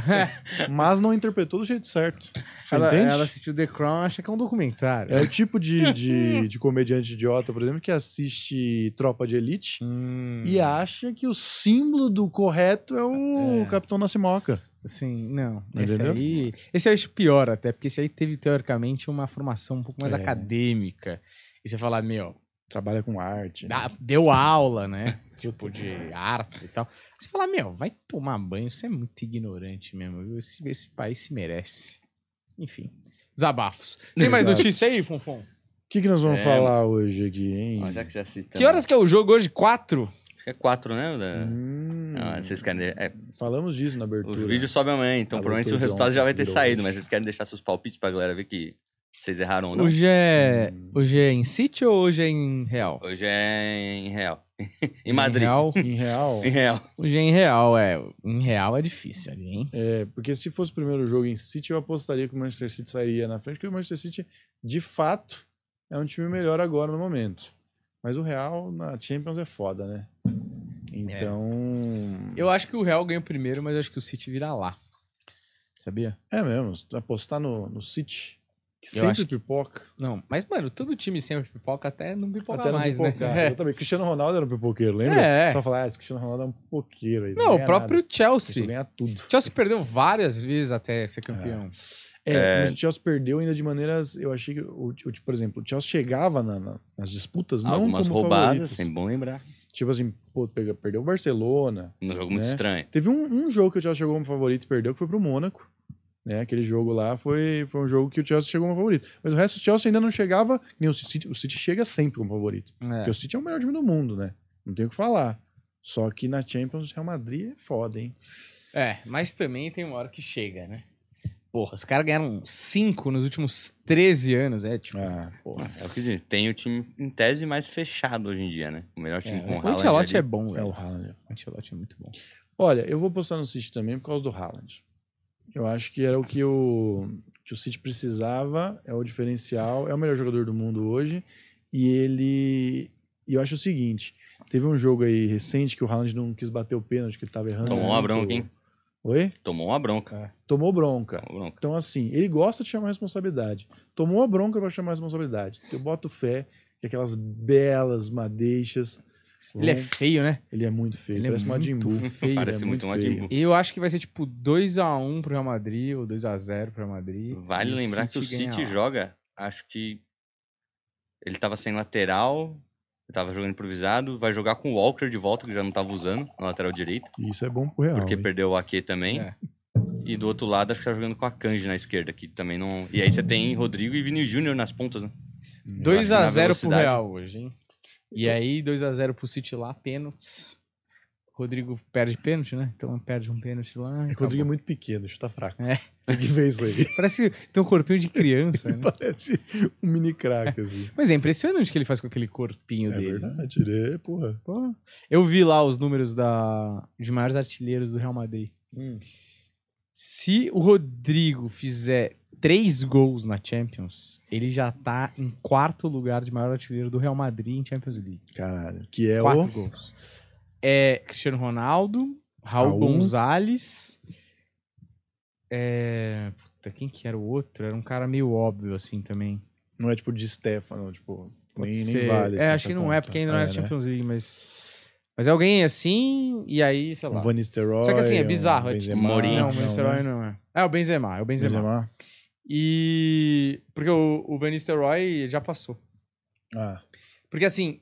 [SPEAKER 3] mas não interpretou do jeito certo. Você
[SPEAKER 2] Ela,
[SPEAKER 3] entende?
[SPEAKER 2] ela assistiu The Crown, acha que é um documentário.
[SPEAKER 3] [laughs] É o tipo de, [laughs] de, de comediante idiota, por exemplo, que assiste Tropa de Elite
[SPEAKER 2] Hum,
[SPEAKER 3] e acha que o símbolo do correto é o Capitão Nascimoca.
[SPEAKER 2] Sim, não.
[SPEAKER 3] Entendeu?
[SPEAKER 2] Esse aí. Esse eu acho pior até, porque esse aí teve, teoricamente, uma formação um pouco mais
[SPEAKER 3] É.
[SPEAKER 2] acadêmica. E você fala, meu,
[SPEAKER 3] Trabalha com arte. né?
[SPEAKER 2] dá- deu aula, né? [laughs] tipo, de artes e tal. Você fala, meu, vai tomar banho, você é muito ignorante mesmo, viu? Esse, esse país se merece. Enfim, desabafos. Tem mais
[SPEAKER 3] Exato.
[SPEAKER 2] notícia aí, Fonfon?
[SPEAKER 3] O que, que nós vamos
[SPEAKER 4] É,
[SPEAKER 3] falar hoje aqui, hein?
[SPEAKER 4] Ó, já que já citamos-
[SPEAKER 2] Que horas que é o jogo hoje? Quatro?
[SPEAKER 4] Acho que É quatro, né? Da...
[SPEAKER 3] Hum,
[SPEAKER 4] Ah, vocês querem. É,
[SPEAKER 3] falamos disso na abertura.
[SPEAKER 4] os vídeos sobem amanhã, então
[SPEAKER 3] Alô,
[SPEAKER 4] provavelmente o
[SPEAKER 3] Pedrão,
[SPEAKER 4] resultado já vai ter
[SPEAKER 3] virou
[SPEAKER 4] saído,
[SPEAKER 3] hoje.
[SPEAKER 4] mas vocês querem deixar seus palpites pra galera ver que vocês erraram ou não?
[SPEAKER 2] Hoje é, hoje é em City ou hoje é em Real?
[SPEAKER 4] Hoje é em real. [laughs] em Madrid.
[SPEAKER 2] é Em real,
[SPEAKER 3] Em real,
[SPEAKER 4] [laughs] Em real.
[SPEAKER 2] hoje é em Real, é. Em Real é difícil ali, hein?
[SPEAKER 3] é, porque se fosse o primeiro jogo em City, eu apostaria que o Manchester City sairia na frente, porque o Manchester City, de fato, é um time melhor agora no momento. Mas o Real na Champions é foda, né? Então.
[SPEAKER 2] Eu acho que o Real ganha o primeiro, mas eu acho que o City vira lá. Sabia?
[SPEAKER 3] É mesmo, se tu apostar no, no City, que
[SPEAKER 2] Eu
[SPEAKER 3] sempre
[SPEAKER 2] acho
[SPEAKER 3] pipoca.
[SPEAKER 2] Não, mas, mano, todo time sempre pipoca até não pipoca
[SPEAKER 3] até não
[SPEAKER 2] mais,
[SPEAKER 3] pipocar.
[SPEAKER 2] né? É.
[SPEAKER 3] Exatamente. Cristiano Ronaldo era um pipoqueiro, lembra?
[SPEAKER 2] É.
[SPEAKER 3] Só falar, ah, esse Cristiano Ronaldo é um pipoqueiro. Ele
[SPEAKER 2] Não, o
[SPEAKER 3] ganha
[SPEAKER 2] próprio
[SPEAKER 3] nada. Ele
[SPEAKER 2] Chelsea.
[SPEAKER 3] ganha tudo.
[SPEAKER 2] Chelsea perdeu várias vezes até ser campeão.
[SPEAKER 3] É, Mas o Chelsea perdeu ainda de maneiras. Eu achei que, o, o- por exemplo, o Chelsea chegava na- na- nas disputas, não
[SPEAKER 4] Algumas
[SPEAKER 3] como
[SPEAKER 4] roubadas,
[SPEAKER 3] favoritos.
[SPEAKER 4] sempre bom lembrar.
[SPEAKER 3] Tipo assim, pô, pega- perdeu o Barcelona.
[SPEAKER 4] Um jogo muito
[SPEAKER 2] É.
[SPEAKER 3] Né?
[SPEAKER 4] estranho.
[SPEAKER 3] Teve um, um jogo que o Chelsea chegou como favorito e perdeu, que foi pro Mônaco. Né? Aquele jogo lá foi, foi um jogo que o Chelsea chegou como favorito. Mas o resto do Chelsea ainda não chegava. que Nem o, City, o City chega sempre como favorito. Porque
[SPEAKER 2] É.
[SPEAKER 3] o City é o melhor time do mundo, né? Não tem o que falar. Só que na Champions, o Real Madrid é foda, hein?
[SPEAKER 2] É, mas também tem uma hora que chega, né? Porra, os caras ganharam 5 nos últimos 13 anos, é tipo.
[SPEAKER 3] Ah, porra.
[SPEAKER 4] É o que diz. Tem o time, em tese, mais fechado hoje em dia, né? O melhor time
[SPEAKER 2] É,
[SPEAKER 4] com o
[SPEAKER 2] o
[SPEAKER 4] Haaland
[SPEAKER 2] Ancelotti é
[SPEAKER 4] ali.
[SPEAKER 2] bom,
[SPEAKER 3] É o
[SPEAKER 2] velho.
[SPEAKER 3] Haaland.
[SPEAKER 2] O Ancelotti é muito bom.
[SPEAKER 3] Olha, eu vou postar no City também por causa do Haaland. Eu acho que era o que o, que o City precisava, é o diferencial, é o melhor jogador do mundo hoje. E ele. E eu acho o seguinte: teve um jogo aí recente que o Haaland não quis bater o pênalti, que ele tava errando. né,
[SPEAKER 4] Tomou uma
[SPEAKER 3] muito.
[SPEAKER 4] bronca, hein?
[SPEAKER 3] Oi?
[SPEAKER 4] Tomou uma bronca.
[SPEAKER 3] Tomou bronca.
[SPEAKER 4] Tomou uma bronca.
[SPEAKER 3] Então, assim, ele gosta de chamar responsabilidade. Tomou a bronca pra chamar responsabilidade. Eu boto fé que aquelas belas madeixas.
[SPEAKER 2] Ele é
[SPEAKER 3] vão-
[SPEAKER 2] feio, né?
[SPEAKER 3] ele é muito feio.
[SPEAKER 2] ele é
[SPEAKER 3] parece um Majin
[SPEAKER 2] muito
[SPEAKER 3] Buu.
[SPEAKER 2] feio,
[SPEAKER 3] Ele
[SPEAKER 4] Parece muito um Majin
[SPEAKER 3] feio.
[SPEAKER 4] Buu.
[SPEAKER 2] Eu acho que vai ser tipo 2x1 pro Real Madrid ou 2x0 pro Real Madrid.
[SPEAKER 4] Vale
[SPEAKER 2] E
[SPEAKER 4] lembrar que o
[SPEAKER 2] ganha
[SPEAKER 4] City
[SPEAKER 2] lá.
[SPEAKER 4] joga, acho que ele tava sem lateral, ele tava jogando improvisado, vai jogar com o Walker de volta, que já não tava usando, na lateral direita,
[SPEAKER 3] E Isso é bom pro Real.
[SPEAKER 4] porque
[SPEAKER 3] hein?
[SPEAKER 4] perdeu o Ake também.
[SPEAKER 2] É.
[SPEAKER 4] E do outro lado, acho que tá jogando com a Kanji na esquerda, que também não... E aí você tem Rodrigo e Vini Júnior nas pontas, né? acho que na
[SPEAKER 2] 2x0 pro
[SPEAKER 4] velocidade-
[SPEAKER 2] Real hoje, hein? E aí, 2x0 pro City lá, pênaltis. Rodrigo perde pênalti, né? Então perde um pênalti lá.
[SPEAKER 3] É que o
[SPEAKER 2] acabou.
[SPEAKER 3] Rodrigo é muito pequeno, chuta fraco.
[SPEAKER 2] É.
[SPEAKER 3] Tem que ver
[SPEAKER 2] [laughs]
[SPEAKER 3] isso aí.
[SPEAKER 2] Parece que tem um corpinho de criança,
[SPEAKER 3] [laughs]
[SPEAKER 2] né?
[SPEAKER 3] Parece um mini crack, assim.
[SPEAKER 2] Mas é impressionante o que ele faz com aquele corpinho
[SPEAKER 3] É
[SPEAKER 2] dele.
[SPEAKER 3] verdade, ele é, porra.
[SPEAKER 2] Pô, Eu vi lá os números da, de maiores artilheiros do Real Madrid.
[SPEAKER 3] Hum.
[SPEAKER 2] Se o Rodrigo fizer três gols na Champions, ele já tá em quarto lugar de maior artilheiro do Real Madrid em Champions League.
[SPEAKER 3] Caralho. Que é
[SPEAKER 2] Quatro
[SPEAKER 3] o.
[SPEAKER 2] gols. É Cristiano Ronaldo, Raul,
[SPEAKER 3] Raul.
[SPEAKER 2] Gonzalez. É, puta, quem que era o outro? Era um cara meio óbvio, assim, também.
[SPEAKER 3] Não é tipo de Stefano, tipo.
[SPEAKER 2] Pode
[SPEAKER 3] Nem,
[SPEAKER 2] ser.
[SPEAKER 3] nem vale. assim,
[SPEAKER 2] É, acho que não é, porque ainda não
[SPEAKER 3] né?
[SPEAKER 2] era Champions League, mas... Mas é alguém assim, e aí, sei lá.
[SPEAKER 3] Um Van Nistelrooy.
[SPEAKER 2] Só que assim, é
[SPEAKER 3] um
[SPEAKER 2] bizarro. é tipo-
[SPEAKER 3] Benzema, né?
[SPEAKER 4] Mourinho.
[SPEAKER 2] Não,
[SPEAKER 4] Não,
[SPEAKER 2] o Banisteroy não é. É o Benzema, é o Benzema.
[SPEAKER 3] Benzema.
[SPEAKER 2] E... Porque o, o Banisteroy já passou.
[SPEAKER 3] Ah.
[SPEAKER 2] Porque assim,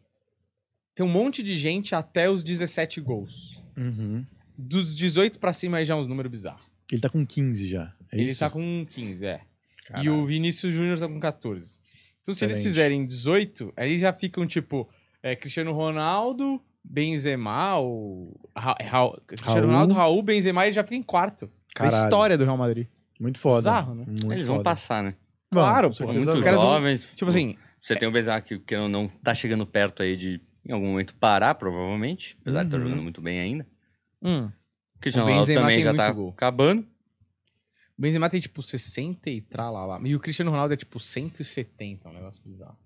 [SPEAKER 2] tem um monte de gente até os 17 gols.
[SPEAKER 3] Uhum.
[SPEAKER 2] Dos 18 pra cima aí já é uns números bizarros.
[SPEAKER 3] Ele tá com 15 já. É
[SPEAKER 2] Ele
[SPEAKER 3] isso?
[SPEAKER 2] tá com 15, é.
[SPEAKER 3] Caralho.
[SPEAKER 2] E o Vinícius Júnior tá com 14. Então se eles
[SPEAKER 3] Excelente.
[SPEAKER 2] fizerem 18, aí eles já ficam tipo é, Cristiano Ronaldo, Benzema, ou... Ra- Ra- Cristiano
[SPEAKER 3] Raul.
[SPEAKER 2] Ronaldo, Raul, Benzema, ele já fica em quarto.
[SPEAKER 3] Caralho.
[SPEAKER 2] A história do Real Madrid.
[SPEAKER 3] Muito foda.
[SPEAKER 2] Bizarro, né?
[SPEAKER 3] Muito
[SPEAKER 4] Eles vão
[SPEAKER 3] foda.
[SPEAKER 4] passar, né?
[SPEAKER 3] Vão,
[SPEAKER 2] Claro,
[SPEAKER 3] com
[SPEAKER 2] pô.
[SPEAKER 3] certeza
[SPEAKER 4] Muito
[SPEAKER 2] os caras vão-
[SPEAKER 4] jovens.
[SPEAKER 2] Tipo assim,
[SPEAKER 4] Você tem o Bezar que, que não, não tá chegando perto aí de, em algum momento, parar, provavelmente. Apesar de estar
[SPEAKER 3] Uhum.
[SPEAKER 4] jogando muito bem ainda.
[SPEAKER 2] hum,
[SPEAKER 4] Cristiano
[SPEAKER 2] O Benzema
[SPEAKER 4] Ronaldo também
[SPEAKER 2] tem
[SPEAKER 4] já
[SPEAKER 2] muito
[SPEAKER 4] tá
[SPEAKER 2] gol.
[SPEAKER 4] acabando.
[SPEAKER 2] O Benzema tem tipo 60 e tralalá. E o Cristiano Ronaldo é tipo 170, um negócio bizarro.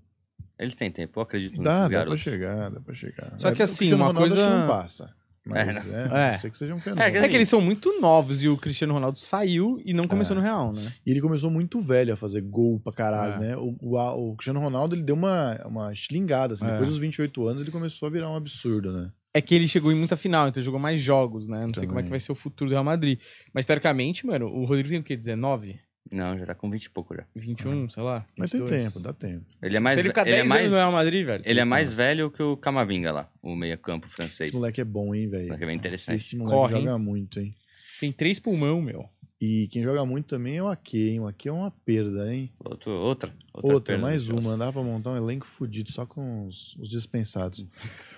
[SPEAKER 4] Eles têm tempo, eu acredito
[SPEAKER 3] Dá,
[SPEAKER 4] nesses
[SPEAKER 3] dá pra
[SPEAKER 4] garotos.
[SPEAKER 3] chegar, dá pra chegar.
[SPEAKER 2] Só que
[SPEAKER 3] porque o
[SPEAKER 2] assim,
[SPEAKER 3] Cristiano
[SPEAKER 2] uma
[SPEAKER 3] Ronaldo acho que
[SPEAKER 2] coisa-
[SPEAKER 3] não passa. Mas, é,
[SPEAKER 2] É.
[SPEAKER 3] a não ser que seja um fenômeno.
[SPEAKER 2] É que eles são muito novos e o Cristiano Ronaldo saiu e não
[SPEAKER 3] É.
[SPEAKER 2] começou no Real, né?
[SPEAKER 3] E ele começou muito velho a fazer gol pra caralho,
[SPEAKER 2] É.
[SPEAKER 3] né? O, o- o Cristiano Ronaldo, ele deu uma, uma xilingada, assim.
[SPEAKER 2] É.
[SPEAKER 3] Depois dos 28 anos, ele começou a virar um absurdo, né?
[SPEAKER 2] É que ele chegou em muita final, então ele jogou mais jogos, né? Não sei como é
[SPEAKER 3] Também.
[SPEAKER 2] que vai ser o futuro do Real Madrid. Mas teoricamente, mano, o Rodrigo tem o quê? 19?
[SPEAKER 4] Não, já tá com 20 e pouco já.
[SPEAKER 2] 21, sei lá.
[SPEAKER 3] Mas tem
[SPEAKER 2] 22?
[SPEAKER 3] tempo, dá tempo.
[SPEAKER 4] Ele é mais,
[SPEAKER 2] Se ele um ficar
[SPEAKER 4] ele
[SPEAKER 2] 10
[SPEAKER 4] é mais,
[SPEAKER 2] anos no Real Madrid, velho.
[SPEAKER 4] ele é mais velho que o Camavinga lá, o meia-campo francês.
[SPEAKER 3] Esse moleque é bom, hein, velho?
[SPEAKER 4] Moleque é bem interessante.
[SPEAKER 3] Esse moleque
[SPEAKER 2] Corre,
[SPEAKER 3] joga muito, hein?
[SPEAKER 2] Tem três pulmão, meu.
[SPEAKER 3] E quem joga muito também é o Ake, hein? O Ake é uma perda, hein?
[SPEAKER 4] Outro, outra. Outra,
[SPEAKER 3] Outra,
[SPEAKER 4] perda.
[SPEAKER 3] mais uma. Dá pra montar um elenco fudido só com os, os dispensados.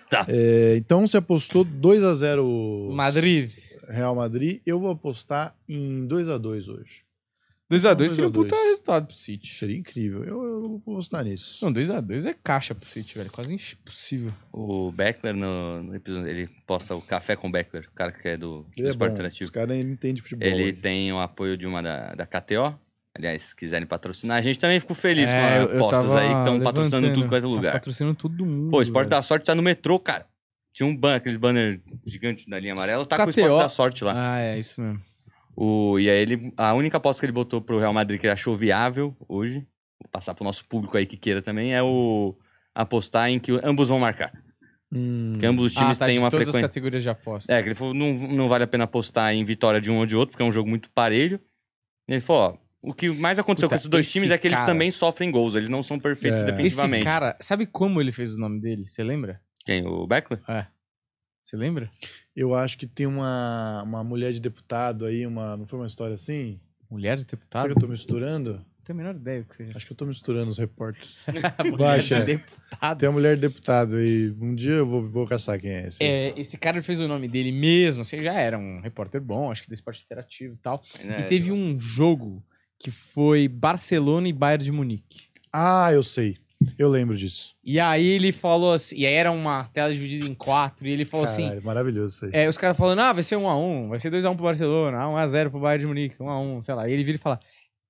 [SPEAKER 4] Tá.
[SPEAKER 3] É, então você apostou 2 a 0
[SPEAKER 2] Madrid.
[SPEAKER 3] Real Madrid. Eu vou apostar em 2 a 2 hoje.
[SPEAKER 2] 2x2
[SPEAKER 3] Dois a
[SPEAKER 2] seria um puta
[SPEAKER 3] dois.
[SPEAKER 2] resultado pro City.
[SPEAKER 3] Seria incrível. Eu, eu vou apostar nisso.
[SPEAKER 2] Não, 2x2 é caixa pro City, velho. Quase impossível.
[SPEAKER 4] O Beckler, no, no episódio, ele posta o Café com Beckler, o cara que é do, do
[SPEAKER 3] Ele é
[SPEAKER 4] Esporte
[SPEAKER 3] bom.
[SPEAKER 4] Interativo.
[SPEAKER 3] Os caras ainda entendem futebol.
[SPEAKER 4] Ele
[SPEAKER 3] hoje.
[SPEAKER 4] tem o apoio de uma da, da KTO. Aliás, se quiserem patrocinar, a gente também ficou feliz
[SPEAKER 2] É, eu-
[SPEAKER 4] com
[SPEAKER 2] eu
[SPEAKER 4] as apostas
[SPEAKER 2] tava
[SPEAKER 4] aí que estão patrocinando
[SPEAKER 2] levantando.
[SPEAKER 4] tudo quanto é
[SPEAKER 2] Tá
[SPEAKER 4] lugar.
[SPEAKER 2] patrocinando todo mundo.
[SPEAKER 4] Pô, o Esporte
[SPEAKER 2] velho.
[SPEAKER 4] da Sorte tá no metrô, cara. Tinha um banner, aqueles banner gigantes na linha amarela, tá com o
[SPEAKER 2] KTO.
[SPEAKER 4] Esporte da Sorte lá.
[SPEAKER 2] Ah, é, isso mesmo.
[SPEAKER 4] O, e aí ele, a única aposta que ele botou pro Real Madrid que ele achou viável hoje, vou passar pro nosso público aí que queira também, é o apostar em que ambos vão marcar.
[SPEAKER 3] Hum,
[SPEAKER 4] Que ambos os times
[SPEAKER 2] ah, tá,
[SPEAKER 4] têm
[SPEAKER 2] de
[SPEAKER 4] uma
[SPEAKER 2] todas as
[SPEAKER 4] frequência.
[SPEAKER 2] categorias de aposta.
[SPEAKER 4] É, que ele falou, não, não vale a pena apostar em vitória de um ou de outro, porque é um jogo muito parelho. Ele falou, ó, o que mais aconteceu
[SPEAKER 2] Puta,
[SPEAKER 4] com esses dois
[SPEAKER 2] esse
[SPEAKER 4] times é que eles
[SPEAKER 2] cara-
[SPEAKER 4] também sofrem gols, eles não são perfeitos
[SPEAKER 3] É.
[SPEAKER 2] Esse
[SPEAKER 4] defensivamente.
[SPEAKER 2] cara, sabe como ele fez o nome dele? Você lembra?
[SPEAKER 4] Quem? O Beckler?
[SPEAKER 2] É. Você lembra?
[SPEAKER 3] Eu acho que tem uma, uma mulher de deputado aí, uma, não foi uma história assim?
[SPEAKER 2] Mulher de deputado?
[SPEAKER 3] Será que eu tô misturando?
[SPEAKER 2] Não tenho a menor ideia do que seja.
[SPEAKER 3] Acho que eu tô misturando os repórteres.
[SPEAKER 2] Mulher de
[SPEAKER 3] Tá Baixa. é.
[SPEAKER 2] deputado.
[SPEAKER 3] Tem uma mulher de deputado aí. Um dia eu vou, vou caçar quem é esse.
[SPEAKER 2] É, esse cara ele fez o nome dele mesmo, assim, já era um repórter bom, acho que do esporte interativo e tal. e teve um jogo que foi Barcelona e Bayern de Munique.
[SPEAKER 3] Ah, eu sei. Eu lembro disso.
[SPEAKER 2] E aí ele falou assim, e aí era uma tela dividida em quatro, e ele falou assim,
[SPEAKER 3] Caralho, maravilhoso isso aí.
[SPEAKER 2] É, os caras falando, ah, vai ser 1x1, vai ser 2x1 pro Barcelona, 1x0 pro Bayern de Munique, 1x1, sei lá. E ele vira e fala,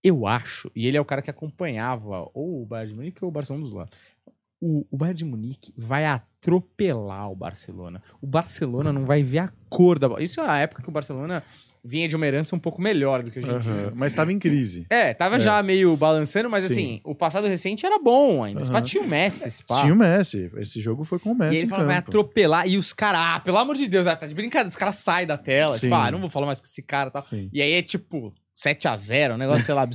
[SPEAKER 2] eu acho. E ele é o cara que acompanhava ou o Bayern de Munique ou o Barcelona dos lados. O, o Bayern de Munique vai atropelar o Barcelona. O Barcelona não vai ver a cor da bola. Isso é a época que o Barcelona vinha de uma herança um pouco melhor do que hoje em dia.
[SPEAKER 3] Aham, Mas tava em crise.
[SPEAKER 2] É, tava
[SPEAKER 3] É.
[SPEAKER 2] já meio balançando, mas
[SPEAKER 3] Sim.
[SPEAKER 2] assim, o passado recente era bom ainda. Esse pá
[SPEAKER 3] Aham.
[SPEAKER 2] tinha o Messi, esse pá.
[SPEAKER 3] Tinha o Messi. Esse jogo foi com o Messi.
[SPEAKER 2] E ele
[SPEAKER 3] É assim em
[SPEAKER 2] fala, vai
[SPEAKER 3] campo.
[SPEAKER 2] atropelar. E os caras, ah, pelo amor de Deus, ah, tá de brincadeira. Os caras saem da tela,
[SPEAKER 3] Sim.
[SPEAKER 2] tipo, ah, não vou falar mais com esse cara e tal.
[SPEAKER 3] Sim.
[SPEAKER 2] E aí é tipo 7x0, um negócio, sei lá,
[SPEAKER 3] [laughs] É,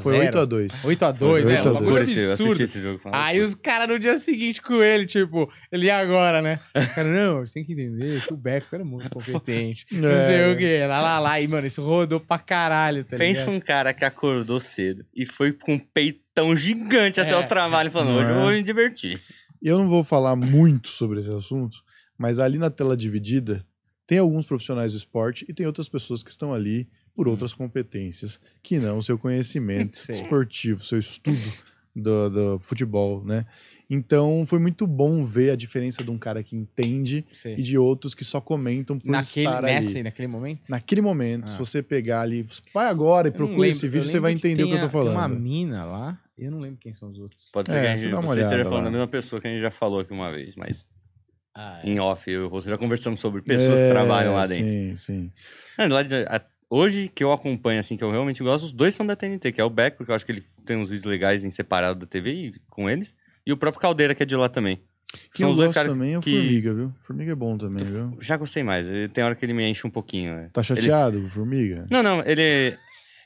[SPEAKER 3] foi
[SPEAKER 2] 5x0. 8x2,
[SPEAKER 3] 8x2.
[SPEAKER 2] é, um
[SPEAKER 3] Foi 8 a 2.
[SPEAKER 2] bagulho
[SPEAKER 4] Loucura esse- eu assisti
[SPEAKER 2] absurdo.
[SPEAKER 4] esse jogo. falei,
[SPEAKER 2] Aí os caras no dia seguinte com ele, tipo, ele e agora, né? Os caras, não, você tem que entender que o Beck era
[SPEAKER 4] [laughs]
[SPEAKER 2] muito competente. Não sei
[SPEAKER 3] É.
[SPEAKER 2] o quê, lá, lá, lá. E, mano, isso rodou pra caralho, tá
[SPEAKER 4] Pensa
[SPEAKER 2] ligado?
[SPEAKER 4] um cara que acordou cedo e foi com um peitão gigante até
[SPEAKER 2] É.
[SPEAKER 4] o trabalho, falando,
[SPEAKER 3] Não
[SPEAKER 4] hoje eu
[SPEAKER 3] é?
[SPEAKER 4] vou me divertir.
[SPEAKER 3] Eu não vou falar muito sobre esse assunto, mas ali na tela dividida tem alguns profissionais do esporte e tem outras pessoas que estão ali por outras competências que não o seu conhecimento
[SPEAKER 2] Hum. Sim.
[SPEAKER 3] esportivo, seu estudo do, do futebol, né? Então foi muito bom ver a diferença de um cara que entende e de outros que só comentam por
[SPEAKER 2] Tipo, Naquele,
[SPEAKER 3] estar ali.
[SPEAKER 2] nessa, naquele momento?
[SPEAKER 3] Naquele momento,
[SPEAKER 2] Ah.
[SPEAKER 3] se você pegar ali, vai agora e
[SPEAKER 2] Eu não
[SPEAKER 3] procura esse
[SPEAKER 2] lembro,
[SPEAKER 3] vídeo, você vai
[SPEAKER 2] lembro
[SPEAKER 3] entender o que eu
[SPEAKER 2] tem
[SPEAKER 3] tô
[SPEAKER 2] a- Tem uma
[SPEAKER 3] falando.
[SPEAKER 2] mina lá, eu não lembro quem são os outros.
[SPEAKER 4] Pode ser
[SPEAKER 3] É,
[SPEAKER 4] que a
[SPEAKER 3] você
[SPEAKER 4] gente,
[SPEAKER 3] dá uma
[SPEAKER 4] você esteja
[SPEAKER 3] olhada
[SPEAKER 4] falando
[SPEAKER 3] lá.
[SPEAKER 4] da mesma pessoa que a gente já falou aqui uma vez, mas
[SPEAKER 2] Ah,
[SPEAKER 4] em off, eu e o Rosso já conversamos sobre pessoas que trabalham lá dentro.
[SPEAKER 3] É, Sim, sim.
[SPEAKER 4] Na verdade, é, a- hoje que eu acompanho, assim, que eu realmente gosto, os dois são da TNT, que é o Beck, porque eu acho que ele tem uns vídeos legais em separado da TV e com eles, e o próprio Caldeira, que é de lá também.
[SPEAKER 3] Quem eu gosto também é o Formiga, viu? Formiga é bom também, viu?
[SPEAKER 4] Já gostei mais, ele- tem hora que ele me enche um pouquinho. né?
[SPEAKER 3] Tá
[SPEAKER 4] Ele-
[SPEAKER 3] chateado, Formiga?
[SPEAKER 4] Não, não, ele...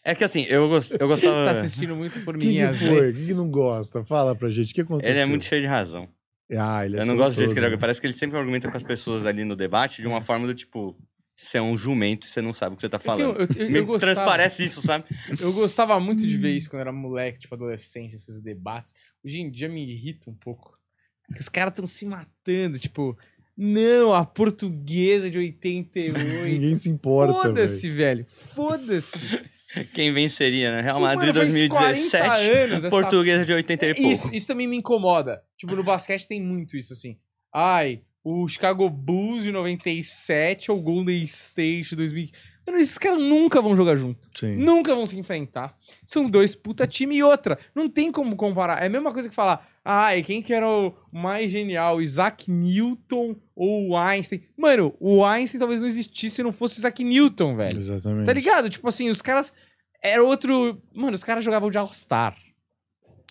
[SPEAKER 4] É que assim, eu, gos- eu gostava...
[SPEAKER 2] [laughs] tá assistindo muito por
[SPEAKER 3] O
[SPEAKER 2] mim.
[SPEAKER 3] É. que, que foi? O que, que não gosta? Fala pra gente, o que aconteceu?
[SPEAKER 4] Ele é muito cheio de razão.
[SPEAKER 3] Ah, ele é
[SPEAKER 4] eu não gosto do jeito
[SPEAKER 3] disso
[SPEAKER 4] que ele argumenta. Parece que ele sempre argumenta com as pessoas ali no debate de uma forma do tipo, você é um jumento e você não sabe o que você tá
[SPEAKER 2] Eu, tenho-
[SPEAKER 4] falando.
[SPEAKER 2] eu, eu, eu
[SPEAKER 4] Me
[SPEAKER 2] gostava-
[SPEAKER 4] transparece isso, sabe?
[SPEAKER 2] Eu gostava muito de ver isso quando eu era moleque, tipo adolescente, esses debates. Hoje em dia me irrita um pouco. Porque os caras estão se matando, tipo, não, a portuguesa
[SPEAKER 3] [laughs]
[SPEAKER 2] de 88.
[SPEAKER 3] né? Ninguém se importa, velho.
[SPEAKER 2] Foda-se, velho. Foda-se.
[SPEAKER 4] Quem venceria, né? Real
[SPEAKER 2] Pô,
[SPEAKER 4] Madrid
[SPEAKER 2] mano, faz
[SPEAKER 4] 2017,
[SPEAKER 2] 40 anos, essa É
[SPEAKER 4] portuguesa de 80 e pouco.
[SPEAKER 2] Isso, isso também me incomoda. Tipo, no basquete tem muito isso, assim. Ai, o Chicago Bulls de 97 ou o Golden State de 2000. Mano, esses caras nunca vão jogar junto.
[SPEAKER 3] Sim.
[SPEAKER 2] Nunca vão se enfrentar. São dois puta time e outra. Não tem como comparar. É a mesma coisa que falar, ai, quem que era o mais genial, Isaac Newton ou o Einstein? Mano, o Einstein talvez não existisse se não fosse o Isaac Newton, velho.
[SPEAKER 3] Exatamente.
[SPEAKER 2] Tá ligado? Tipo assim, os caras... Era outro... Mano, os caras jogavam de All-Star.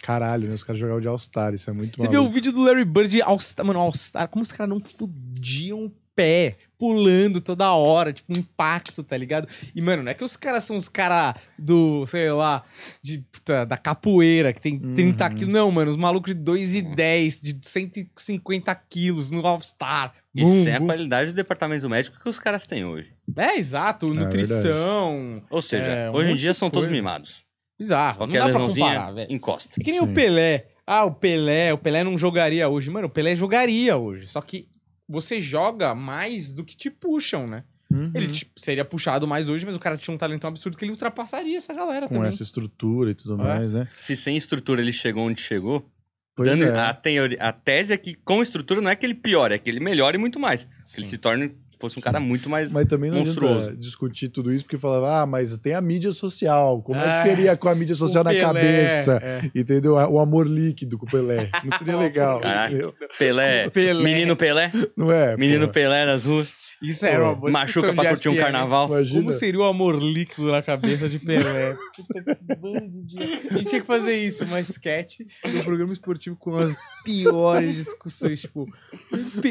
[SPEAKER 3] Caralho, né? Os caras jogavam de All-Star, isso é muito
[SPEAKER 2] Você viu o
[SPEAKER 3] maluco.
[SPEAKER 2] vídeo do Larry Bird de All-Star. Mano, All-Star, como os caras não fudiam o pé, pulando toda hora, tipo, impacto, tá ligado? E, mano, não é que os caras são os caras do, sei lá, de, puta, da capoeira, que tem 30
[SPEAKER 3] Uhum.
[SPEAKER 2] quilos. Não, mano, os malucos de 2 e 10, de 150 quilos no All-Star.
[SPEAKER 4] E
[SPEAKER 2] Bum,
[SPEAKER 4] sem é
[SPEAKER 3] Uhum.
[SPEAKER 4] a
[SPEAKER 2] bum.
[SPEAKER 4] qualidade do departamento médico que os caras têm hoje.
[SPEAKER 2] É, exato, nutrição.
[SPEAKER 4] Ou seja,
[SPEAKER 2] É, um
[SPEAKER 4] hoje em
[SPEAKER 2] monte
[SPEAKER 4] dia
[SPEAKER 2] de
[SPEAKER 4] são todos
[SPEAKER 2] coisa.
[SPEAKER 4] mimados.
[SPEAKER 2] Bizarro,
[SPEAKER 4] Qualquer
[SPEAKER 2] não dá pra
[SPEAKER 4] lesãozinha,
[SPEAKER 2] comparar, velho.
[SPEAKER 4] encosta.
[SPEAKER 2] É que nem
[SPEAKER 3] Sim.
[SPEAKER 2] o Pelé. Ah, o Pelé, o Pelé não jogaria hoje. Mano, o Pelé jogaria hoje. Só que você joga mais do que te puxam, né?
[SPEAKER 3] Uhum.
[SPEAKER 2] Ele te- seria puxado mais hoje, mas o cara tinha um talento absurdo que ele ultrapassaria essa galera
[SPEAKER 3] Com
[SPEAKER 2] também.
[SPEAKER 3] essa estrutura e tudo
[SPEAKER 2] É.
[SPEAKER 3] mais, né?
[SPEAKER 4] Se sem estrutura ele chegou onde chegou,
[SPEAKER 3] Pois
[SPEAKER 4] dando
[SPEAKER 3] é.
[SPEAKER 4] a, teoria, a tese é que com estrutura não é que ele piore, é que ele melhore muito mais. Que ele se torne, fosse um cara muito mais...
[SPEAKER 3] Mas também não
[SPEAKER 4] monstruoso.
[SPEAKER 3] adianta discutir tudo isso, porque falava, ah, mas tem a mídia social. Como é que
[SPEAKER 2] Ah,
[SPEAKER 3] seria com a mídia social
[SPEAKER 2] O
[SPEAKER 3] na
[SPEAKER 2] Pelé,
[SPEAKER 3] cabeça?
[SPEAKER 2] é.
[SPEAKER 3] Entendeu? O amor líquido com o
[SPEAKER 2] [laughs]
[SPEAKER 3] Pelé. Não seria legal.
[SPEAKER 4] Caraca.
[SPEAKER 3] entendeu?
[SPEAKER 4] Pelé,
[SPEAKER 2] Pelé.
[SPEAKER 4] menino Pelé,
[SPEAKER 3] Não é?
[SPEAKER 4] menino
[SPEAKER 3] pô?
[SPEAKER 4] Pelé nas ruas,
[SPEAKER 2] Isso era uma boa
[SPEAKER 4] machuca
[SPEAKER 2] discussão
[SPEAKER 4] pra
[SPEAKER 2] de
[SPEAKER 4] curtir um
[SPEAKER 2] ESPN.
[SPEAKER 4] carnaval.
[SPEAKER 3] Imagina.
[SPEAKER 2] Como seria o amor líquido na cabeça de
[SPEAKER 4] [laughs]
[SPEAKER 2] Pelé? Puta que bando de... A gente tinha que fazer isso, uma sketch no programa esportivo com as piores discussões. Tipo,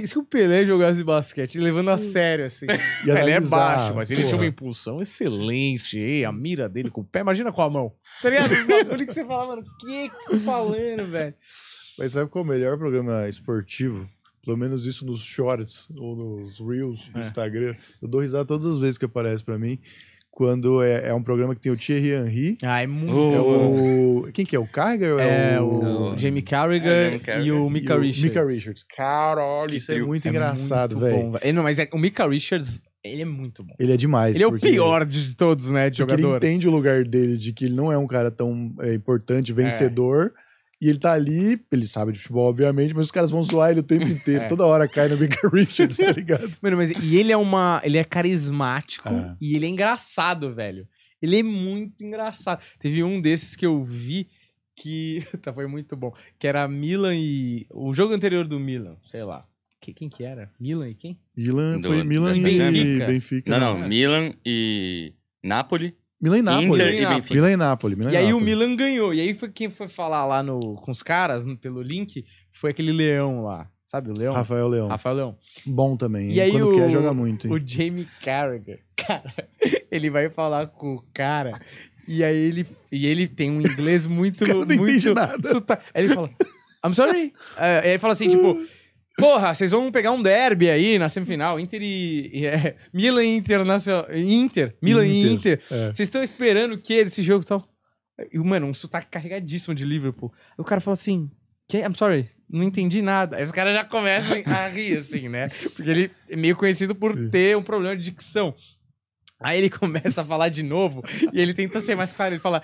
[SPEAKER 2] se o Pelé jogasse basquete, levando a sério, assim.
[SPEAKER 3] E
[SPEAKER 2] Pelé é
[SPEAKER 3] analisar,
[SPEAKER 2] baixo, mas ele
[SPEAKER 3] porra.
[SPEAKER 2] tinha um uma impulsão excelente. E a mira dele com o pé, imagina com a mão. Tá ligado? Os bagulho que você fala, mano, o que que você tá falando, velho?
[SPEAKER 3] Mas sabe qual é o melhor programa esportivo? Pelo menos isso nos shorts ou nos reels do
[SPEAKER 2] É.
[SPEAKER 3] Instagram. Eu dou risada todas as vezes que aparece pra mim. Quando é, é um programa que tem o Thierry Henry.
[SPEAKER 2] Ah, é
[SPEAKER 4] Oh.
[SPEAKER 2] muito...
[SPEAKER 3] É o... Quem que é? O Carger? ou
[SPEAKER 2] É o
[SPEAKER 4] o-
[SPEAKER 2] Jamie
[SPEAKER 4] É, o
[SPEAKER 2] Carragher
[SPEAKER 4] Jamie
[SPEAKER 2] e
[SPEAKER 4] Carragher.
[SPEAKER 2] o Mika Richards.
[SPEAKER 3] Mika Richards. Caralho,
[SPEAKER 4] Que
[SPEAKER 3] isso é
[SPEAKER 4] trio.
[SPEAKER 3] muito
[SPEAKER 2] É
[SPEAKER 3] engraçado,
[SPEAKER 2] muito
[SPEAKER 3] velho.
[SPEAKER 2] bom, velho. É, não, mas é, o Mika Richards, ele é muito bom.
[SPEAKER 3] Ele é demais.
[SPEAKER 2] Ele é o
[SPEAKER 3] porque-
[SPEAKER 2] pior de todos, né, de
[SPEAKER 3] porque ele
[SPEAKER 2] jogador.
[SPEAKER 3] entende o lugar dele, de que ele não é um cara tão é, importante, vencedor. E ele tá ali, ele sabe de futebol, obviamente, mas os caras vão zoar ele
[SPEAKER 2] [laughs]
[SPEAKER 3] o tempo inteiro.
[SPEAKER 2] É.
[SPEAKER 3] Toda hora cai no Mika [laughs] Richards, tá ligado?
[SPEAKER 2] Mano, mas e ele é uma, ele é carismático
[SPEAKER 3] É.
[SPEAKER 2] e ele é engraçado, velho. Ele é muito engraçado. Teve um desses que eu vi que [laughs] tá, foi muito bom, que era Milan e o jogo anterior do Milan, sei lá. Que- quem que era? Milan e quem?
[SPEAKER 3] Milan,
[SPEAKER 4] Do-
[SPEAKER 3] foi Milan e
[SPEAKER 4] dessa
[SPEAKER 2] Benfica.
[SPEAKER 3] Benfica.
[SPEAKER 4] Não, não, Milan e Nápoles.
[SPEAKER 3] Milan e Nápoles.
[SPEAKER 4] Inter e
[SPEAKER 2] Milan e
[SPEAKER 4] Benfica.
[SPEAKER 3] Milan e Nápoles. Milan
[SPEAKER 2] e aí o
[SPEAKER 3] Nápoles.
[SPEAKER 2] Milan ganhou. E aí foi quem foi falar lá no, com os caras no- pelo link foi aquele leão lá, sabe o leão?
[SPEAKER 3] Rafael Leão.
[SPEAKER 2] Rafael Leão.
[SPEAKER 3] Bom também.
[SPEAKER 2] E
[SPEAKER 3] hein?
[SPEAKER 2] aí
[SPEAKER 3] Quando
[SPEAKER 2] o-
[SPEAKER 3] quer, joga muito. hein?
[SPEAKER 2] O Jamie Carragher, [laughs] cara, ele vai falar com o cara e aí ele e ele tem um
[SPEAKER 3] [laughs]
[SPEAKER 2] inglês muito
[SPEAKER 3] cara não
[SPEAKER 2] muito
[SPEAKER 3] entende nada.
[SPEAKER 2] sotaque. Aí ele fala: "I'm sorry". É, aí ele fala assim, tipo, Porra, vocês vão pegar um derby aí na semifinal, Inter e. e, é, Milan e Internacional. Inter, Milan e Inter.
[SPEAKER 3] Inter, é.
[SPEAKER 2] Vocês estão esperando o quê desse jogo e tal? E, mano, um sotaque carregadíssimo de Liverpool. Aí o cara falou assim: "Que- I'm sorry, não entendi nada. Aí os caras já começam a rir, assim, né? Porque ele é meio conhecido por
[SPEAKER 3] Sim.
[SPEAKER 2] ter um problema de dicção. Aí ele começa a falar de novo e ele tenta ser mais claro. Ele fala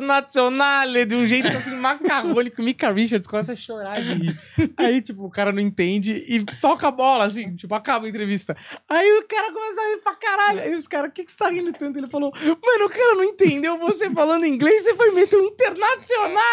[SPEAKER 2] internacional de um jeito assim macarrônico. Mika Richards começa a chorar de rir. Aí, tipo, o cara não entende e toca a bola, assim, tipo, acaba a entrevista. Aí o cara começa a rir pra caralho. Aí os caras, o que, que você tá rindo tanto? Ele falou, mano, o cara não entendeu você falando inglês, você foi meter um internacional.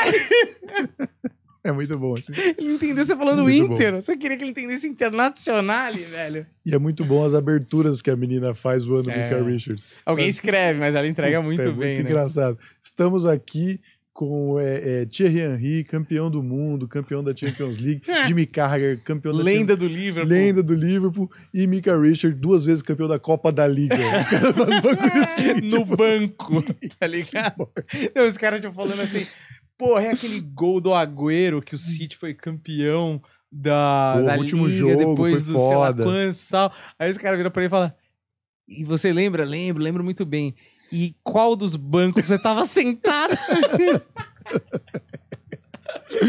[SPEAKER 3] É muito bom, assim.
[SPEAKER 2] Ele não entendeu você falando
[SPEAKER 3] Muito bom.
[SPEAKER 2] Inter. Você queria que ele entendesse internacional, velho.
[SPEAKER 3] E é muito bom as aberturas que a menina faz voando
[SPEAKER 2] É.
[SPEAKER 3] Mika Richards.
[SPEAKER 2] Alguém escreve, mas ela entrega muito
[SPEAKER 3] é
[SPEAKER 2] bem,
[SPEAKER 3] muito
[SPEAKER 2] né?
[SPEAKER 3] engraçado. Estamos aqui com é, é, Thierry Henry, campeão do mundo, campeão da Champions
[SPEAKER 2] [laughs]
[SPEAKER 3] League, Jimmy Carragher, campeão da
[SPEAKER 2] Lenda do livro.
[SPEAKER 3] tipo, Lenda do Liverpool e Mika Richard, duas vezes campeão da Copa
[SPEAKER 2] [laughs]
[SPEAKER 3] da Liga. Os caras fazem bagulho
[SPEAKER 2] É,
[SPEAKER 3] assim,
[SPEAKER 2] no
[SPEAKER 3] tipo,
[SPEAKER 2] banco,
[SPEAKER 3] [laughs]
[SPEAKER 2] tá ligado? Não, os caras tipo, falando assim, porra, é aquele gol do Agüero que o City foi campeão da,
[SPEAKER 3] Pô,
[SPEAKER 2] da
[SPEAKER 3] o último
[SPEAKER 2] Liga,
[SPEAKER 3] jogo,
[SPEAKER 2] depois
[SPEAKER 3] foi
[SPEAKER 2] do sei lá
[SPEAKER 3] foda.
[SPEAKER 2] quantos, tal. Aí os caras viram pra ele e falam, e você lembra? Lembro, lembro muito bem. E qual dos bancos você tava sentado? [laughs]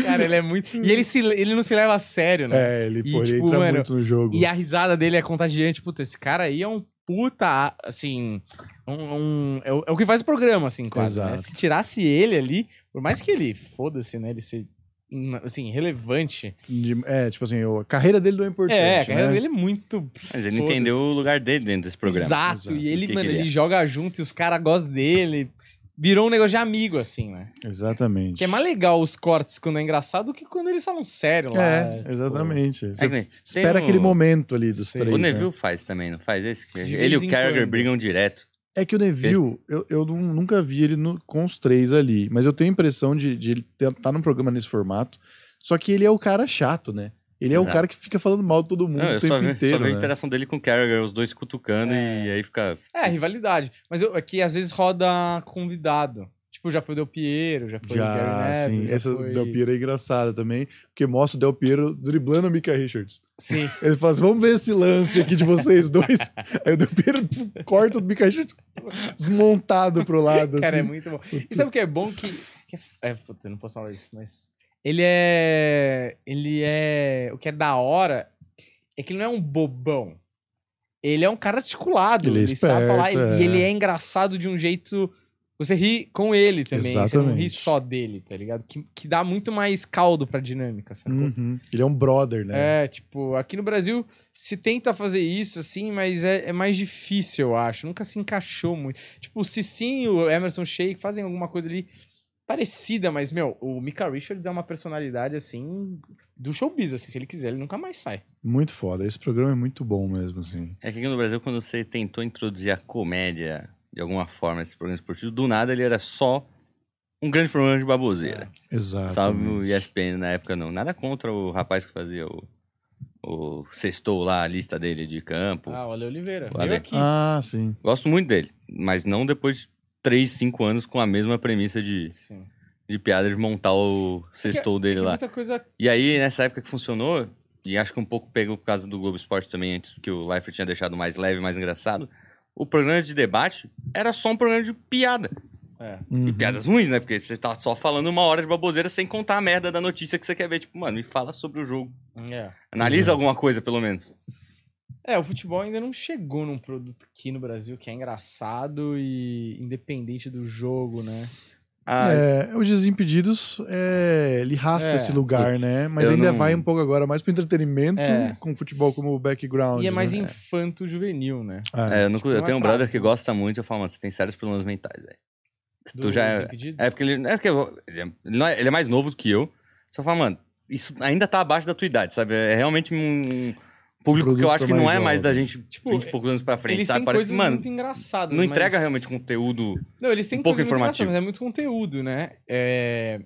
[SPEAKER 2] Cara, ele é muito. E ele, se, ele não se leva a sério, né?
[SPEAKER 3] É, ele,
[SPEAKER 2] E,
[SPEAKER 3] pô, ele
[SPEAKER 2] tipo,
[SPEAKER 3] entra
[SPEAKER 2] mano,
[SPEAKER 3] muito no jogo.
[SPEAKER 2] E a risada dele é contagiante. Puta, esse cara aí é um puta, assim. um- um- é, o, é o que faz o programa, assim, quase. né?
[SPEAKER 3] Exato.
[SPEAKER 2] Se tirasse ele ali, por mais que ele foda-se, né? Ele ser, hum, assim, relevante.
[SPEAKER 3] De- é, tipo assim, o- a carreira dele não é importante.
[SPEAKER 2] é, a carreira
[SPEAKER 3] né?
[SPEAKER 2] dele é muito.
[SPEAKER 4] Mas ele
[SPEAKER 2] foda-se.
[SPEAKER 4] entendeu o lugar dele dentro desse programa.
[SPEAKER 2] Exato.
[SPEAKER 3] Exato.
[SPEAKER 2] E ele,
[SPEAKER 4] O que
[SPEAKER 2] mano,
[SPEAKER 4] que ele
[SPEAKER 2] ele,
[SPEAKER 4] é?
[SPEAKER 2] joga junto e os caras gostam dele. Virou um negócio de amigo, assim, né?
[SPEAKER 3] Exatamente.
[SPEAKER 2] Que é mais legal os cortes quando é engraçado do que quando eles falam sério lá.
[SPEAKER 3] É,
[SPEAKER 2] tipo,
[SPEAKER 3] exatamente. Você
[SPEAKER 4] É que nem-
[SPEAKER 3] espera
[SPEAKER 4] tem um-
[SPEAKER 3] aquele momento ali dos
[SPEAKER 2] Sim.
[SPEAKER 3] três.
[SPEAKER 4] O
[SPEAKER 3] né?
[SPEAKER 4] Neville faz também, não faz esse? Que
[SPEAKER 2] De
[SPEAKER 4] ele e
[SPEAKER 2] vez em
[SPEAKER 4] o Carragher
[SPEAKER 2] quando.
[SPEAKER 4] brigam direto.
[SPEAKER 3] É que o Neville, eu, eu nu- nunca vi ele no- com os três ali, mas eu tenho a impressão de, de ele estar num programa nesse formato, só que ele é o cara chato, né? Ele é o
[SPEAKER 4] Exato.
[SPEAKER 3] cara que fica falando mal de todo mundo
[SPEAKER 4] Não,
[SPEAKER 3] o
[SPEAKER 4] eu
[SPEAKER 3] tempo
[SPEAKER 4] só vi,
[SPEAKER 3] inteiro.
[SPEAKER 4] só vi a
[SPEAKER 3] né?
[SPEAKER 4] interação dele com o Carragher, os dois cutucando e aí fica.
[SPEAKER 2] É, rivalidade. Mas eu, aqui às vezes roda convidado. Tipo, já foi o Del Piero, já foi o
[SPEAKER 3] Já,
[SPEAKER 2] Gary Neville,
[SPEAKER 3] sim.
[SPEAKER 2] já
[SPEAKER 3] Essa
[SPEAKER 2] foi...
[SPEAKER 3] Del Piero é engraçada também, porque mostra o Del Piero driblando o Mika Richards. [laughs]
[SPEAKER 2] Sim. [laughs]
[SPEAKER 3] Ele fala assim, vamos ver esse lance aqui de vocês
[SPEAKER 4] [laughs]
[SPEAKER 3] dois. Aí o Del Piero corta o Mika Richards desmontado pro lado,
[SPEAKER 2] Cara, é
[SPEAKER 3] assim.
[SPEAKER 2] muito bom. E sabe o que é bom? Que. que é, f- é, puta, eu não posso falar isso, mas. Ele é. Ele é. O que é da hora é que ele não é um bobão. Ele é um cara articulado.
[SPEAKER 3] Ele
[SPEAKER 2] Ele,
[SPEAKER 3] é
[SPEAKER 2] sabe falar.
[SPEAKER 3] esperto,
[SPEAKER 2] E
[SPEAKER 3] é.
[SPEAKER 2] ele é engraçado de um jeito. Você ri com ele também. Você não ri
[SPEAKER 3] Exatamente.
[SPEAKER 2] só dele, tá ligado? Que, que dá muito mais caldo pra dinâmica, sacou?
[SPEAKER 3] Uhum. Ele é um brother, né?
[SPEAKER 2] É, tipo, aqui no Brasil se tenta fazer isso, assim, mas é, é mais difícil, eu acho. Nunca se encaixou muito. Tipo, o Cicinho, o Emerson Sheik fazem alguma coisa ali parecida, mas, meu, o Mika Richards é uma personalidade, assim, do showbiz, assim. Se ele quiser, ele nunca mais sai.
[SPEAKER 3] Muito foda. Esse programa é muito bom mesmo, assim.
[SPEAKER 4] É que aqui no Brasil, quando você tentou introduzir a comédia de alguma forma nesse programa esportivo, do nada ele era só um grande programa de baboseira.
[SPEAKER 2] É,
[SPEAKER 3] Exato.
[SPEAKER 4] Salve o ESPN na época, não. Nada contra o rapaz que fazia o. O sextou lá, a lista dele de campo.
[SPEAKER 2] Ah, olha Oliveira.
[SPEAKER 4] Olha
[SPEAKER 2] Veio aqui.
[SPEAKER 3] Ah, sim.
[SPEAKER 4] Gosto muito dele, mas não depois de 3, 5 anos com a mesma premissa de,
[SPEAKER 2] Sim.
[SPEAKER 4] de piada de montar
[SPEAKER 2] É
[SPEAKER 4] o sextou dele
[SPEAKER 2] Tem
[SPEAKER 4] lá.
[SPEAKER 2] muita coisa...
[SPEAKER 4] E aí, nessa época que funcionou, e acho que um pouco pegou por causa do Globo Esporte também, antes que o Leifert tinha deixado mais leve, mais engraçado, o programa de debate era só um programa de piada.
[SPEAKER 2] É.
[SPEAKER 4] E
[SPEAKER 3] Uhum.
[SPEAKER 4] piadas ruins, né? Porque você tá só falando uma hora de baboseira sem contar a merda da notícia que você quer ver. Tipo, mano, me fala sobre o jogo.
[SPEAKER 2] É.
[SPEAKER 4] Analisa alguma coisa, pelo menos.
[SPEAKER 2] É, o futebol ainda não chegou num produto aqui no Brasil que é engraçado e independente do jogo, né?
[SPEAKER 4] Ah,
[SPEAKER 3] É, o Desimpedidos, é, ele raspa
[SPEAKER 2] É.
[SPEAKER 3] esse lugar, né? Mas
[SPEAKER 4] Eu
[SPEAKER 3] ainda
[SPEAKER 4] não-
[SPEAKER 3] vai um pouco agora mais pro entretenimento,
[SPEAKER 2] É.
[SPEAKER 3] com o futebol como background.
[SPEAKER 2] E é mais
[SPEAKER 3] né?
[SPEAKER 2] infanto-juvenil, né?
[SPEAKER 3] Ah,
[SPEAKER 4] É, eu, não- eu
[SPEAKER 2] não é
[SPEAKER 4] tenho um brother
[SPEAKER 2] prático.
[SPEAKER 4] que gosta muito, eu falo, mano, você tem sérios problemas mentais, velho. Se Tu
[SPEAKER 2] Do
[SPEAKER 4] já é,
[SPEAKER 2] Desimpedidos?
[SPEAKER 4] é porque ele, é que eu- ele, é, ele não é- ele é mais novo do que eu. Só fala, mano, isso ainda tá abaixo da tua idade, sabe? É realmente um público
[SPEAKER 3] Produto
[SPEAKER 4] que eu acho que
[SPEAKER 3] pra
[SPEAKER 4] não
[SPEAKER 3] mais
[SPEAKER 4] é mais
[SPEAKER 3] jovem.
[SPEAKER 4] da gente
[SPEAKER 2] Tipo,
[SPEAKER 4] 20 e poucos anos pra frente,
[SPEAKER 2] Eles
[SPEAKER 4] sabe?
[SPEAKER 2] têm
[SPEAKER 4] Parece
[SPEAKER 2] coisas
[SPEAKER 4] que, mano,
[SPEAKER 2] muito engraçadas.
[SPEAKER 4] não
[SPEAKER 2] mas-
[SPEAKER 4] entrega realmente conteúdo.
[SPEAKER 2] Não, eles têm
[SPEAKER 4] um pouco
[SPEAKER 2] coisas muito engraçadas,
[SPEAKER 4] informativo.
[SPEAKER 2] mas é muito conteúdo, né? É,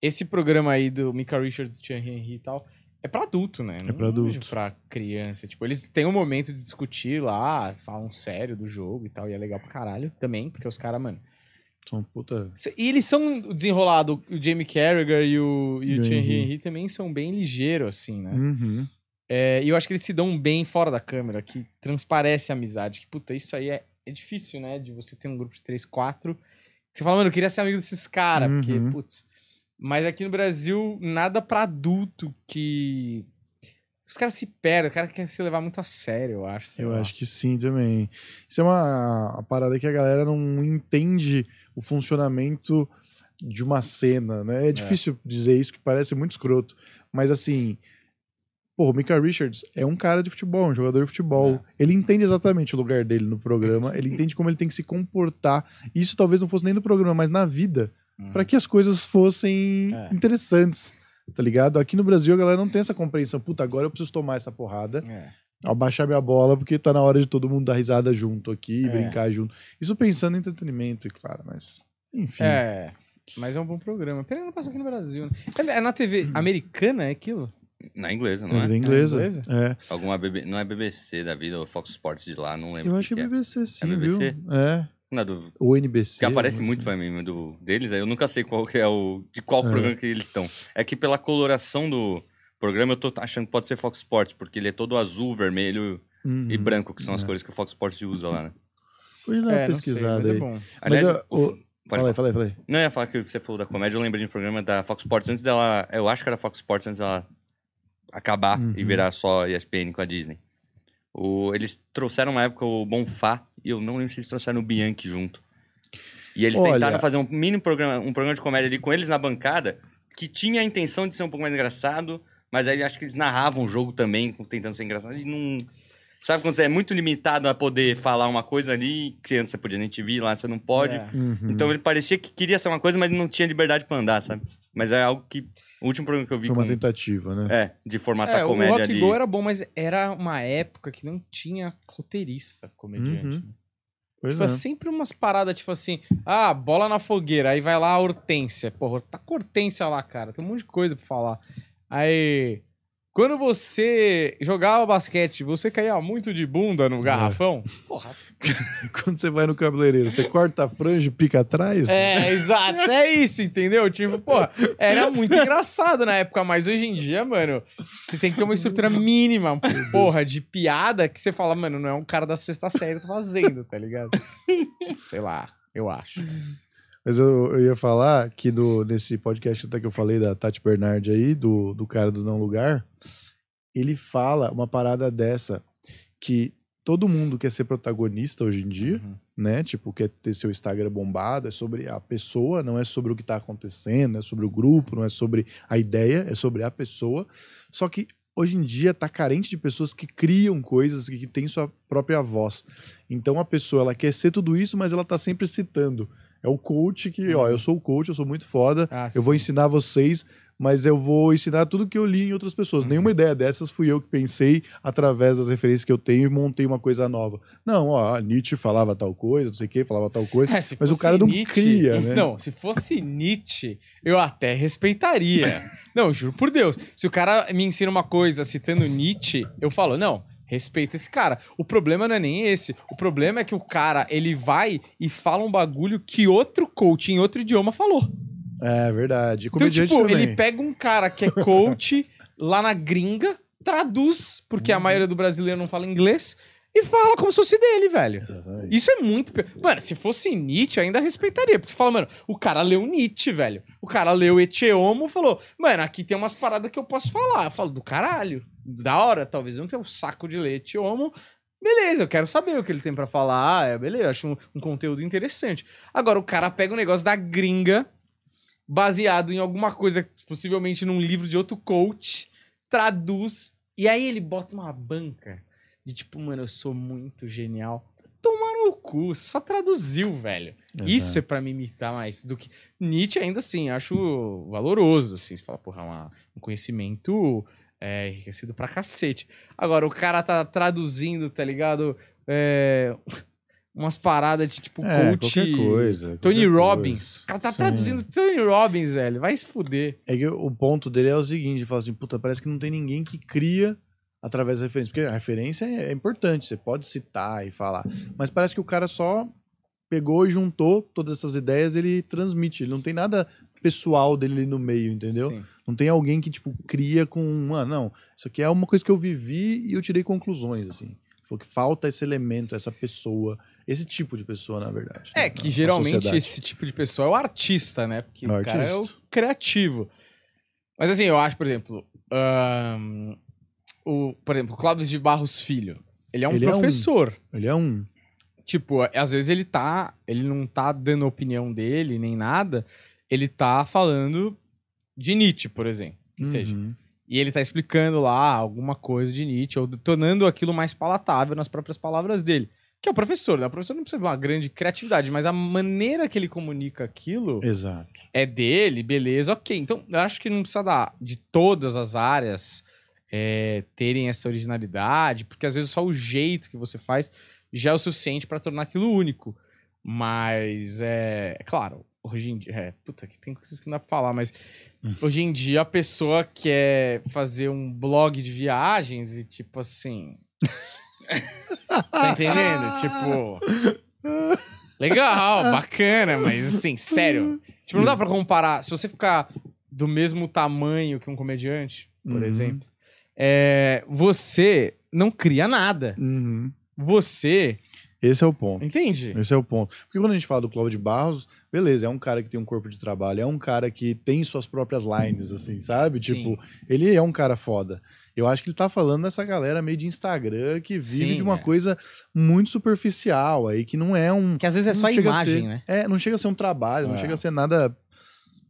[SPEAKER 2] Esse programa aí do Mika Richards, Thierry Henry e tal, é pra adulto, né? Não-
[SPEAKER 3] pra
[SPEAKER 2] não vejo
[SPEAKER 3] adulto.
[SPEAKER 2] Pra criança. Tipo, eles têm um momento de discutir lá, falam sério do jogo e tal, e é legal pra caralho também, porque os caras, mano...
[SPEAKER 3] Então, puta.
[SPEAKER 2] Cê- E eles são desenrolados, o Jamie Carragher e o, e
[SPEAKER 3] E
[SPEAKER 2] o
[SPEAKER 3] o
[SPEAKER 2] Thierry
[SPEAKER 3] Henry.
[SPEAKER 2] Henry também são bem ligeiros, assim, né?
[SPEAKER 3] Uhum.
[SPEAKER 2] É, e eu acho que eles se dão bem fora da câmera, que transparece a amizade. Que, puta, isso aí é, é difícil, né? De você ter um grupo de três, quatro. Você fala, mano, eu queria ser amigo desses caras, porque,
[SPEAKER 3] Uhum.
[SPEAKER 2] putz. Mas aqui no Brasil, nada pra adulto que. Os caras se perdem, o cara quer se levar muito a sério, eu acho. sei
[SPEAKER 3] Eu
[SPEAKER 2] lá.
[SPEAKER 3] acho que sim também. Isso é uma, uma parada que a galera não entende o funcionamento de uma cena, né? É difícil dizer isso, que parece muito escroto. Mas assim, pô, o Mika Richards é um cara de futebol, um jogador de futebol.
[SPEAKER 2] É.
[SPEAKER 3] Ele entende exatamente o lugar dele no programa, ele entende como ele tem que se comportar. Isso talvez não fosse nem no programa, mas na vida,
[SPEAKER 2] Uhum.
[SPEAKER 3] pra que as coisas fossem
[SPEAKER 2] É.
[SPEAKER 3] interessantes. Tá ligado? Aqui no Brasil a galera não tem essa compreensão. Puta, agora eu preciso tomar essa porrada
[SPEAKER 2] É.
[SPEAKER 3] abaixar minha bola, porque tá na hora de todo mundo dar risada junto aqui,
[SPEAKER 2] É.
[SPEAKER 3] brincar junto. Isso pensando em entretenimento, é claro, mas enfim.
[SPEAKER 2] É, mas é um bom programa. Pena que não passa aqui no Brasil. Né? É, é na TV
[SPEAKER 3] [clears throat]
[SPEAKER 2] americana, é aquilo?
[SPEAKER 4] Na inglesa, não
[SPEAKER 3] Mas
[SPEAKER 4] é?
[SPEAKER 3] é inglesa.
[SPEAKER 2] É inglesa?
[SPEAKER 3] É.
[SPEAKER 4] Alguma BB... Não é BBC da vida ou Fox Sports de lá, não lembro.
[SPEAKER 3] Eu
[SPEAKER 4] o
[SPEAKER 3] acho que é BBC, sim,
[SPEAKER 4] É BBC?
[SPEAKER 3] viu? É.
[SPEAKER 4] Na do...
[SPEAKER 3] Ou NBC.
[SPEAKER 4] Que aparece
[SPEAKER 3] né?
[SPEAKER 4] muito pra mim do deles, aí eu nunca sei qual que é o. de qual
[SPEAKER 3] É.
[SPEAKER 4] programa que eles estão. É que pela coloração do programa eu tô achando que pode ser Fox Sports, porque ele é todo azul, vermelho
[SPEAKER 3] Uhum.
[SPEAKER 4] né? e branco, que são as
[SPEAKER 3] É.
[SPEAKER 4] cores que o Fox Sports usa lá, né?
[SPEAKER 3] Hoje dá uma
[SPEAKER 2] é, não sei,
[SPEAKER 3] pesquisada
[SPEAKER 2] mas é
[SPEAKER 3] aí.
[SPEAKER 2] bom.
[SPEAKER 3] Mas,
[SPEAKER 4] Aliás,
[SPEAKER 3] ó,
[SPEAKER 4] o-
[SPEAKER 3] o-
[SPEAKER 4] pode
[SPEAKER 3] Fala
[SPEAKER 4] falar.
[SPEAKER 3] aí, fala aí, fala aí.
[SPEAKER 4] Não, eu ia falar que você falou da comédia, eu lembrei de um programa da Fox Sports antes dela. Eu acho que era Fox Sports antes dela acabar
[SPEAKER 3] Uhum.
[SPEAKER 4] e virar só ESPN com a Disney. O, eles trouxeram na época o Bonfá, e eu não lembro se eles trouxeram o Bianchi junto. E eles
[SPEAKER 3] Olha.
[SPEAKER 4] tentaram fazer um mini programa, um programa de comédia ali com eles na bancada, que tinha a intenção de ser um pouco mais engraçado, mas aí acho que eles narravam o jogo também, tentando ser engraçado. E não. Sabe quando você é muito limitado a poder falar uma coisa ali, que antes você podia nem te vir lá, você não pode.
[SPEAKER 2] É.
[SPEAKER 3] Uhum.
[SPEAKER 4] Então ele parecia que queria ser uma coisa, mas não tinha liberdade pra andar, sabe? Mas é algo que. O último programa que eu vi
[SPEAKER 3] Foi uma
[SPEAKER 4] com,
[SPEAKER 3] tentativa, né?
[SPEAKER 4] é, de formatar
[SPEAKER 2] É, o
[SPEAKER 4] comédia
[SPEAKER 2] Rock
[SPEAKER 4] ali.
[SPEAKER 2] Go era bom, mas era uma época que não tinha roteirista comediante.
[SPEAKER 3] Uhum.
[SPEAKER 2] né?
[SPEAKER 3] Pois
[SPEAKER 2] Tipo,
[SPEAKER 3] é.
[SPEAKER 2] é sempre umas paradas, tipo assim, ah, bola na fogueira, aí vai lá a Hortência. Porra, tá com Hortência lá, cara, tem um monte de coisa pra falar. Aí, quando você jogava basquete, você caía muito de bunda
[SPEAKER 3] É.
[SPEAKER 2] no garrafão? Porra,
[SPEAKER 3] Quando você vai no cabeleireiro, você corta a franja e pica atrás?
[SPEAKER 2] É, exato. É isso, entendeu? Tipo, pô, era muito engraçado na época, mas hoje em dia, mano, você tem que ter uma estrutura mínima, porra, de piada que você fala, mano, não é um cara da sexta série que tá fazendo, tá ligado? Sei lá, eu acho.
[SPEAKER 3] Mas eu, eu ia falar que no, nesse podcast até que eu falei da Tati Bernardi aí, do, do cara do Não Lugar, ele fala uma parada dessa, que todo mundo quer ser protagonista hoje em dia, né? Tipo, quer ter seu Instagram bombado, é sobre a pessoa, não é sobre o que tá acontecendo, não é sobre o grupo, não é sobre a ideia, é sobre a pessoa. Só que hoje em dia tá carente de pessoas que criam coisas, que, que têm sua própria voz. Então a pessoa, ela quer ser tudo isso, mas ela tá sempre citando. É o coach que, ó, eu sou o coach, eu sou muito foda,
[SPEAKER 2] Uhum. Ah,
[SPEAKER 3] eu vou ensinar vocês, mas eu vou ensinar tudo que eu li em outras pessoas.
[SPEAKER 2] Uhum.
[SPEAKER 3] Nenhuma ideia dessas fui eu que pensei através das referências que eu tenho e montei uma coisa nova. Não, ó, Nietzsche falava tal coisa, não sei o que, falava tal coisa.
[SPEAKER 2] É, se
[SPEAKER 3] Mas o
[SPEAKER 2] fosse
[SPEAKER 3] cara não
[SPEAKER 2] Nietzsche-
[SPEAKER 3] cria, né?
[SPEAKER 2] Não, se fosse Nietzsche, eu até
[SPEAKER 3] [laughs]
[SPEAKER 2] respeitaria. não, juro por Deus. Se o cara me ensina uma coisa citando Nietzsche, eu falo, não, respeita esse cara. O problema não é nem esse. O problema é que o cara, ele vai e fala um bagulho que outro coach em outro idioma falou.
[SPEAKER 3] É verdade. E
[SPEAKER 2] Então,
[SPEAKER 3] Comediante
[SPEAKER 2] tipo,
[SPEAKER 3] também.
[SPEAKER 2] ele pega um cara que é coach [laughs] lá na gringa, traduz, porque
[SPEAKER 3] Uhum.
[SPEAKER 2] a maioria do brasileiro não fala inglês, e fala como se fosse dele, velho.
[SPEAKER 3] Exatamente.
[SPEAKER 2] Isso é muito. pior. Mano, se fosse Nietzsche, eu ainda respeitaria. Porque você fala, mano, o cara leu Nietzsche, velho. O cara leu Echeomo e falou, mano, aqui tem umas paradas que eu posso falar. Eu falo, do caralho. Da hora, talvez eu não tenha um saco de ler Echeomo. Beleza, eu quero saber o que ele tem pra falar. É, beleza, eu acho um, um conteúdo interessante. Agora, o cara pega um negócio da gringa, baseado em alguma coisa, possivelmente num livro de outro coach, traduz, e aí ele bota uma banca de tipo, mano, eu sou muito genial. Tomar no cu, você só traduziu, velho.
[SPEAKER 3] Exato.
[SPEAKER 2] Isso é pra me imitar mais do que. Nietzsche, ainda assim, acho valoroso. Assim, você fala, porra, é uma- um conhecimento é, enriquecido pra cacete. Agora, o cara tá traduzindo, tá ligado? É, [laughs] umas paradas de tipo
[SPEAKER 3] É,
[SPEAKER 2] coach.
[SPEAKER 3] qualquer coisa.
[SPEAKER 2] Tony
[SPEAKER 3] qualquer
[SPEAKER 2] Robbins.
[SPEAKER 3] coisa.
[SPEAKER 2] O cara tá
[SPEAKER 3] Sim.
[SPEAKER 2] traduzindo Tony Robbins, velho. Vai se fuder.
[SPEAKER 3] É que o ponto dele é o seguinte: fala assim, puta, parece que não tem ninguém que cria através da referência. Porque a referência é é importante, você pode citar e falar. Mas parece que o cara só pegou e juntou todas essas ideias ele transmite. Ele não tem nada pessoal dele ali no meio, entendeu?
[SPEAKER 2] Sim.
[SPEAKER 3] Não tem alguém que, tipo, cria com. Ah, não, isso aqui é uma coisa que eu vivi e eu tirei conclusões, assim. Falou que falta esse elemento, essa pessoa, esse tipo de pessoa, na verdade.
[SPEAKER 2] É
[SPEAKER 3] né,
[SPEAKER 2] que
[SPEAKER 3] na- na
[SPEAKER 2] geralmente
[SPEAKER 3] sociedade.
[SPEAKER 2] esse tipo de pessoa é o artista, né? Porque
[SPEAKER 3] É o
[SPEAKER 2] o cara é o
[SPEAKER 3] artista.
[SPEAKER 2] criativo. Mas assim, eu acho, por exemplo, ahn, o, por exemplo, o Clóvis de Barros Filho. Ele é um
[SPEAKER 3] Ele é um-
[SPEAKER 2] professor.
[SPEAKER 3] Ele é um.
[SPEAKER 2] Tipo, às vezes ele tá. Ele não tá dando a opinião dele nem nada. Ele tá falando de Nietzsche, por exemplo. Que seja.
[SPEAKER 3] Uhum.
[SPEAKER 2] E ele tá explicando lá alguma coisa de Nietzsche, ou tornando aquilo mais palatável nas próprias palavras dele. Que é o professor, né? O professor não precisa de uma grande criatividade, mas a maneira que ele comunica aquilo
[SPEAKER 3] Exato.
[SPEAKER 2] é dele, beleza, ok. Então, eu acho que não precisa dar de todas as áreas é, terem essa originalidade, porque às vezes só o jeito que você faz já é o suficiente pra tornar aquilo único. Mas, é, é claro, hoje em dia. É, puta, que tem coisas que não dá pra falar, mas hoje em dia a pessoa quer fazer um blog de viagens e tipo assim. [laughs] tá entendendo? tipo. Legal, bacana, mas assim, sério. Tipo, não dá pra comparar. Se você ficar do mesmo tamanho que um comediante, por
[SPEAKER 3] Uhum.
[SPEAKER 2] exemplo, é, você não cria nada.
[SPEAKER 3] Uhum.
[SPEAKER 2] Você.
[SPEAKER 3] Esse é o ponto.
[SPEAKER 2] Entende?
[SPEAKER 3] Esse é o ponto. Porque quando a gente fala do Cláudio de Barros, beleza, é um cara que tem um corpo de trabalho, é um cara que tem suas próprias lines, assim, sabe?
[SPEAKER 2] Sim.
[SPEAKER 3] Tipo, ele é um cara foda. Eu acho que ele tá falando dessa galera meio de Instagram que vive
[SPEAKER 2] Sim,
[SPEAKER 3] de uma
[SPEAKER 2] é.
[SPEAKER 3] coisa muito superficial aí, que não é um.
[SPEAKER 2] Que às vezes é só
[SPEAKER 3] não
[SPEAKER 2] a
[SPEAKER 3] chega a
[SPEAKER 2] imagem,
[SPEAKER 3] ser-
[SPEAKER 2] né?
[SPEAKER 3] É, não chega a ser um trabalho, não
[SPEAKER 2] É.
[SPEAKER 3] chega a ser nada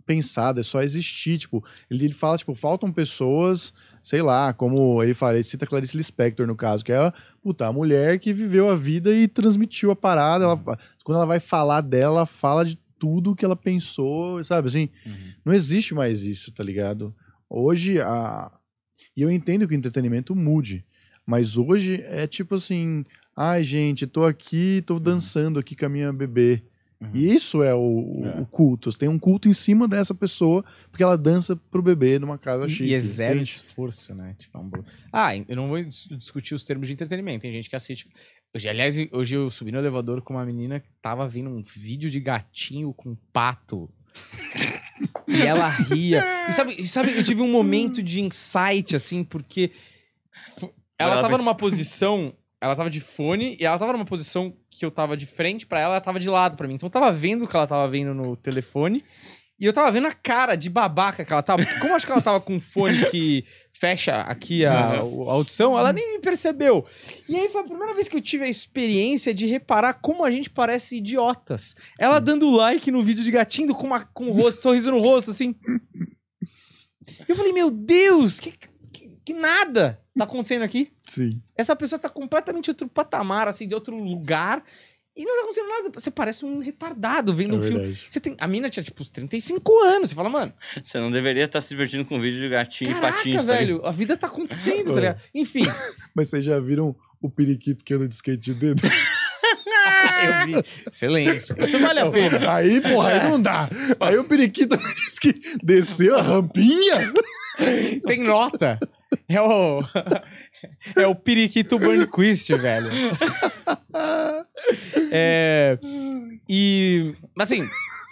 [SPEAKER 3] pensado, é só existir, tipo, ele, ele fala, tipo, faltam pessoas, sei lá, como ele fala, ele cita Clarice Lispector no caso, que é a, puta, a mulher que viveu a vida e transmitiu a parada, ela, quando ela vai falar dela, ela fala de tudo que ela pensou, sabe, assim, não existe mais isso, tá ligado? Hoje, a... e eu entendo que o entretenimento mude, mas hoje é tipo assim, ai gente, tô aqui, tô dançando aqui com a minha bebê.
[SPEAKER 2] Uhum.
[SPEAKER 3] E isso é o,
[SPEAKER 2] É.
[SPEAKER 3] o culto. Tem um culto em cima dessa pessoa, porque ela dança pro bebê numa casa
[SPEAKER 2] E-
[SPEAKER 3] chique.
[SPEAKER 2] e é zero
[SPEAKER 3] entende?
[SPEAKER 2] esforço, né? Tipo, é um blo- Ah, eu não vou dis- discutir os termos de entretenimento. Tem gente que assiste. Hoje, aliás, hoje eu subi no elevador com uma menina que tava vendo um vídeo de gatinho com pato. e ela ria. E sabe, e sabe, eu tive um momento de insight, assim, porque fu- ela,
[SPEAKER 4] Ela
[SPEAKER 2] tava
[SPEAKER 4] fez-
[SPEAKER 2] numa posição. Ela tava de fone e ela tava numa posição que eu tava de frente pra ela, ela tava de lado pra mim. Então eu tava vendo o que ela tava vendo no telefone. E eu tava vendo a cara de babaca que ela tava. Porque como eu acho que ela tava com um fone que fecha aqui a, o- a audição, ela nem me percebeu. E aí foi a primeira vez que eu tive a experiência de reparar como a gente parece idiotas. Ela dando like no vídeo de gatinho com, uma, com o rosto, sorriso no rosto, assim. Eu falei, meu Deus, que, que, que nada tá acontecendo aqui?
[SPEAKER 3] Sim.
[SPEAKER 2] Essa pessoa tá completamente outro patamar, assim, de outro lugar. E não tá acontecendo nada. Você parece um retardado vendo
[SPEAKER 3] É
[SPEAKER 2] um filme.
[SPEAKER 3] verdade.
[SPEAKER 2] Você tem, a mina tinha, tipo, uns 35 anos. Você fala, mano,
[SPEAKER 4] Você não deveria estar se divertindo com vídeo de gatinho e
[SPEAKER 2] caraca,
[SPEAKER 4] patins, tá ligado?
[SPEAKER 2] velho, a vida tá acontecendo, tá ligado? Enfim,
[SPEAKER 3] Mas vocês já viram o periquito que anda de skate de dedo?
[SPEAKER 2] eu vi. Excelente. Isso vale a pena.
[SPEAKER 3] aí, porra, aí não dá. Aí o periquito anda de skate. Desceu a rampinha?
[SPEAKER 2] Tem nota. É o... [laughs] É o periquito Burnquist, velho. É... E... Mas assim,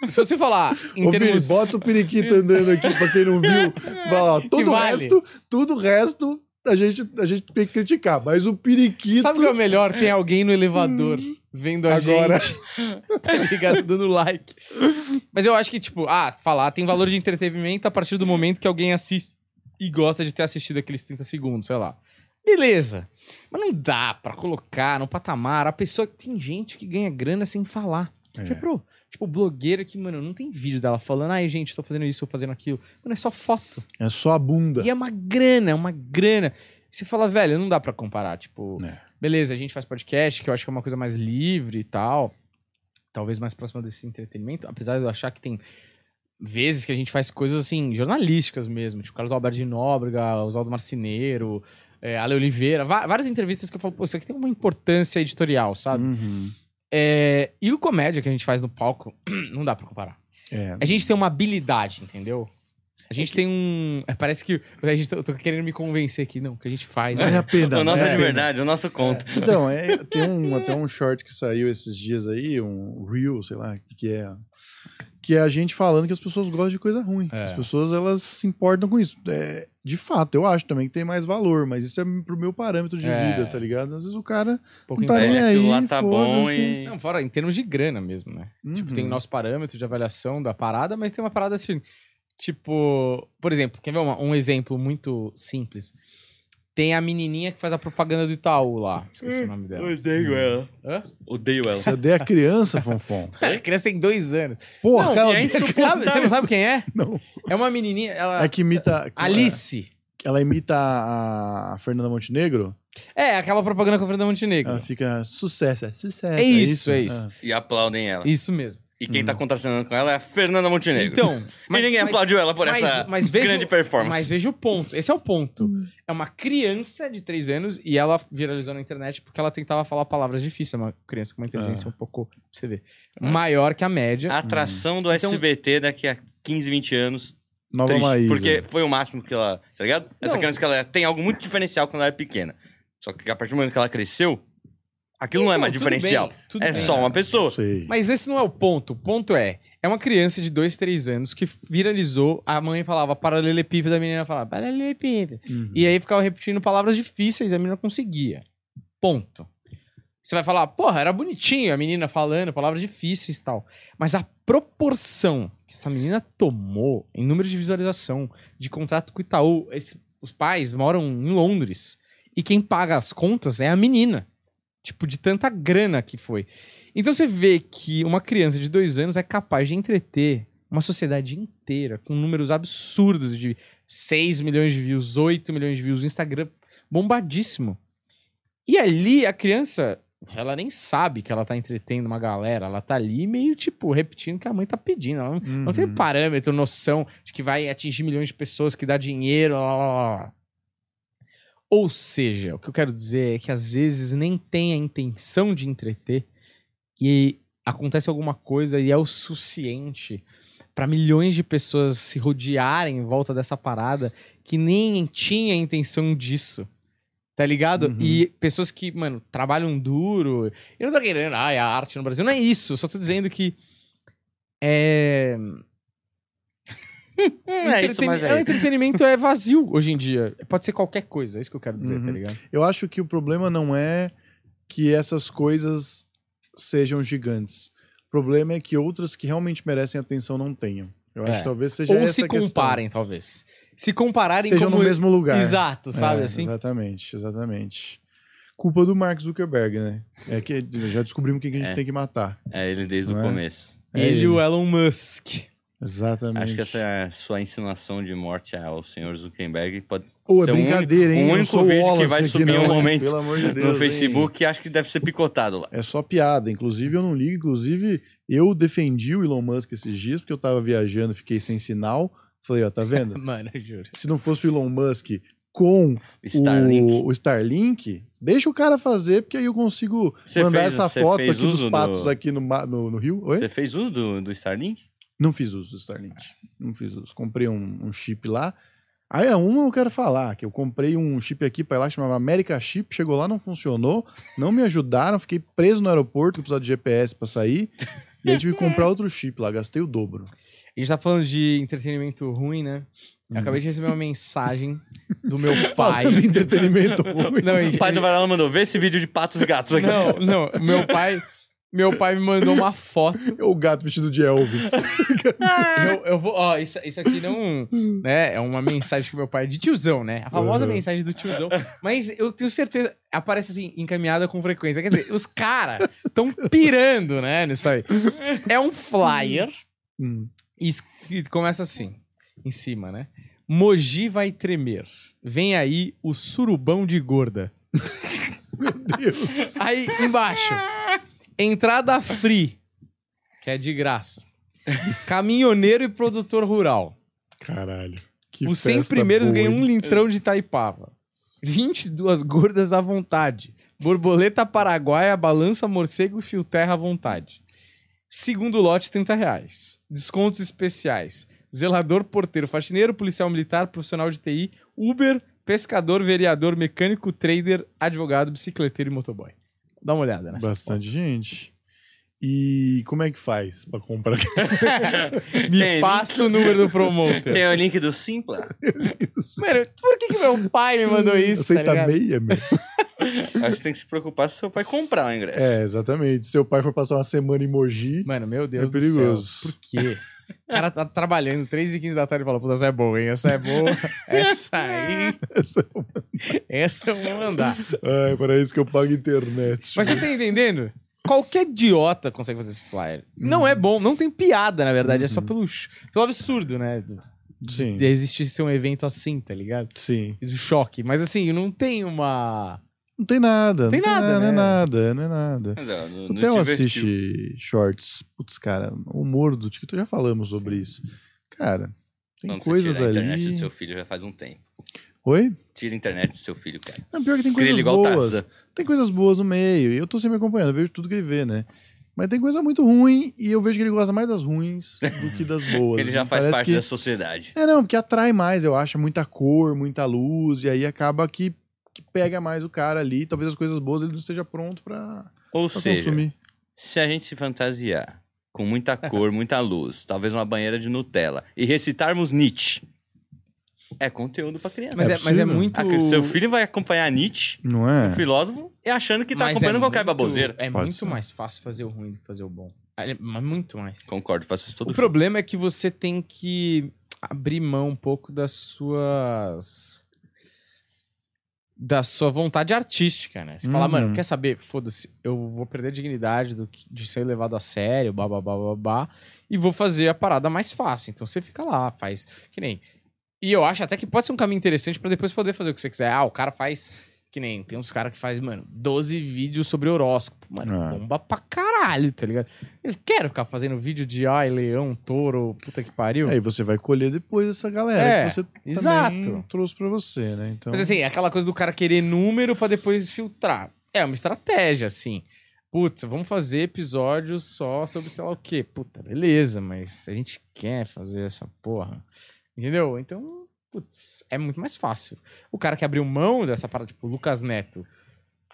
[SPEAKER 2] se você falar em
[SPEAKER 3] Ô, Vini,
[SPEAKER 2] termos...
[SPEAKER 3] bota o periquito andando aqui pra quem
[SPEAKER 2] [laughs]
[SPEAKER 3] não viu. Vai lá, todo o
[SPEAKER 2] vale.
[SPEAKER 3] resto, tudo o resto a gente, a gente tem que criticar. Mas o periquito.
[SPEAKER 2] Sabe o que é o melhor? Tem alguém no elevador vendo a
[SPEAKER 3] Agora.
[SPEAKER 2] gente. [laughs] Tá ligado? Dando like. Mas eu acho que, tipo, ah, falar tem valor de entretenimento a partir do momento que alguém assiste e gosta de ter assistido aqueles 30 segundos, sei lá. Beleza. Mas não dá pra colocar no patamar a pessoa que tem gente que ganha grana sem falar.
[SPEAKER 3] É.
[SPEAKER 2] Tipo, tipo, blogueira que, mano, não tem vídeo dela falando, ai, gente, tô fazendo isso, tô fazendo aquilo. Mano, é só foto.
[SPEAKER 3] É só a bunda.
[SPEAKER 2] E é uma grana, é uma grana. Você fala, velho, não dá pra comparar. Tipo,
[SPEAKER 3] É.
[SPEAKER 2] beleza, a gente faz podcast, que eu acho que é uma coisa mais livre e tal. Talvez mais próxima desse entretenimento. Apesar de eu achar que tem vezes que a gente faz coisas, assim, jornalísticas mesmo. Tipo, Carlos Alberto de Nóbrega, Oswaldo Marceneiro, é, Ale Oliveira. va- várias entrevistas que eu falo, pô, isso aqui tem uma importância editorial, sabe?
[SPEAKER 3] Uhum.
[SPEAKER 2] É, e o comédia que a gente faz no palco, [clears throat] não dá pra comparar.
[SPEAKER 3] É.
[SPEAKER 2] A gente tem uma habilidade, entendeu? A gente tem um. é, Parece que. A gente, eu tô querendo me convencer aqui, não, que a gente faz.
[SPEAKER 3] Vale
[SPEAKER 2] né?
[SPEAKER 3] a pena.
[SPEAKER 4] [laughs] O nosso
[SPEAKER 3] vale
[SPEAKER 4] é
[SPEAKER 3] a
[SPEAKER 4] de
[SPEAKER 3] pena.
[SPEAKER 4] verdade, o nosso conto.
[SPEAKER 3] Então, é, tem um, até um short que saiu esses dias aí, um reel, sei lá, que, que é que é a gente falando que as pessoas gostam de coisa ruim.
[SPEAKER 2] É.
[SPEAKER 3] As pessoas, elas se importam com isso. É, de fato, eu acho também que tem mais valor, mas isso é pro meu parâmetro de
[SPEAKER 2] É.
[SPEAKER 3] vida, tá ligado? Às vezes o cara
[SPEAKER 2] Um pouco
[SPEAKER 3] não tá
[SPEAKER 2] em-
[SPEAKER 3] nem
[SPEAKER 4] É,
[SPEAKER 3] aí,
[SPEAKER 4] aquilo lá tá bom
[SPEAKER 3] foda-se.
[SPEAKER 4] e.
[SPEAKER 2] Não, fora em termos de grana mesmo, né? Tipo, tem
[SPEAKER 3] é- Uhum.
[SPEAKER 2] nosso parâmetro de avaliação da parada, mas tem uma parada assim. Tipo, por exemplo, quer ver uma- um exemplo muito simples? Tem a menininha que faz a propaganda do Itaú lá. Esqueci o nome dela.
[SPEAKER 4] odeio ela.
[SPEAKER 2] Hã?
[SPEAKER 4] Odeio ela.
[SPEAKER 3] Você odeia a
[SPEAKER 2] [laughs]
[SPEAKER 3] criança, Fonfon.
[SPEAKER 2] A criança tem dois anos.
[SPEAKER 3] Porra,
[SPEAKER 2] Não,
[SPEAKER 3] cara,
[SPEAKER 4] e é
[SPEAKER 3] [laughs] odeia-
[SPEAKER 4] isso-
[SPEAKER 2] Sabe- você não sabe quem é?
[SPEAKER 3] Não.
[SPEAKER 2] É uma menininha. Ela,
[SPEAKER 3] É que imita.
[SPEAKER 2] [laughs] Alice.
[SPEAKER 3] Ela imita a a Fernanda Montenegro.
[SPEAKER 2] É, aquela propaganda com a Fernanda Montenegro.
[SPEAKER 3] Ela fica sucesso, é sucesso.
[SPEAKER 2] É isso, é isso.
[SPEAKER 4] E aplaudem ela.
[SPEAKER 2] Isso mesmo.
[SPEAKER 4] E quem tá contracenando com ela é a Fernanda Montenegro.
[SPEAKER 2] Hum. Então.
[SPEAKER 4] [laughs] e ninguém aplaudiu ela por
[SPEAKER 2] mas-
[SPEAKER 4] essa
[SPEAKER 2] mas veja-
[SPEAKER 4] grande performance.
[SPEAKER 2] Mas veja o ponto. Esse é o ponto. É uma criança de 3 anos e ela viralizou na internet porque ela tentava falar palavras difíceis. É uma criança com uma
[SPEAKER 4] Ah.
[SPEAKER 2] inteligência um pouco, pra você ver, maior que a média.
[SPEAKER 4] A atração do
[SPEAKER 2] Então-
[SPEAKER 4] SBT daqui a 15, 20 anos.
[SPEAKER 3] Nova
[SPEAKER 4] triste,
[SPEAKER 3] Maísa.
[SPEAKER 4] porque foi o máximo que ela. Tá ligado? Essa
[SPEAKER 2] Não.
[SPEAKER 4] criança que ela tem algo muito diferencial quando ela é pequena. Só que a partir do momento que ela cresceu, aquilo não, é
[SPEAKER 2] Não,
[SPEAKER 4] mais
[SPEAKER 2] tudo
[SPEAKER 4] diferencial.
[SPEAKER 2] bem, tudo
[SPEAKER 4] é
[SPEAKER 2] bem.
[SPEAKER 4] só uma pessoa.
[SPEAKER 3] Sei.
[SPEAKER 2] Mas esse não é o ponto. O ponto é, é uma criança de 2, 3 anos que viralizou, a mãe falava paralelepípedo, a menina falava paralelepípedo.
[SPEAKER 3] Uhum.
[SPEAKER 2] E aí ficava repetindo palavras difíceis, a menina conseguia. Ponto. Você vai falar, porra, era bonitinho a menina falando palavras difíceis e tal. Mas a proporção que essa menina tomou em número de visualização, de contrato com o Itaú, esse- os pais moram em Londres e quem paga as contas é a menina. Tipo, de tanta grana que foi. Então você vê que uma criança de dois anos é capaz de entreter uma sociedade inteira com números absurdos de 6 milhões de views, 8 milhões de views, o Instagram bombadíssimo. E ali a criança, ela nem sabe que ela tá entretendo uma galera, ela tá ali meio tipo repetindo o que a mãe tá pedindo, ela não, não tem
[SPEAKER 3] Uhum.
[SPEAKER 2] parâmetro, noção de que vai atingir milhões de pessoas, que dá dinheiro, lá, lá, lá, lá. Ou seja, o que eu quero dizer é que às vezes nem tem a intenção de entreter e acontece alguma coisa e é o suficiente para milhões de pessoas se rodearem em volta dessa parada que nem tinha a intenção disso. Tá ligado?
[SPEAKER 3] Uhum.
[SPEAKER 2] E pessoas que, mano, trabalham duro. Eu não tô querendo, ai, a arte no Brasil. Não é isso. Eu só tô dizendo que. É.
[SPEAKER 4] Hum, é isso,
[SPEAKER 2] Entreteni-
[SPEAKER 4] mas
[SPEAKER 2] é, O
[SPEAKER 4] é.
[SPEAKER 2] entretenimento é vazio hoje em dia. Pode ser qualquer coisa, é isso que eu quero dizer,
[SPEAKER 3] Uhum.
[SPEAKER 2] tá ligado?
[SPEAKER 3] Eu acho que o problema não é que essas coisas sejam gigantes. O problema é que outras que realmente merecem atenção não tenham. Eu acho
[SPEAKER 2] É.
[SPEAKER 3] que talvez seja
[SPEAKER 2] Ou
[SPEAKER 3] essa
[SPEAKER 2] se
[SPEAKER 3] a questão.
[SPEAKER 2] comparem, talvez. Se compararem
[SPEAKER 3] Estejam
[SPEAKER 2] como.
[SPEAKER 3] no mesmo lugar.
[SPEAKER 2] Exato, sabe?
[SPEAKER 3] É,
[SPEAKER 2] assim?
[SPEAKER 3] Exatamente, exatamente. Culpa do Mark Zuckerberg, né? É que já descobrimos quem que a gente
[SPEAKER 4] É.
[SPEAKER 3] tem que matar.
[SPEAKER 4] É ele desde
[SPEAKER 3] Não
[SPEAKER 4] o
[SPEAKER 3] é?
[SPEAKER 4] começo.
[SPEAKER 3] É
[SPEAKER 2] ele e o Elon Musk. [laughs]
[SPEAKER 3] Exatamente.
[SPEAKER 4] Acho que essa é a sua insinuação de morte ao senhor Zuckerberg pode
[SPEAKER 3] Ô, é
[SPEAKER 4] ser um único-
[SPEAKER 3] brincadeira, hein?
[SPEAKER 4] um
[SPEAKER 3] Eu não
[SPEAKER 4] único
[SPEAKER 3] sou
[SPEAKER 4] vídeo que
[SPEAKER 3] Wallace
[SPEAKER 4] vai
[SPEAKER 3] aqui,
[SPEAKER 4] subir
[SPEAKER 3] não,
[SPEAKER 4] um
[SPEAKER 3] hein?
[SPEAKER 4] momento
[SPEAKER 3] Pelo amor de Deus,
[SPEAKER 4] no
[SPEAKER 3] hein?
[SPEAKER 4] Facebook, acho que deve ser picotado lá.
[SPEAKER 3] É só piada. Inclusive, eu não ligo. Inclusive, eu defendi o Elon Musk esses dias, porque eu tava viajando, fiquei sem sinal. Falei, ó, tá
[SPEAKER 4] [laughs]
[SPEAKER 3] vendo?
[SPEAKER 2] Mano, eu juro.
[SPEAKER 3] Se não fosse o Elon Musk com
[SPEAKER 4] Starlink.
[SPEAKER 3] O, o Starlink, deixa o cara fazer, porque aí eu consigo
[SPEAKER 4] Você
[SPEAKER 3] mandar
[SPEAKER 4] fez-
[SPEAKER 3] essa
[SPEAKER 4] você
[SPEAKER 3] foto
[SPEAKER 4] fez
[SPEAKER 3] aqui dos
[SPEAKER 4] uso
[SPEAKER 3] patos
[SPEAKER 4] do-
[SPEAKER 3] aqui no, ma- no, no Rio. Oi?
[SPEAKER 4] Você fez uso do, do Starlink?
[SPEAKER 3] Não fiz uso do Starlink. Não fiz uso. Comprei um, um chip lá. Aí a uma eu quero falar, que eu comprei um chip aqui pra ir lá, chamava America Chip, chegou lá, não funcionou, não me ajudaram, fiquei preso no aeroporto, precisava de GPS pra sair, e aí tive que comprar outro chip lá, gastei o dobro.
[SPEAKER 2] A gente tá falando de entretenimento ruim, né? Eu
[SPEAKER 3] Hum.
[SPEAKER 2] acabei de receber uma mensagem do
[SPEAKER 3] [laughs]
[SPEAKER 2] meu pai.
[SPEAKER 3] Falando em
[SPEAKER 4] [laughs]
[SPEAKER 3] entretenimento ruim.
[SPEAKER 2] Não,
[SPEAKER 4] O
[SPEAKER 2] ele-
[SPEAKER 4] pai do Varela mandou ver esse vídeo de patos e gatos aqui.
[SPEAKER 2] não, não, meu pai, meu pai me mandou uma foto.
[SPEAKER 3] O gato vestido de
[SPEAKER 4] [laughs]
[SPEAKER 3] Elvis.
[SPEAKER 2] Eu, eu vou, ó, isso, isso aqui não, né, é uma mensagem que meu pai de tiozão, né? A famosa
[SPEAKER 3] Uhum.
[SPEAKER 2] mensagem do tiozão, mas eu tenho certeza aparece assim encaminhada com frequência. Quer dizer, os caras tão pirando, né, nisso aí. É um flyer
[SPEAKER 3] Hum.
[SPEAKER 2] E escrito- começa assim, em cima, né? Mogi vai tremer. Vem aí o surubão de gorda.
[SPEAKER 3] Deus.
[SPEAKER 2] Aí embaixo. Entrada free, que é de graça. Caminhoneiro e produtor rural.
[SPEAKER 3] Caralho. Que
[SPEAKER 2] Os 100
[SPEAKER 3] festa
[SPEAKER 2] primeiros
[SPEAKER 3] boa,
[SPEAKER 2] ganham
[SPEAKER 3] hein?
[SPEAKER 2] um litrão de Taipava. 22 gordas à vontade. Borboleta paraguaia, balança morcego e fio terra à vontade. Segundo lote, 30 reais. Descontos especiais. Zelador, porteiro, faxineiro, policial militar, profissional de TI, Uber, pescador, vereador, mecânico, trader, advogado, bicicleteiro e motoboy. Dá uma olhada
[SPEAKER 4] um-
[SPEAKER 2] nessa
[SPEAKER 3] Bastante gente. E como é que faz pra comprar?
[SPEAKER 2] foto. Me
[SPEAKER 4] Tem
[SPEAKER 2] passa o número do promoter.
[SPEAKER 3] [laughs]
[SPEAKER 4] Tem o link do Simpla.
[SPEAKER 2] Mano, por que, que meu pai me mandou isso? tá
[SPEAKER 3] Hum. Aceita
[SPEAKER 2] ligado?
[SPEAKER 3] meia, meu?
[SPEAKER 4] Acho que você tem que se preocupar se seu pai comprar o ingresso.
[SPEAKER 3] É, exatamente. Se Seu pai for passar uma semana em Mogi. [laughs]
[SPEAKER 2] Mano, meu Deus
[SPEAKER 3] É perigoso.
[SPEAKER 2] do céu. Por quê? O cara tá trabalhando 3 e 15 da tarde e fala: Puta, essa é boa, hein? Essa é
[SPEAKER 3] [laughs]
[SPEAKER 2] boa. Essa aí. essa eu vou mandar.
[SPEAKER 3] Ai, para isso que eu pago internet.
[SPEAKER 2] Mas você tá entendendo? Qualquer idiota consegue fazer esse flyer. Não é bom, não tem piada, na verdade. É só pelo, ch- pelo absurdo, né?
[SPEAKER 3] Uhum. Sim,
[SPEAKER 2] De existir ser um evento assim, tá ligado?
[SPEAKER 3] sim.
[SPEAKER 2] Do choque. Mas assim, não tem uma.
[SPEAKER 3] Não tem nada.
[SPEAKER 2] Tem
[SPEAKER 3] não
[SPEAKER 2] nada,
[SPEAKER 3] Não é
[SPEAKER 2] né?
[SPEAKER 3] nada, não é nada.
[SPEAKER 4] Mas, ó, no-
[SPEAKER 3] Até eu
[SPEAKER 4] nos divertiu.
[SPEAKER 3] Então, assiste shorts. Putz, cara, o humor do TikTok, já falamos sobre isso. Cara, tem
[SPEAKER 4] Quando você
[SPEAKER 3] coisas
[SPEAKER 4] tira a internet
[SPEAKER 3] ali...
[SPEAKER 4] do seu filho já faz um tempo.
[SPEAKER 3] Oi?
[SPEAKER 4] Tira a internet do seu filho, cara.
[SPEAKER 3] Não, pior que tem
[SPEAKER 4] Cria
[SPEAKER 3] coisas
[SPEAKER 4] ele igual
[SPEAKER 3] boas.
[SPEAKER 4] Tarzan.
[SPEAKER 3] Tem coisas boas no meio. E eu tô sempre acompanhando, eu vejo tudo que ele vê, né? Mas tem coisa muito ruim e eu vejo que ele gosta mais das ruins do que
[SPEAKER 4] [laughs]
[SPEAKER 3] das boas.
[SPEAKER 4] Ele já
[SPEAKER 3] assim,
[SPEAKER 4] faz
[SPEAKER 3] parece
[SPEAKER 4] parte
[SPEAKER 3] que...
[SPEAKER 4] da sociedade.
[SPEAKER 3] É, não, porque atrai mais, eu acho, é muita cor, muita luz, e aí acaba que, que pega mais o cara ali. Talvez as coisas boas ele não esteja pronto pra,
[SPEAKER 4] Ou
[SPEAKER 3] pra
[SPEAKER 4] seja,
[SPEAKER 3] consumir.
[SPEAKER 4] se a gente se fantasiar com
[SPEAKER 3] [laughs]
[SPEAKER 4] muita cor, muita luz, talvez uma banheira de Nutella e recitarmos Nietzsche, é conteúdo pra criança.
[SPEAKER 2] Mas é, mas é
[SPEAKER 3] possível.
[SPEAKER 2] muito.
[SPEAKER 4] Ah, que o seu filho vai acompanhar Nietzsche,
[SPEAKER 3] Não
[SPEAKER 4] o
[SPEAKER 3] é?
[SPEAKER 4] filósofo, e achando que tá
[SPEAKER 2] Mas
[SPEAKER 4] acompanhando
[SPEAKER 2] é
[SPEAKER 4] qualquer
[SPEAKER 2] muito-
[SPEAKER 4] baboseira.
[SPEAKER 2] É
[SPEAKER 3] Pode
[SPEAKER 2] muito
[SPEAKER 3] ser.
[SPEAKER 2] mais fácil fazer o ruim do que fazer o bom. É, Mas muito mais.
[SPEAKER 4] Concordo, faço isso todo
[SPEAKER 2] O
[SPEAKER 4] jogo.
[SPEAKER 2] problema é que você tem que abrir mão um pouco das suas. Da sua vontade artística, né? Você fala,
[SPEAKER 3] Uhum.
[SPEAKER 2] mano, quer saber? Foda-se, eu vou perder a dignidade do que- de ser levado a sério, babá, babá, e vou fazer a parada mais fácil. Então você fica lá, faz. Que nem. E eu acho até que pode ser um caminho interessante pra depois poder fazer o que você quiser. Ah, o cara faz. Que nem tem uns caras que faz, mano, 12 vídeos sobre horóscopo. Mano,
[SPEAKER 3] Ah.
[SPEAKER 2] bomba pra caralho, tá ligado? Eu quero ficar fazendo vídeo de ai, leão, touro, puta que pariu.
[SPEAKER 3] Aí você vai colher depois essa galera
[SPEAKER 2] É,
[SPEAKER 3] que você também
[SPEAKER 2] exato.
[SPEAKER 3] trouxe pra você, né? Então,
[SPEAKER 2] Mas assim, aquela coisa do cara querer número pra depois filtrar. É uma estratégia, assim. Putz, vamos fazer episódios só sobre sei lá o quê. Puta, beleza, mas a gente quer fazer essa porra. Entendeu? Então, putz, é muito mais fácil. O cara que abriu mão dessa parada, tipo, Lucas Neto.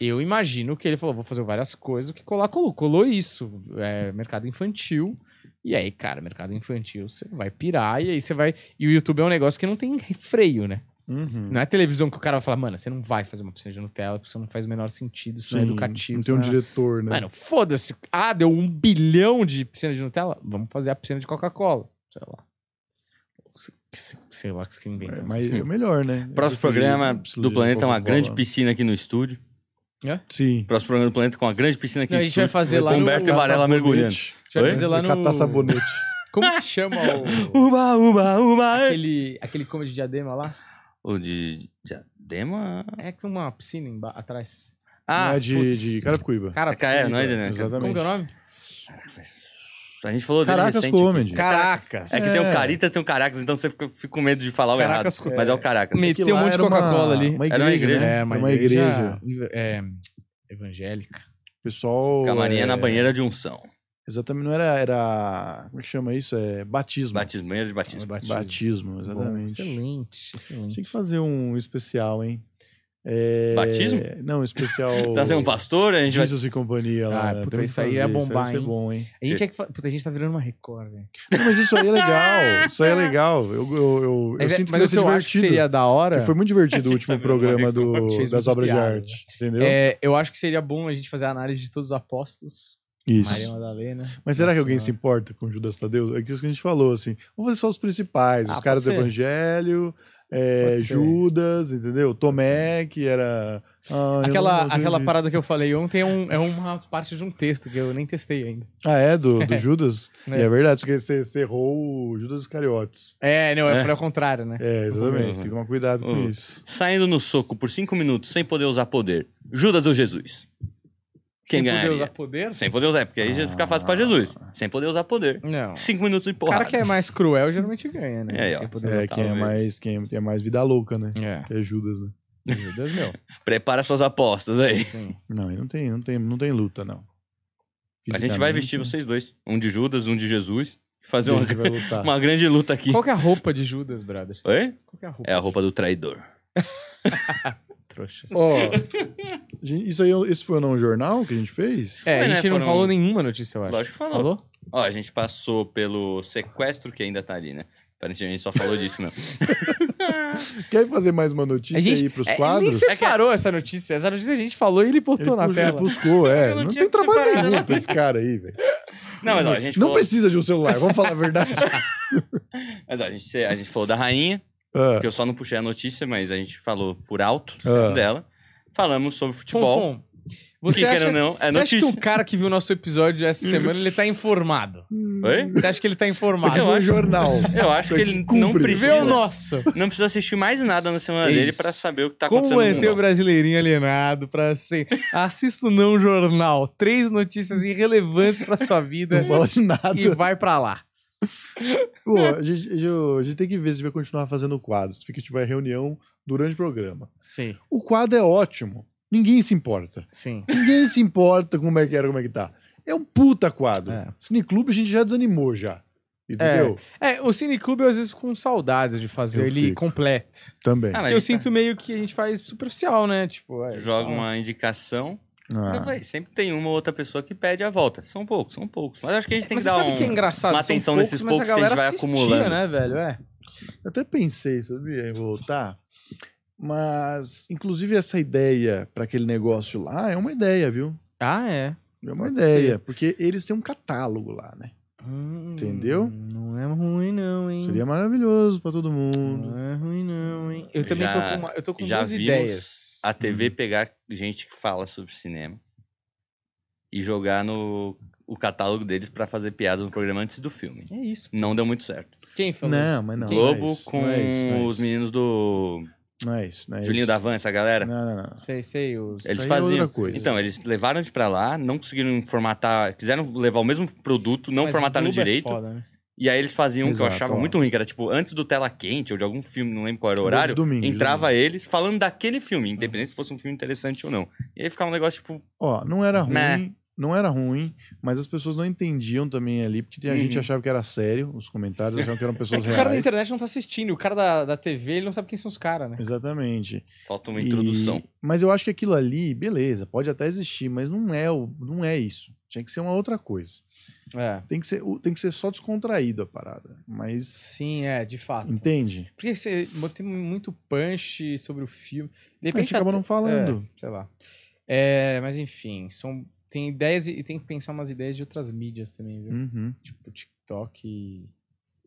[SPEAKER 2] Eu imagino que ele falou, vou fazer várias coisas, o que colar, colou, colou isso. É, mercado infantil. E aí, cara, mercado infantil, você vai pirar, e aí você vai. E o YouTube é um negócio que não tem [laughs] freio, né?
[SPEAKER 4] assim,
[SPEAKER 3] uhum.
[SPEAKER 2] Não é televisão que o cara vai falar, mano, você não vai fazer uma piscina de Nutella, porque isso não faz o menor sentido, isso não é
[SPEAKER 3] Sim,
[SPEAKER 2] educativo.
[SPEAKER 3] Não
[SPEAKER 2] isso
[SPEAKER 3] tem um
[SPEAKER 2] não é-
[SPEAKER 3] diretor, né?
[SPEAKER 2] Mano, foda-se. Ah, deu um bilhão de piscina de Nutella? Vamos fazer a piscina de Coca-Cola. Sei lá. Se- Sei lá que se inventa.
[SPEAKER 3] É, mas é melhor, né? Eu
[SPEAKER 4] Próximo
[SPEAKER 3] prefiro
[SPEAKER 4] programa
[SPEAKER 3] piscina
[SPEAKER 4] do
[SPEAKER 3] de
[SPEAKER 4] Planeta é uma
[SPEAKER 3] Coca-Cola.
[SPEAKER 4] grande piscina aqui no estúdio.
[SPEAKER 3] Sim.
[SPEAKER 4] Próximo programa do Planeta com uma grande piscina aqui
[SPEAKER 2] Não, a
[SPEAKER 4] no
[SPEAKER 2] gente vai
[SPEAKER 4] estúdio.
[SPEAKER 2] fazer lá
[SPEAKER 4] com
[SPEAKER 2] no...
[SPEAKER 4] Humberto e Varela mergulhando.
[SPEAKER 2] a gente vai
[SPEAKER 4] Oi?
[SPEAKER 2] fazer lá no...
[SPEAKER 3] Catar sabonete.
[SPEAKER 2] Como que chama
[SPEAKER 3] [laughs]
[SPEAKER 2] o...
[SPEAKER 4] Uba, uba, uba.
[SPEAKER 2] aquele, aquele comedy de diadema lá?
[SPEAKER 4] O de Diadema?
[SPEAKER 2] É que tem uma piscina emba- atrás.
[SPEAKER 4] Ah,
[SPEAKER 3] Não é de,
[SPEAKER 4] putz.
[SPEAKER 3] de Carapicuíba.
[SPEAKER 2] Cara,
[SPEAKER 4] Cara, é, nós, né?
[SPEAKER 3] Exatamente.
[SPEAKER 2] como que é o nome?
[SPEAKER 4] A gente falou dele
[SPEAKER 3] Caracas
[SPEAKER 4] recente. aqui.
[SPEAKER 3] Comedy.
[SPEAKER 2] Caracas.
[SPEAKER 4] É que tem o
[SPEAKER 3] É.
[SPEAKER 4] Caritas, tem o Caracas, então você fica, fica com medo de falar o
[SPEAKER 2] Caracas
[SPEAKER 4] errado.
[SPEAKER 2] com-
[SPEAKER 4] Mas é o Caracas.
[SPEAKER 2] Me-
[SPEAKER 3] Que
[SPEAKER 2] tem um
[SPEAKER 3] lá
[SPEAKER 2] monte de
[SPEAKER 3] era uma-
[SPEAKER 2] Coca-cola ali.
[SPEAKER 3] Uma
[SPEAKER 4] Era uma
[SPEAKER 3] igreja,
[SPEAKER 4] igreja.
[SPEAKER 3] né?
[SPEAKER 2] É, uma,
[SPEAKER 3] Era uma igreja.
[SPEAKER 2] igreja é, evangélica.
[SPEAKER 3] Pessoal.
[SPEAKER 4] Camarinha
[SPEAKER 3] é,
[SPEAKER 4] na banheira de unção.
[SPEAKER 3] Exatamente, não era, era. Como é que chama isso? É batismo.
[SPEAKER 4] Batismo, banheira de batismo.
[SPEAKER 2] Batismo.
[SPEAKER 3] Batismo,
[SPEAKER 2] Bom,
[SPEAKER 3] exatamente.
[SPEAKER 2] excelente, excelente.
[SPEAKER 3] Tinha que fazer um especial, hein? É,
[SPEAKER 4] Batismo?
[SPEAKER 3] Não, um especial.
[SPEAKER 4] [laughs] Então tem um pastor, a gente vai.
[SPEAKER 3] Jesus e companhia lá.
[SPEAKER 2] Ah,
[SPEAKER 3] né?
[SPEAKER 2] puta,
[SPEAKER 3] Temos que
[SPEAKER 2] isso aí ia
[SPEAKER 3] fazer,
[SPEAKER 2] bombar,
[SPEAKER 3] isso aí ia ser
[SPEAKER 2] hein?
[SPEAKER 3] bom, hein?
[SPEAKER 2] A gente, é que fa... Puta, a gente tá virando uma Record, velho.
[SPEAKER 3] Não, mas isso aí é legal. Isso aí é legal. Eu, eu, eu,
[SPEAKER 2] Mas,
[SPEAKER 3] eu
[SPEAKER 2] é-
[SPEAKER 3] sinto
[SPEAKER 2] mas
[SPEAKER 3] que
[SPEAKER 2] o que
[SPEAKER 3] vai ser
[SPEAKER 2] eu acho que
[SPEAKER 3] divertido.
[SPEAKER 2] seria da
[SPEAKER 3] E
[SPEAKER 2] hora.
[SPEAKER 3] Foi muito divertido
[SPEAKER 2] [laughs]
[SPEAKER 3] o último programa do,
[SPEAKER 2] Tá Fez
[SPEAKER 3] das
[SPEAKER 2] muitas
[SPEAKER 3] obras
[SPEAKER 2] piadas,
[SPEAKER 3] de arte. Entendeu?
[SPEAKER 2] é, eu acho que seria bom a gente fazer a análise de todos os apóstolos.
[SPEAKER 3] Isso.
[SPEAKER 2] Maria Madalena.
[SPEAKER 3] Mas será que
[SPEAKER 2] Nossa
[SPEAKER 3] alguém se
[SPEAKER 2] Senhora.
[SPEAKER 3] importa com Judas Tadeu? É isso que a gente falou, assim. Vamos fazer só os principais:
[SPEAKER 2] Ah,
[SPEAKER 3] os caras do
[SPEAKER 2] pode ser.
[SPEAKER 3] Evangelho, é,
[SPEAKER 2] Pode ser.
[SPEAKER 3] Judas, entendeu? Tomé, que era. Ah, eu
[SPEAKER 2] Aquela,
[SPEAKER 3] não
[SPEAKER 2] aquela
[SPEAKER 3] acredito.
[SPEAKER 2] parada que eu falei ontem é, um- é uma parte de um texto que eu nem testei ainda.
[SPEAKER 3] Ah, é? Do, do Judas?
[SPEAKER 2] [laughs] É.
[SPEAKER 3] é. é verdade, só que você, você errou o Judas Iscariotes.
[SPEAKER 2] É, não, eu
[SPEAKER 4] É.
[SPEAKER 2] falei ao contrário, né?
[SPEAKER 3] É, exatamente.
[SPEAKER 4] Uhum.
[SPEAKER 3] Tem que tomar cuidado com
[SPEAKER 4] Uhum.
[SPEAKER 3] isso.
[SPEAKER 4] Saindo no soco por cinco minutos sem poder usar poder. Judas ou Jesus? Quem
[SPEAKER 2] Sem poder
[SPEAKER 4] ganharia?
[SPEAKER 2] usar poder?
[SPEAKER 4] Sem poder usar, é, porque aí já fica fácil pra Jesus. Sem poder usar poder.
[SPEAKER 2] Não.
[SPEAKER 4] Cinco minutos de
[SPEAKER 2] O
[SPEAKER 4] porrada.
[SPEAKER 2] cara que é mais cruel geralmente ganha, né?
[SPEAKER 4] É, aí, ó.
[SPEAKER 2] Sem poder
[SPEAKER 3] É,
[SPEAKER 2] votar.
[SPEAKER 3] quem é,
[SPEAKER 4] talvez.
[SPEAKER 3] mais, quem é mais vida louca, né?
[SPEAKER 2] É.
[SPEAKER 3] Que é Judas, né?
[SPEAKER 2] [laughs] Meu Deus,
[SPEAKER 4] [laughs]
[SPEAKER 2] meu.
[SPEAKER 4] Prepara suas apostas aí.
[SPEAKER 2] Sim.
[SPEAKER 3] Não, e não tem, não tem, não tem luta, não.
[SPEAKER 4] A gente vai
[SPEAKER 3] Fisicamente,
[SPEAKER 4] vestir
[SPEAKER 2] né?
[SPEAKER 4] vocês dois. Um de Judas, um de Jesus. Fazer
[SPEAKER 3] a
[SPEAKER 4] uma,
[SPEAKER 3] gente vai lutar.
[SPEAKER 4] [laughs] uma grande luta aqui.
[SPEAKER 2] Qual que é a roupa de Judas, brother?
[SPEAKER 4] Oi?
[SPEAKER 2] Qual que é a roupa?
[SPEAKER 4] É a roupa do traidor.
[SPEAKER 2] Trouxa.
[SPEAKER 3] Ó, gente, isso aí, esse foi ou não um jornal que a gente fez?
[SPEAKER 2] É,
[SPEAKER 4] Foi,
[SPEAKER 2] a
[SPEAKER 4] né?
[SPEAKER 2] gente não
[SPEAKER 4] Foram-
[SPEAKER 2] falou nenhuma notícia, eu acho.
[SPEAKER 4] Lógico que falou. Ó, a gente passou pelo sequestro que ainda tá ali, né? Aparentemente só falou disso mesmo.
[SPEAKER 2] [laughs]
[SPEAKER 3] Quer fazer mais uma notícia
[SPEAKER 2] A gente
[SPEAKER 3] aí pros
[SPEAKER 2] é, nem
[SPEAKER 3] quadros?
[SPEAKER 2] separou essa notícia. Essa notícia a gente falou e ele
[SPEAKER 3] Ele,
[SPEAKER 2] botou na
[SPEAKER 3] pu- ele
[SPEAKER 2] tela.
[SPEAKER 3] buscou, é.
[SPEAKER 4] Eu não
[SPEAKER 3] Não
[SPEAKER 4] tinha
[SPEAKER 3] tem trabalho
[SPEAKER 4] preparado.
[SPEAKER 3] nenhum pra esse cara aí, velho.
[SPEAKER 4] né? Não, mas ó, a gente
[SPEAKER 3] Não
[SPEAKER 4] falou... [laughs]
[SPEAKER 3] precisa de um celular, vamos falar a verdade.
[SPEAKER 4] Mas ó, a, gente, a gente falou da rainha,
[SPEAKER 2] É.
[SPEAKER 3] Ah,
[SPEAKER 4] que eu só não puxei a notícia, mas a gente falou por alto
[SPEAKER 3] Ah.
[SPEAKER 4] dela. Falamos sobre futebol.
[SPEAKER 2] Fonfon, você
[SPEAKER 4] que
[SPEAKER 2] acha,
[SPEAKER 4] querendo ou não, é
[SPEAKER 2] você acha que
[SPEAKER 4] notícia.
[SPEAKER 2] o cara que viu nosso episódio essa semana, ele tá informado?
[SPEAKER 4] Oi?
[SPEAKER 2] Você acha que ele tá informado?
[SPEAKER 4] eu
[SPEAKER 3] no
[SPEAKER 4] acho-
[SPEAKER 3] um jornal.
[SPEAKER 4] [laughs] Eu acho
[SPEAKER 3] Isso
[SPEAKER 4] que
[SPEAKER 3] aqui
[SPEAKER 4] ele
[SPEAKER 3] cumpre.
[SPEAKER 4] não
[SPEAKER 2] Vê o
[SPEAKER 4] precisa,
[SPEAKER 2] nosso.
[SPEAKER 4] não precisa assistir mais nada na semana
[SPEAKER 2] Isso.
[SPEAKER 4] dele pra saber o que tá
[SPEAKER 2] Como
[SPEAKER 4] acontecendo no
[SPEAKER 2] manter o
[SPEAKER 4] mundo.
[SPEAKER 2] brasileirinho alienado pra ser. Assista o Não Jornal. Três notícias irrelevantes pra sua vida [laughs]
[SPEAKER 3] Não fala de
[SPEAKER 2] e
[SPEAKER 3] nada.
[SPEAKER 2] vai pra lá.
[SPEAKER 3] Pô, a gente, a gente- a gente tem que ver se vai continuar fazendo quadros. Porque tiver é reunião durante o programa.
[SPEAKER 2] Sim,
[SPEAKER 3] O quadro é ótimo. Ninguém se importa.
[SPEAKER 2] sim.
[SPEAKER 3] Ninguém se importa como é que era, como é que tá. É um puta quadro.
[SPEAKER 2] É.
[SPEAKER 3] Cineclube a gente já desanimou já. Entendeu?
[SPEAKER 2] É, o Cineclube eu às vezes fico com saudades de fazer
[SPEAKER 3] Eu
[SPEAKER 2] ele
[SPEAKER 3] fico.
[SPEAKER 2] completo.
[SPEAKER 3] Também.
[SPEAKER 4] Ah, mas
[SPEAKER 2] Porque eu
[SPEAKER 4] a gente
[SPEAKER 2] sinto meio que a gente faz superficial, né? Tipo, é,
[SPEAKER 4] Joga
[SPEAKER 2] tá-
[SPEAKER 4] uma indicação.
[SPEAKER 3] Ah.
[SPEAKER 4] Mas, véi, sempre tem uma ou outra pessoa que pede a volta. São poucos, são poucos. Mas acho que a gente tem
[SPEAKER 2] Mas
[SPEAKER 4] que
[SPEAKER 2] você
[SPEAKER 4] dar
[SPEAKER 2] sabe
[SPEAKER 4] um...
[SPEAKER 2] que é engraçado?
[SPEAKER 4] uma
[SPEAKER 2] São
[SPEAKER 4] atenção
[SPEAKER 2] mas
[SPEAKER 4] nesses
[SPEAKER 2] a
[SPEAKER 4] poucos que a gente
[SPEAKER 2] galera
[SPEAKER 4] vai
[SPEAKER 2] assistia,
[SPEAKER 4] acumulando.
[SPEAKER 2] né, velho? É.
[SPEAKER 3] Eu até pensei, sabia, em voltar. Mas, inclusive, essa ideia para aquele negócio lá é uma ideia, viu?
[SPEAKER 2] Ah, é.
[SPEAKER 3] É uma
[SPEAKER 2] Pode
[SPEAKER 3] ideia. Porque eles têm um catálogo lá, né?
[SPEAKER 2] Hum,
[SPEAKER 3] Entendeu?
[SPEAKER 2] Não é ruim, não, hein?
[SPEAKER 3] Seria maravilhoso para todo mundo.
[SPEAKER 4] Uhum.
[SPEAKER 2] Não é ruim, não, hein? Eu também tô
[SPEAKER 4] Já-
[SPEAKER 2] com, uma, eu tô com
[SPEAKER 4] já
[SPEAKER 2] duas
[SPEAKER 4] vimos
[SPEAKER 2] ideias.
[SPEAKER 4] A TV pegar gente que fala sobre cinema e jogar no o catálogo deles pra fazer piadas no programa antes do filme.
[SPEAKER 2] É isso.
[SPEAKER 4] Não deu muito certo.
[SPEAKER 2] Quem falou
[SPEAKER 3] Não,
[SPEAKER 2] isso?
[SPEAKER 3] mas não.
[SPEAKER 2] Quem?
[SPEAKER 3] não é
[SPEAKER 4] Globo
[SPEAKER 3] isso,
[SPEAKER 4] com
[SPEAKER 3] não é isso, não é
[SPEAKER 4] os
[SPEAKER 3] isso.
[SPEAKER 4] meninos do
[SPEAKER 3] Não é isso, não é isso.
[SPEAKER 4] Julinho da Van, essa galera.
[SPEAKER 3] Não, não, não.
[SPEAKER 2] Sei, sei. Os...
[SPEAKER 4] Eles
[SPEAKER 3] aí é
[SPEAKER 4] faziam.
[SPEAKER 3] outra coisa.
[SPEAKER 4] Então, eles levaram de pra lá, não conseguiram formatar. Quiseram levar o mesmo produto, não
[SPEAKER 2] Mas
[SPEAKER 4] formataram
[SPEAKER 2] Globo é
[SPEAKER 4] direito.
[SPEAKER 2] foda, né?
[SPEAKER 4] e aí eles faziam o que
[SPEAKER 3] Exato, Tipo,
[SPEAKER 4] eu achava
[SPEAKER 3] ó.
[SPEAKER 4] muito ruim, que era tipo, antes do Tela Quente ou de algum filme, não lembro qual era o horário.
[SPEAKER 3] De domingo, de
[SPEAKER 4] entrava
[SPEAKER 2] é.
[SPEAKER 4] eles falando daquele filme, independente se fosse um filme interessante ou não. E aí ficava um negócio, tipo,
[SPEAKER 3] Ó, não era ruim,
[SPEAKER 4] Meh.
[SPEAKER 3] não era ruim, mas as pessoas não entendiam também ali, porque a gente
[SPEAKER 4] Uhum.
[SPEAKER 3] achava que era sério, os comentários achavam que eram
[SPEAKER 2] É
[SPEAKER 3] pessoas
[SPEAKER 2] que o
[SPEAKER 3] reais.
[SPEAKER 2] cara da internet não tá assistindo. O cara da, da TV, ele não sabe quem são os caras, né?
[SPEAKER 3] Exatamente.
[SPEAKER 4] falta uma
[SPEAKER 3] E-
[SPEAKER 4] introdução.
[SPEAKER 3] Mas eu acho que aquilo ali, beleza, pode até existir, mas não é, o- não é isso. Tinha que ser uma outra coisa.
[SPEAKER 2] É.
[SPEAKER 3] Tem que ser, o- tem que ser só descontraído a parada. Mas.
[SPEAKER 2] Sim, é, de fato.
[SPEAKER 3] Entende?
[SPEAKER 2] Porque você tem muito punch sobre o filme. De
[SPEAKER 3] Aí você
[SPEAKER 2] repente
[SPEAKER 3] acaba
[SPEAKER 2] até-
[SPEAKER 3] não falando.
[SPEAKER 2] É, sei lá. É, mas enfim, são, tem ideias e e tem que pensar umas ideias de outras mídias também, viu?
[SPEAKER 3] Uhum,
[SPEAKER 2] Tipo TikTok,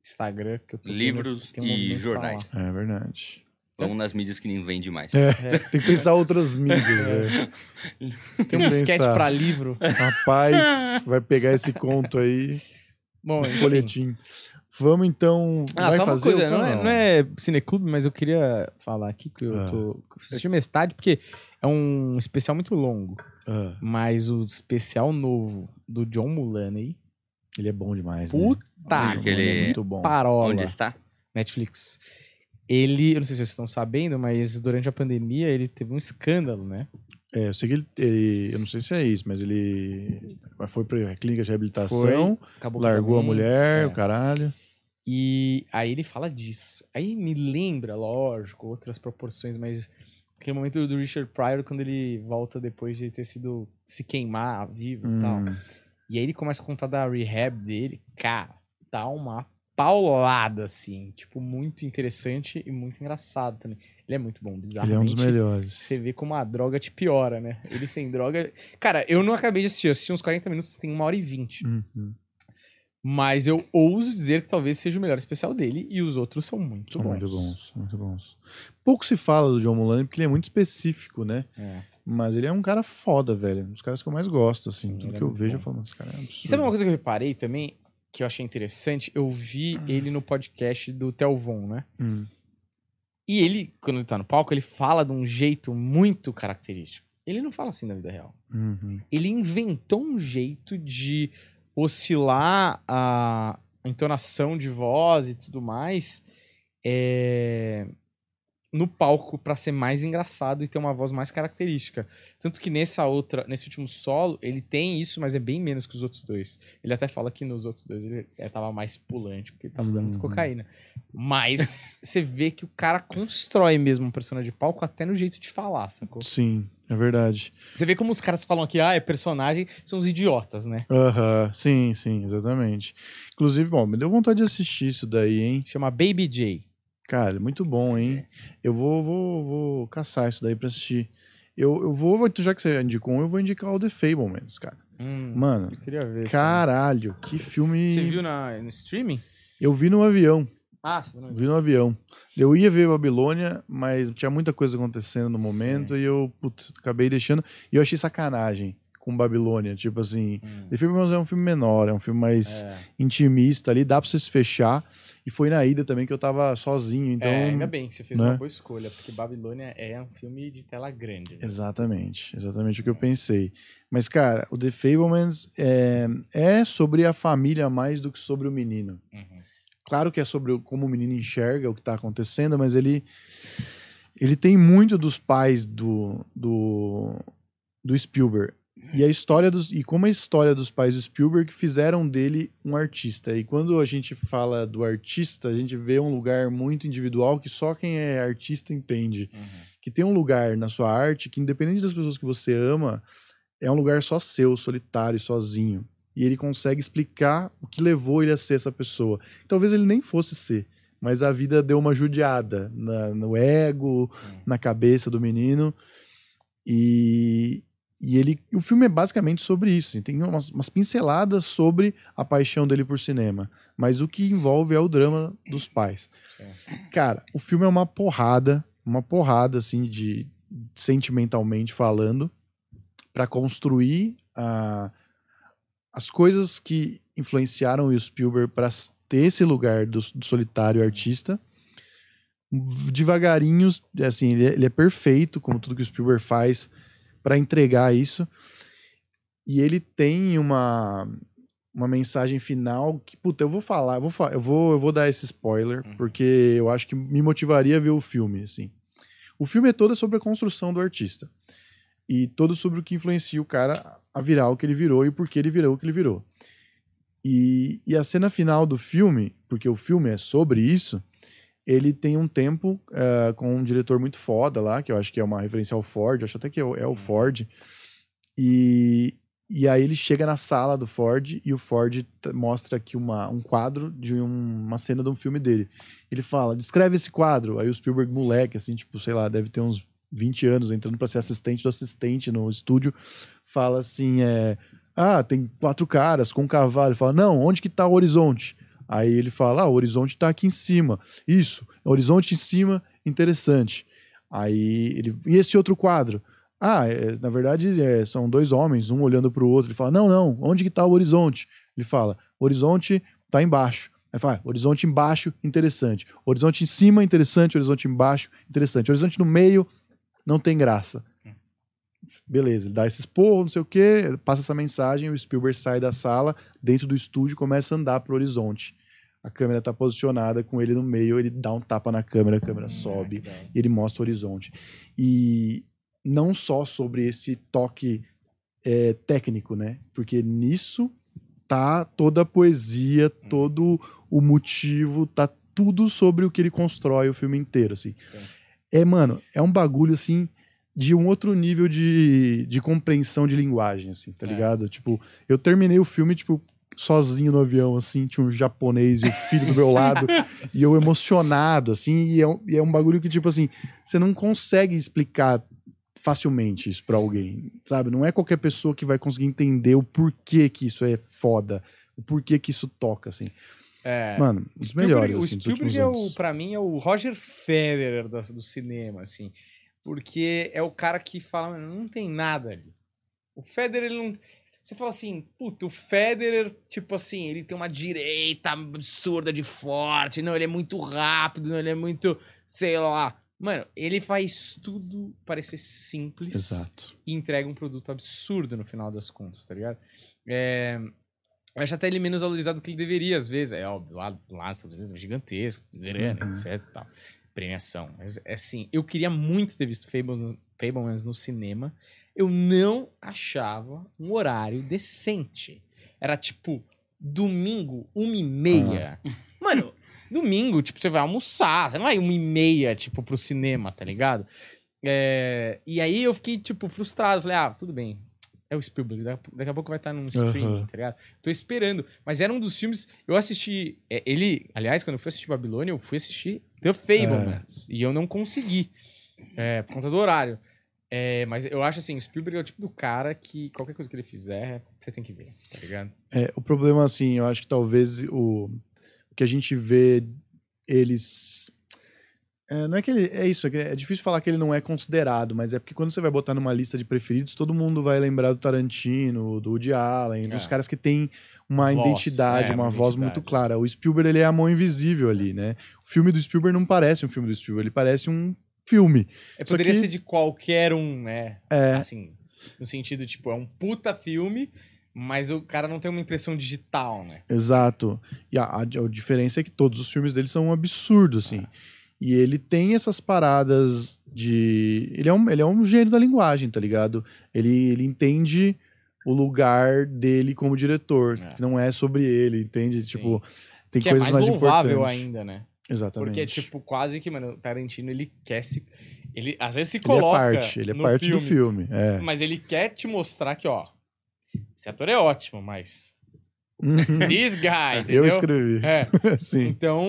[SPEAKER 2] Instagram, que eu tô vendo,
[SPEAKER 4] Livros
[SPEAKER 2] tem um monte
[SPEAKER 4] e
[SPEAKER 2] de
[SPEAKER 4] jornais.
[SPEAKER 3] é verdade.
[SPEAKER 4] Vamos nas mídias que nem vende mais.
[SPEAKER 2] falar.
[SPEAKER 3] Tem que pensar outras mídias. é.
[SPEAKER 2] [laughs] É, tem um
[SPEAKER 3] [laughs] Pensar.
[SPEAKER 2] sketch pra livro. [laughs]
[SPEAKER 3] Rapaz, vai pegar esse conto aí,
[SPEAKER 2] Bom,
[SPEAKER 3] um
[SPEAKER 2] enfim.
[SPEAKER 3] boletim. Vamos então.
[SPEAKER 2] Ah,
[SPEAKER 3] vai
[SPEAKER 2] só uma
[SPEAKER 3] fazer
[SPEAKER 2] coisa,
[SPEAKER 3] ou
[SPEAKER 2] não é, não é Cineclube, mas eu queria falar aqui que eu
[SPEAKER 3] Ah.
[SPEAKER 2] tô. assisti metade, porque é um especial muito longo.
[SPEAKER 3] Ah,
[SPEAKER 2] Mas o especial novo do John Mulaney,
[SPEAKER 3] ele é bom demais. né?
[SPEAKER 2] puta
[SPEAKER 4] Onde que ele-
[SPEAKER 3] é muito bom.
[SPEAKER 2] parola.
[SPEAKER 4] Onde está?
[SPEAKER 2] Netflix. Ele, eu não sei se vocês estão sabendo, mas durante a pandemia ele teve um escândalo, né?
[SPEAKER 3] É, eu sei que ele, ele- Eu não sei se é isso, mas ele foi pra clínica de reabilitação.
[SPEAKER 2] Acabou o
[SPEAKER 3] Largou a
[SPEAKER 2] casamento,
[SPEAKER 3] mulher,
[SPEAKER 2] um é.
[SPEAKER 3] o caralho.
[SPEAKER 2] E aí ele fala disso. Aí me lembra, lógico, outras proporções, mas aquele momento do Richard Pryor quando ele volta depois de ter sido se queimar vivo e tal.
[SPEAKER 3] Hum.
[SPEAKER 2] E aí ele começa a contar da rehab dele. Cara, tá uma paulada, assim. Tipo, muito interessante e muito engraçado também. Ele é muito bom, bizarro.
[SPEAKER 3] Ele é um dos melhores.
[SPEAKER 2] Você vê como a droga te piora, né? Ele sem droga. Cara, eu não acabei de assistir, eu assisti uns 40 minutos, tem uma hora e 20.
[SPEAKER 3] Uhum.
[SPEAKER 2] Mas eu ouso dizer que talvez seja o melhor especial dele e os outros são muito
[SPEAKER 3] São
[SPEAKER 2] bons.
[SPEAKER 3] muito bons, muito bons. Pouco se fala do John Mulaney porque ele é muito específico, né?
[SPEAKER 2] É.
[SPEAKER 3] Mas ele é um cara foda, velho. Um dos caras que eu mais gosto, assim.
[SPEAKER 2] Sim,
[SPEAKER 3] Tudo
[SPEAKER 2] ele é
[SPEAKER 3] que eu
[SPEAKER 2] muito
[SPEAKER 3] vejo, eu
[SPEAKER 2] bom.
[SPEAKER 3] falo, esse cara é um absurdo.
[SPEAKER 2] E sabe uma coisa que eu reparei também, que eu achei interessante? Eu vi ele no podcast do Telvon, né?
[SPEAKER 3] Hum.
[SPEAKER 2] E ele, quando ele tá no palco, ele fala de um jeito muito característico. Ele não fala assim na vida real.
[SPEAKER 3] Uhum.
[SPEAKER 2] Ele inventou um jeito de oscilar a entonação de voz e tudo mais é, no palco pra ser mais engraçado e ter uma voz mais característica. Tanto que nessa outra, nesse último solo, ele tem isso, mas é bem menos que os outros dois. Ele até fala que nos outros dois ele é, tava mais pulante, porque ele tava usando muito
[SPEAKER 3] Uhum.
[SPEAKER 2] cocaína. Mas [laughs] você vê que o cara constrói mesmo um personagem de palco até no jeito de falar, sacou?
[SPEAKER 3] Sim, é verdade.
[SPEAKER 2] Você vê como os caras falam aqui, ah, é personagem, são os idiotas, né?
[SPEAKER 3] Aham, sim, sim, exatamente. Inclusive, bom, me deu vontade de assistir isso daí, hein?
[SPEAKER 2] Chama Baby J.
[SPEAKER 3] Cara, muito bom, hein?
[SPEAKER 2] É.
[SPEAKER 3] Eu vou, vou, vou caçar isso daí pra assistir. Eu, eu vou, já que você indicou um, eu vou indicar o The Fablemans, cara.
[SPEAKER 2] Hum,
[SPEAKER 3] Mano,
[SPEAKER 2] eu queria ver. isso,
[SPEAKER 3] Caralho, que filme.
[SPEAKER 2] né? Você viu na, no streaming?
[SPEAKER 3] Eu vi no avião.
[SPEAKER 2] Ah, você não viu.
[SPEAKER 3] Vi no avião. Eu ia ver Babilônia, mas tinha muita coisa acontecendo no momento e eu putz, acabei deixando. E eu achei sacanagem com Babilônia. Tipo assim,
[SPEAKER 2] Hum.
[SPEAKER 3] The Fablemans é um filme menor, é um filme mais
[SPEAKER 2] É.
[SPEAKER 3] intimista ali, dá pra você se fechar. E foi na ida também que eu tava sozinho, então.
[SPEAKER 2] é, ainda bem que você fez
[SPEAKER 3] né?
[SPEAKER 2] uma boa escolha, porque Babilônia é um filme de tela grande. né?
[SPEAKER 3] Exatamente, exatamente o que eu pensei. Mas, cara, o The Fablemans é, é sobre a família mais do que sobre o menino.
[SPEAKER 2] Uhum.
[SPEAKER 3] Claro que é sobre o- como o menino enxerga o que tá acontecendo, mas ele, ele tem muito dos pais do, do, do Spielberg. E a história dos. E como a história dos pais do Spielberg fizeram dele um artista. E quando a gente fala do artista, a gente vê um lugar muito individual que só quem é artista entende que tem um lugar na sua arte que, independente das pessoas que você ama, é um lugar só seu, solitário, sozinho. E ele consegue explicar o que levou ele a ser essa pessoa. Talvez ele nem fosse ser, mas a vida deu uma judiada na- no ego,
[SPEAKER 2] Hum.
[SPEAKER 3] na cabeça do menino. E, e ele, o filme é basicamente sobre isso. assim, Tem umas, umas pinceladas sobre a paixão dele por cinema. Mas o que envolve é o drama dos pais. Cara, o filme é uma porrada, uma porrada, assim, de sentimentalmente falando, pra construir a- as coisas que influenciaram o Spielberg pra s- ter esse lugar do, do solitário artista. Devagarinho, assim, ele é, ele é perfeito, como tudo que o Spielberg faz pra entregar isso. E ele tem uma uma mensagem final que, puta, eu vou falar, eu vou, fa- eu vou, eu vou dar esse spoiler,
[SPEAKER 2] Uhum.
[SPEAKER 3] porque eu acho que me motivaria a ver o filme, assim. O filme é todo sobre a construção do artista. E todo sobre o que influencia o cara a virar o que ele virou e por que ele virou o que ele virou. E, e a cena final do filme, porque o filme é sobre isso, ele tem um tempo eh, com um diretor muito foda lá, que eu acho que é uma referência ao Ford, eu acho até que é o, é o Ford. E, e aí ele chega na sala do Ford e o Ford t- mostra aqui uma, um quadro de um- uma cena de um filme dele. Ele fala, descreve esse quadro. Aí o Spielberg, moleque, assim, tipo, sei lá, deve ter uns 20 anos, entrando pra ser assistente do assistente no estúdio, fala assim, é... Ah, tem quatro caras com um cavalo. Ele fala, não, onde que tá o horizonte? Aí ele fala, ah, o horizonte tá aqui em cima. Isso, horizonte em cima, interessante. Aí ele, e esse outro quadro? Ah, é, na verdade é, são dois homens, um olhando pro outro. Ele fala: Não, não, onde que tá o horizonte? Ele fala: "O Horizonte tá embaixo. Aí fala: "Ah, Horizonte embaixo, interessante. Horizonte em cima, interessante. Horizonte embaixo, interessante. Horizonte no meio, não tem graça. Beleza, ele dá esse esporro, não sei o quê, passa essa mensagem. O Spielberg sai da sala, dentro do estúdio, começa a andar pro horizonte. A câmera tá posicionada com ele no meio, ele dá um tapa na câmera, a câmera sobe e ele mostra o horizonte. E não só sobre esse toque é, técnico, né? Porque nisso tá toda a poesia, todo o motivo, tá tudo sobre o que ele constrói o filme inteiro, assim. É, mano, é um bagulho, assim, de um outro nível de, de compreensão de linguagem, assim, tá
[SPEAKER 2] É.
[SPEAKER 3] ligado? Tipo, eu terminei o filme, tipo, sozinho no avião, assim, tinha um japonês e o filho do meu lado,
[SPEAKER 2] [laughs]
[SPEAKER 3] e eu emocionado, assim, e é, um- e é um bagulho que, tipo assim, você não consegue explicar facilmente isso pra alguém, sabe? Não é qualquer pessoa que vai conseguir entender o porquê que isso é foda, o porquê que isso toca, assim.
[SPEAKER 2] É.
[SPEAKER 3] Mano, os
[SPEAKER 2] Spielberg-
[SPEAKER 3] melhores,
[SPEAKER 2] o
[SPEAKER 3] assim, dos últimos
[SPEAKER 2] Spielberg é o,
[SPEAKER 3] anos.
[SPEAKER 2] pra mim, é o Roger Federer do, do cinema, assim. Porque é o cara que fala, "Mano, não tem nada ali. O Federer, ele não... Você fala assim, puta, o Federer, tipo assim, ele tem uma direita absurda de forte, não, ele é muito rápido, não, ele é muito, sei lá. Mano, ele faz tudo parecer simples
[SPEAKER 3] Exato.
[SPEAKER 2] e entrega um produto absurdo no final das contas, tá ligado? É, eu acho até ele menos valorizado do que ele deveria, às vezes. É óbvio, lá, lá nos Estados Unidos é gigantesco, grana,
[SPEAKER 3] Uhum.
[SPEAKER 2] etc e tal. Premiação. Mas, é assim, eu queria muito ter visto Fables no- Fablemans no cinema. Eu não achava um horário decente. Era tipo, domingo, uma e meia. Mano, domingo, tipo, você vai almoçar, você não vai uma e meia, tipo, pro cinema, tá ligado? É, e aí eu fiquei, tipo, frustrado. Falei, ah, tudo bem. É o Spielberg, da- daqui a pouco vai estar num streaming,
[SPEAKER 3] Aham.
[SPEAKER 2] tá ligado? Tô esperando. Mas era um dos filmes. Eu assisti. é, ele, aliás, quando eu fui assistir Babilônia, eu fui assistir The
[SPEAKER 3] É.
[SPEAKER 2] Fablemans. E eu não consegui. é, por conta do horário. É, mas eu acho assim, o Spielberg é o tipo do cara que qualquer coisa que ele fizer, você tem que ver, tá ligado?
[SPEAKER 3] É, o problema, assim, eu acho que talvez o, que a gente vê eles. É, não é que ele. É isso, é, que é difícil falar que ele não é considerado, mas é porque quando você vai botar numa lista de preferidos, todo mundo vai lembrar do Tarantino, do Woody Allen, dos
[SPEAKER 2] É.
[SPEAKER 3] caras que têm uma
[SPEAKER 2] Voz,
[SPEAKER 3] identidade,
[SPEAKER 2] é,
[SPEAKER 3] uma
[SPEAKER 2] uma
[SPEAKER 3] voz
[SPEAKER 2] identidade.
[SPEAKER 3] muito clara. O Spielberg, ele é a mão invisível ali, né? O filme do Spielberg não parece um filme do Spielberg, ele parece um filme.
[SPEAKER 2] É, poderia
[SPEAKER 3] que-
[SPEAKER 2] ser de qualquer um, né?
[SPEAKER 3] É.
[SPEAKER 2] Assim, no sentido, tipo, é um puta filme, mas o cara não tem uma impressão digital, né?
[SPEAKER 3] Exato. E a, a- a diferença é que todos os filmes dele são um absurdo, assim.
[SPEAKER 2] É.
[SPEAKER 3] E ele tem essas paradas de. Ele é um, ele é um gênio da linguagem, tá ligado? Ele, ele entende o lugar dele como diretor.
[SPEAKER 2] É.
[SPEAKER 3] que Não é sobre ele, entende?
[SPEAKER 2] Sim.
[SPEAKER 3] Tipo, tem
[SPEAKER 2] que é
[SPEAKER 3] coisas
[SPEAKER 2] mais,
[SPEAKER 3] mais,
[SPEAKER 2] louvável
[SPEAKER 3] importantes.
[SPEAKER 2] ainda, né?
[SPEAKER 3] Exatamente.
[SPEAKER 2] Porque é tipo, quase que, mano, o Tarantino, ele quer se... Ele, às vezes se
[SPEAKER 3] ele é
[SPEAKER 2] coloca
[SPEAKER 3] parte, ele é
[SPEAKER 2] no
[SPEAKER 3] parte
[SPEAKER 2] filme,
[SPEAKER 3] do filme.
[SPEAKER 2] [laughs]
[SPEAKER 3] É.
[SPEAKER 2] Mas ele quer te mostrar que, ó, esse ator é ótimo,
[SPEAKER 3] [laughs]
[SPEAKER 2] mas...
[SPEAKER 3] Uhum.
[SPEAKER 2] This guy, entendeu?
[SPEAKER 3] Eu escrevi. [laughs]
[SPEAKER 2] É,
[SPEAKER 3] Sim.
[SPEAKER 2] [laughs] Então,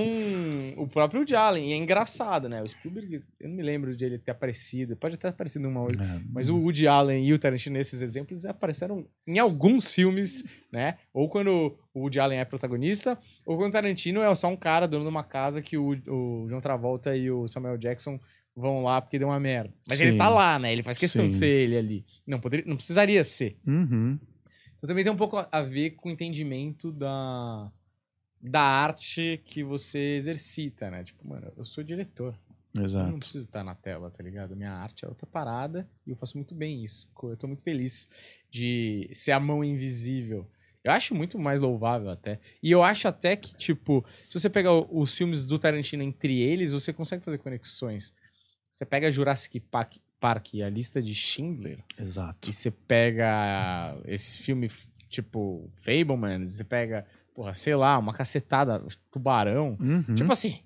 [SPEAKER 2] o próprio Woody Allen, e é engraçado, né? O Spielberg, eu não me lembro de ele ter aparecido, pode até ter aparecido uma hoje,
[SPEAKER 3] É.
[SPEAKER 2] mas o Woody Allen e o Tarantino, nesses exemplos, apareceram em alguns filmes, né? Ou quando o Woody Allen é protagonista, ou quando o Tarantino é só um cara dono de uma casa que o, o John Travolta e o Samuel Jackson vão lá porque deu uma merda. Mas ele
[SPEAKER 3] Sim.
[SPEAKER 2] tá lá, né? Ele faz questão de
[SPEAKER 3] Sim.
[SPEAKER 2] ser ele ali. Não, poderia, não precisaria ser.
[SPEAKER 3] Uhum.
[SPEAKER 2] Então também tem um pouco a ver com o entendimento da, da arte que você exercita, né? Tipo, mano, eu sou diretor, eu não
[SPEAKER 3] Exato.
[SPEAKER 2] preciso estar na tela, tá ligado? Minha arte é outra parada e eu faço muito bem isso. Co- Eu tô muito feliz de ser a mão invisível. Eu acho muito mais louvável até. E eu acho até que, tipo, se você pegar o- os filmes do Tarantino entre eles, você consegue fazer conexões. Você pega Jurassic Park, Park e a lista de Schindler,
[SPEAKER 3] Exato.
[SPEAKER 2] e você pega esse filme, tipo, Fableman, você pega, porra, sei lá, uma cacetada, tubarão.
[SPEAKER 3] Uhum.
[SPEAKER 2] Tipo assim,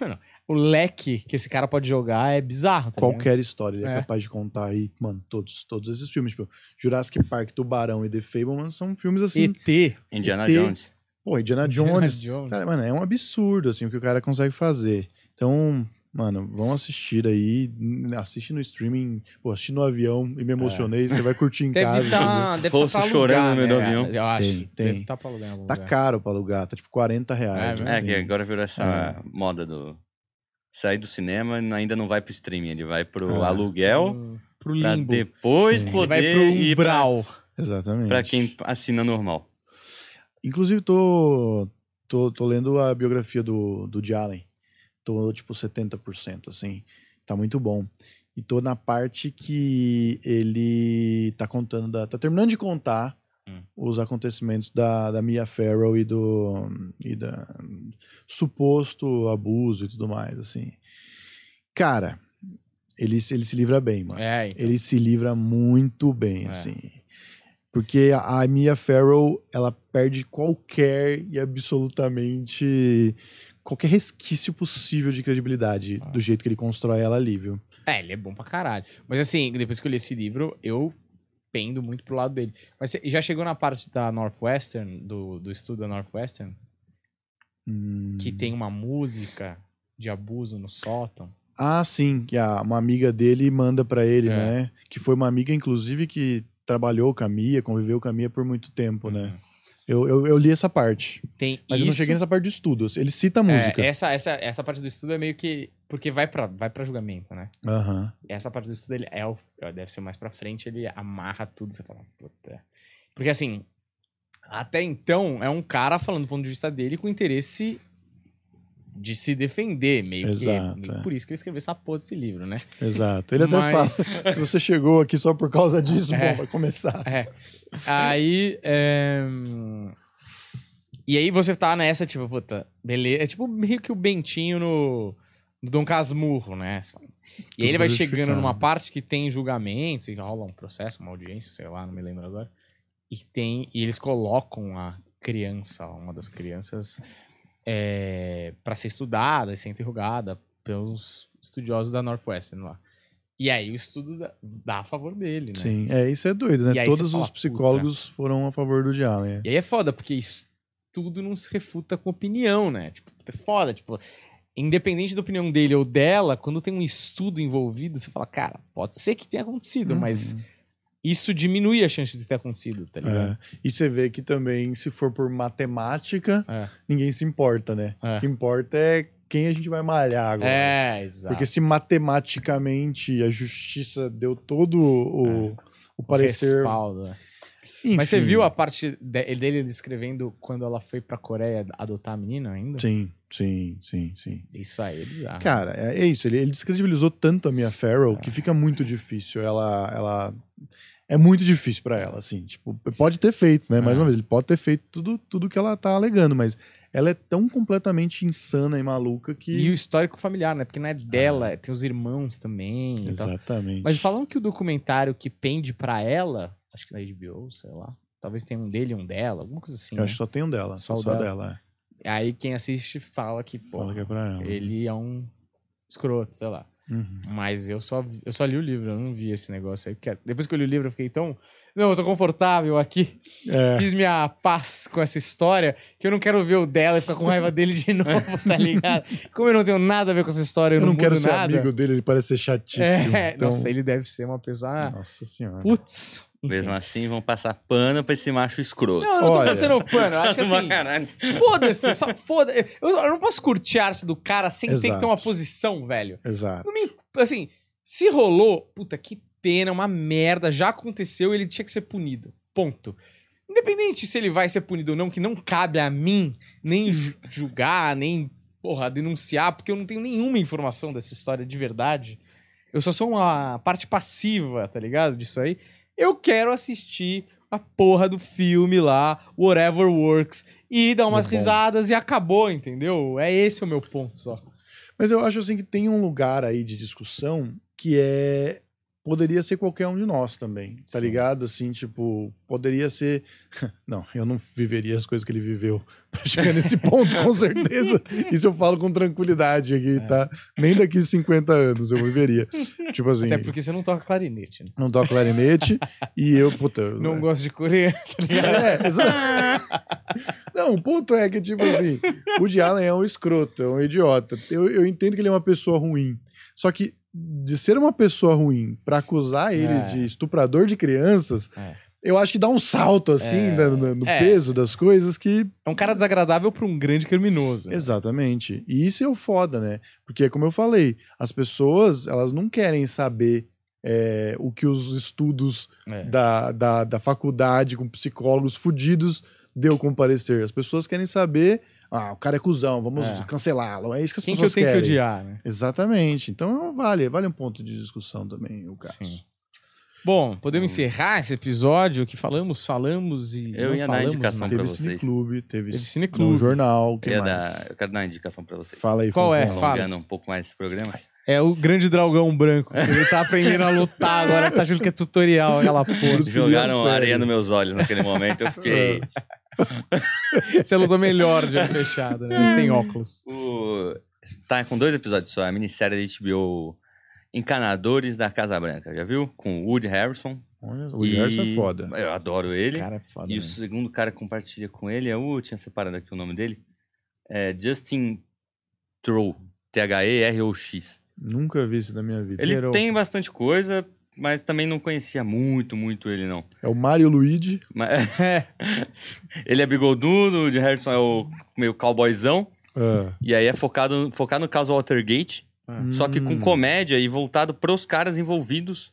[SPEAKER 2] mano, o leque que esse cara pode jogar é bizarro, tá ligado?
[SPEAKER 3] qualquer história. Ele é,
[SPEAKER 2] É.
[SPEAKER 3] capaz de contar aí, mano, todos, todos esses filmes. Tipo, Jurassic Park, Tubarão e The Fableman são filmes assim.
[SPEAKER 2] ET.
[SPEAKER 4] Indiana
[SPEAKER 3] ET.
[SPEAKER 4] Jones.
[SPEAKER 3] Pô, Indiana [laughs] Jones.
[SPEAKER 2] Indiana [laughs] Jones.
[SPEAKER 3] Cara, mano, é um absurdo, assim, o que o cara consegue fazer. Então, mano, vão assistir aí. hum, Assiste no streaming. Pô, assisti no avião e
[SPEAKER 4] É.
[SPEAKER 3] me emocionei. Você vai curtir em
[SPEAKER 2] Deve
[SPEAKER 3] casa. é entendeu?
[SPEAKER 2] estar deve tá
[SPEAKER 4] Fosse
[SPEAKER 2] pra alugar,
[SPEAKER 4] chorando no
[SPEAKER 2] né,
[SPEAKER 4] meio do
[SPEAKER 2] cara?
[SPEAKER 4] avião.
[SPEAKER 2] Eu acho.
[SPEAKER 3] Tem, tem.
[SPEAKER 2] Deve tá pra alugar em algum
[SPEAKER 3] Tá
[SPEAKER 2] lugar.
[SPEAKER 3] caro pra alugar, tá tipo 40 reais.
[SPEAKER 2] É,
[SPEAKER 4] É,
[SPEAKER 3] assim.
[SPEAKER 4] que agora virou essa moda do. Sair do cinema e ainda não vai pro streaming, ele vai pro
[SPEAKER 3] Ah.
[SPEAKER 4] aluguel
[SPEAKER 2] Hum, Pro
[SPEAKER 4] pra
[SPEAKER 2] É. limbo. Ele
[SPEAKER 4] depois
[SPEAKER 3] Sim.
[SPEAKER 2] vai
[SPEAKER 4] poder
[SPEAKER 2] pro
[SPEAKER 4] ir pra,
[SPEAKER 2] umbral.
[SPEAKER 3] Exatamente.
[SPEAKER 4] pra quem assina normal.
[SPEAKER 3] Inclusive, tô, tô, tô lendo a biografia do, do Woody Allen. Tô, tipo, 70%, assim. Tá muito bom. E tô na parte que ele tá contando, da, tá terminando de contar
[SPEAKER 2] Hum.
[SPEAKER 3] os acontecimentos da, da Mia Farrow e do e da, suposto abuso e tudo mais, assim. Cara, ele, se- ele se livra bem, mano.
[SPEAKER 2] É, então.
[SPEAKER 3] Ele se livra muito bem,
[SPEAKER 2] É.
[SPEAKER 3] assim. Porque a Mia Farrow, ela perde qualquer e absolutamente qualquer resquício possível de credibilidade
[SPEAKER 2] Ah.
[SPEAKER 3] do jeito que ele constrói ela ali, viu?
[SPEAKER 2] É, ele é bom pra caralho. Mas assim, depois que eu li esse livro, eu pendo muito pro lado dele. Mas você já chegou na parte da Northwestern, do, do estudo da Northwestern,
[SPEAKER 3] Hum.
[SPEAKER 2] que tem uma música de abuso no sótão?
[SPEAKER 3] Ah, sim, que a, uma amiga dele manda pra ele,
[SPEAKER 2] É.
[SPEAKER 3] né? Que foi uma amiga, inclusive, que trabalhou com a Mia, conviveu com a Mia por muito tempo, né?
[SPEAKER 2] Uhum.
[SPEAKER 3] Eu, eu, eu li essa parte,
[SPEAKER 2] Tem
[SPEAKER 3] mas
[SPEAKER 2] isso...
[SPEAKER 3] eu não cheguei nessa parte de estudo. Ele cita a
[SPEAKER 2] É,
[SPEAKER 3] música.
[SPEAKER 2] essa, essa, essa parte do estudo é meio que... Porque vai pra, vai pra julgamento, né?
[SPEAKER 3] Aham.
[SPEAKER 2] Essa parte do estudo, ele é, o- deve ser mais pra frente, ele amarra tudo. Você fala, puta... Porque assim, até então, é um cara falando do ponto de vista dele com interesse de se defender, meio
[SPEAKER 3] Exato,
[SPEAKER 2] que. meio
[SPEAKER 3] é.
[SPEAKER 2] Por isso que ele escreveu essa porra desse livro, né?
[SPEAKER 3] Exato. Ele até
[SPEAKER 2] Mas-
[SPEAKER 3] fala: [laughs] se você chegou aqui só por causa disso,
[SPEAKER 2] É.
[SPEAKER 3] bom, vai começar.
[SPEAKER 2] Aí. é, hum, E aí você tá nessa, tipo, puta, beleza. É tipo meio que o Bentinho no, no Dom Casmurro, né? E aí ele vai chegando
[SPEAKER 3] Justificado.
[SPEAKER 2] numa parte que tem julgamento, e rola um processo, uma audiência, sei lá, não me lembro agora. E tem. E eles colocam a criança, uma das crianças, é, para ser estudada e ser interrogada pelos estudiosos da Northwestern lá. E aí o estudo dá, dá a favor dele, né?
[SPEAKER 3] Sim, é, isso é doido,
[SPEAKER 2] E
[SPEAKER 3] né?
[SPEAKER 2] aí você
[SPEAKER 3] Todos
[SPEAKER 2] fala,
[SPEAKER 3] os psicólogos foram a favor do Woody Allen.
[SPEAKER 2] E aí é foda, porque isso tudo não se refuta com opinião, né? Tipo, é foda, tipo, independente da opinião dele
[SPEAKER 3] Uhum.
[SPEAKER 2] ou dela, quando tem um estudo envolvido, você fala, cara, pode ser que tenha acontecido, mas isso diminui a chance de ter acontecido, tá ligado?
[SPEAKER 3] É. E você vê que também, se for por matemática,
[SPEAKER 2] É.
[SPEAKER 3] ninguém se importa, né?
[SPEAKER 2] É.
[SPEAKER 3] O que importa é quem a gente vai malhar agora.
[SPEAKER 2] É, exato.
[SPEAKER 3] Porque se matematicamente a justiça deu todo o, o
[SPEAKER 2] É.
[SPEAKER 3] parecer.
[SPEAKER 2] Respaldo, né?
[SPEAKER 3] Enfim.
[SPEAKER 2] Mas você viu a parte de- dele descrevendo quando ela foi pra Coreia adotar a menina ainda?
[SPEAKER 3] Sim, sim, sim, sim.
[SPEAKER 2] Isso aí é bizarro.
[SPEAKER 3] Cara, é, é isso. Ele, ele descredibilizou tanto a Mia Farrow que fica muito difícil. Ela, ela é muito difícil pra ela, assim. Tipo, pode ter feito, né? Mais
[SPEAKER 2] É.
[SPEAKER 3] uma vez, ele pode ter feito tudo, tudo que ela tá alegando, mas ela é tão completamente insana e maluca
[SPEAKER 2] E
[SPEAKER 3] que
[SPEAKER 2] o histórico familiar, né? Porque não é dela, tem os irmãos também. e
[SPEAKER 3] Então,
[SPEAKER 2] tal.
[SPEAKER 3] exatamente.
[SPEAKER 2] Mas falam que o documentário que pende pra ela, acho que na HBO, sei lá. Talvez tenha um dele e um dela, alguma coisa assim.
[SPEAKER 3] Eu
[SPEAKER 2] né?
[SPEAKER 3] acho que só tem um dela,
[SPEAKER 2] Só
[SPEAKER 3] só,
[SPEAKER 2] o
[SPEAKER 3] só
[SPEAKER 2] dela.
[SPEAKER 3] dela.
[SPEAKER 2] Aí quem assiste fala que,
[SPEAKER 3] é.
[SPEAKER 2] pô,
[SPEAKER 3] Fala que é pra ela.
[SPEAKER 2] ele é um escroto, sei lá.
[SPEAKER 3] Uhum.
[SPEAKER 2] Mas eu só, eu só li o livro, eu não vi esse negócio aí. Porque depois que eu li o livro, eu fiquei tão. Não, eu tô confortável aqui.
[SPEAKER 3] É.
[SPEAKER 2] Fiz minha paz com essa história que eu não quero ver o dela e ficar com raiva dele de [laughs] novo, tá ligado? Como eu não tenho nada a ver com essa história, eu,
[SPEAKER 3] Eu não quero
[SPEAKER 2] mudo
[SPEAKER 3] ser
[SPEAKER 2] nada.
[SPEAKER 3] amigo dele, ele parece ser chatíssimo.
[SPEAKER 2] É,
[SPEAKER 3] então-
[SPEAKER 2] Nossa, ele deve ser uma pessoa. ah,
[SPEAKER 3] Nossa senhora.
[SPEAKER 2] Putz. enfim.
[SPEAKER 4] Mesmo assim, vão passar pano pra esse macho escroto.
[SPEAKER 2] Não, eu não tô
[SPEAKER 3] Olha. é.
[SPEAKER 2] passando pano. eu Acho
[SPEAKER 3] [laughs]
[SPEAKER 4] [laughs]
[SPEAKER 2] que
[SPEAKER 4] Pra
[SPEAKER 2] assim.
[SPEAKER 4] caralho.
[SPEAKER 2] Foda-se, só foda eu, eu não posso curtir a arte do cara sem ter que ter
[SPEAKER 3] Exato.
[SPEAKER 2] uma posição, velho.
[SPEAKER 3] Exato.
[SPEAKER 2] Assim, se rolou, puta que pena, uma merda, já aconteceu, ele tinha que ser punido. Ponto. Independente se ele vai ser punido ou não, que não cabe a mim nem ju- julgar, nem, porra, denunciar, porque eu não tenho nenhuma informação dessa história de verdade. Eu só sou uma parte passiva, tá ligado? Disso aí. Eu quero assistir a porra do filme lá, Whatever Works, e dar umas
[SPEAKER 3] Muito bom.
[SPEAKER 2] risadas e acabou, entendeu? É esse o meu ponto só.
[SPEAKER 3] Mas eu acho assim que tem um lugar aí de discussão que é poderia ser qualquer um de nós também, tá
[SPEAKER 2] Sim.
[SPEAKER 3] ligado? Assim, tipo, poderia ser [laughs] não, eu não viveria as coisas que ele viveu [laughs] pra chegar nesse ponto, com certeza. Isso eu falo com tranquilidade aqui,
[SPEAKER 2] É.
[SPEAKER 3] tá? Nem daqui 50 anos eu viveria. Tipo assim,
[SPEAKER 2] Até porque você não toca clarinete, né?
[SPEAKER 3] não toco clarinete e eu, puta, eu-
[SPEAKER 2] Não gosto de coreano.
[SPEAKER 3] é, exato. Não, o ponto é que, tipo assim, o Woody Allen é um escroto, é um idiota. Eu, eu entendo que ele é uma pessoa ruim. Só que de ser uma pessoa ruim pra acusar ele
[SPEAKER 2] É.
[SPEAKER 3] de estuprador de crianças,
[SPEAKER 2] É.
[SPEAKER 3] eu acho que dá um salto, assim,
[SPEAKER 2] É.
[SPEAKER 3] na- na- no
[SPEAKER 2] É.
[SPEAKER 3] peso das coisas que.
[SPEAKER 2] [laughs] É um cara desagradável pra um grande criminoso.
[SPEAKER 3] Exatamente. E isso é o foda, né? Porque, como eu falei, as pessoas, elas não querem saber. é, o que os estudos
[SPEAKER 2] É.
[SPEAKER 3] da, da, da faculdade com psicólogos fudidos deu como parecer. As pessoas querem saber. Ah, o cara é cuzão, vamos
[SPEAKER 2] É.
[SPEAKER 3] cancelá-lo. É isso que as
[SPEAKER 2] Quem que eu
[SPEAKER 3] pessoas
[SPEAKER 2] tenho
[SPEAKER 3] querem.
[SPEAKER 2] que odiar, né?
[SPEAKER 3] Exatamente. Então vale, vale um ponto de discussão também o caso.
[SPEAKER 2] Sim. Bom, podemos encerrar esse episódio que falamos, falamos e.
[SPEAKER 4] Eu
[SPEAKER 2] não
[SPEAKER 4] ia dar
[SPEAKER 2] falamos É
[SPEAKER 4] indicação
[SPEAKER 2] nada.
[SPEAKER 4] pra
[SPEAKER 3] Teve
[SPEAKER 4] vocês.
[SPEAKER 3] cineclube, teve,
[SPEAKER 2] Teve
[SPEAKER 3] teve
[SPEAKER 2] Cineclube.
[SPEAKER 3] jornal, o que
[SPEAKER 4] Eu, ia
[SPEAKER 3] mais?
[SPEAKER 4] dar- eu quero dar uma indicação pra vocês.
[SPEAKER 3] Fala aí,
[SPEAKER 2] Qual é?
[SPEAKER 3] Fanfão.
[SPEAKER 2] Fala.
[SPEAKER 4] Alongando um pouco mais esse programa.
[SPEAKER 2] É o grande dragão branco. que Ele tá aprendendo a lutar agora, tá achando que é tutorial aquela
[SPEAKER 4] [laughs]
[SPEAKER 2] porra.
[SPEAKER 4] Jogaram
[SPEAKER 3] sério.
[SPEAKER 4] areia nos meus olhos naquele momento.
[SPEAKER 3] [laughs]
[SPEAKER 4] Eu fiquei.
[SPEAKER 3] É.
[SPEAKER 2] Você lutou melhor de olho fechado, né? Sem óculos.
[SPEAKER 4] O... Tá com dois episódios só. A minissérie da HBO Encanadores da Casa Branca, já viu? Com o Woody Harrison.
[SPEAKER 3] Olha, O Gerson é
[SPEAKER 4] E-
[SPEAKER 3] foda.
[SPEAKER 4] Eu adoro ele.
[SPEAKER 2] Esse cara é foda.
[SPEAKER 4] E o
[SPEAKER 2] né?
[SPEAKER 4] segundo cara que compartilha com ele é o. Tinha separado aqui o nome dele. É Justin Troll. T-H-E-R-O-X.
[SPEAKER 3] Nunca vi isso na minha vida.
[SPEAKER 4] Ele
[SPEAKER 2] Troll.
[SPEAKER 4] tem bastante coisa, mas também não conhecia muito, muito ele, não.
[SPEAKER 3] É o Mario Luigi.
[SPEAKER 4] Mas- [laughs]
[SPEAKER 2] É.
[SPEAKER 4] ele é bigodudo, o de Harrison é o meio cowboyzão.
[SPEAKER 3] Ah.
[SPEAKER 4] E aí é focado, focado no caso Watergate, só que com
[SPEAKER 3] Hum.
[SPEAKER 4] comédia e voltado pros caras envolvidos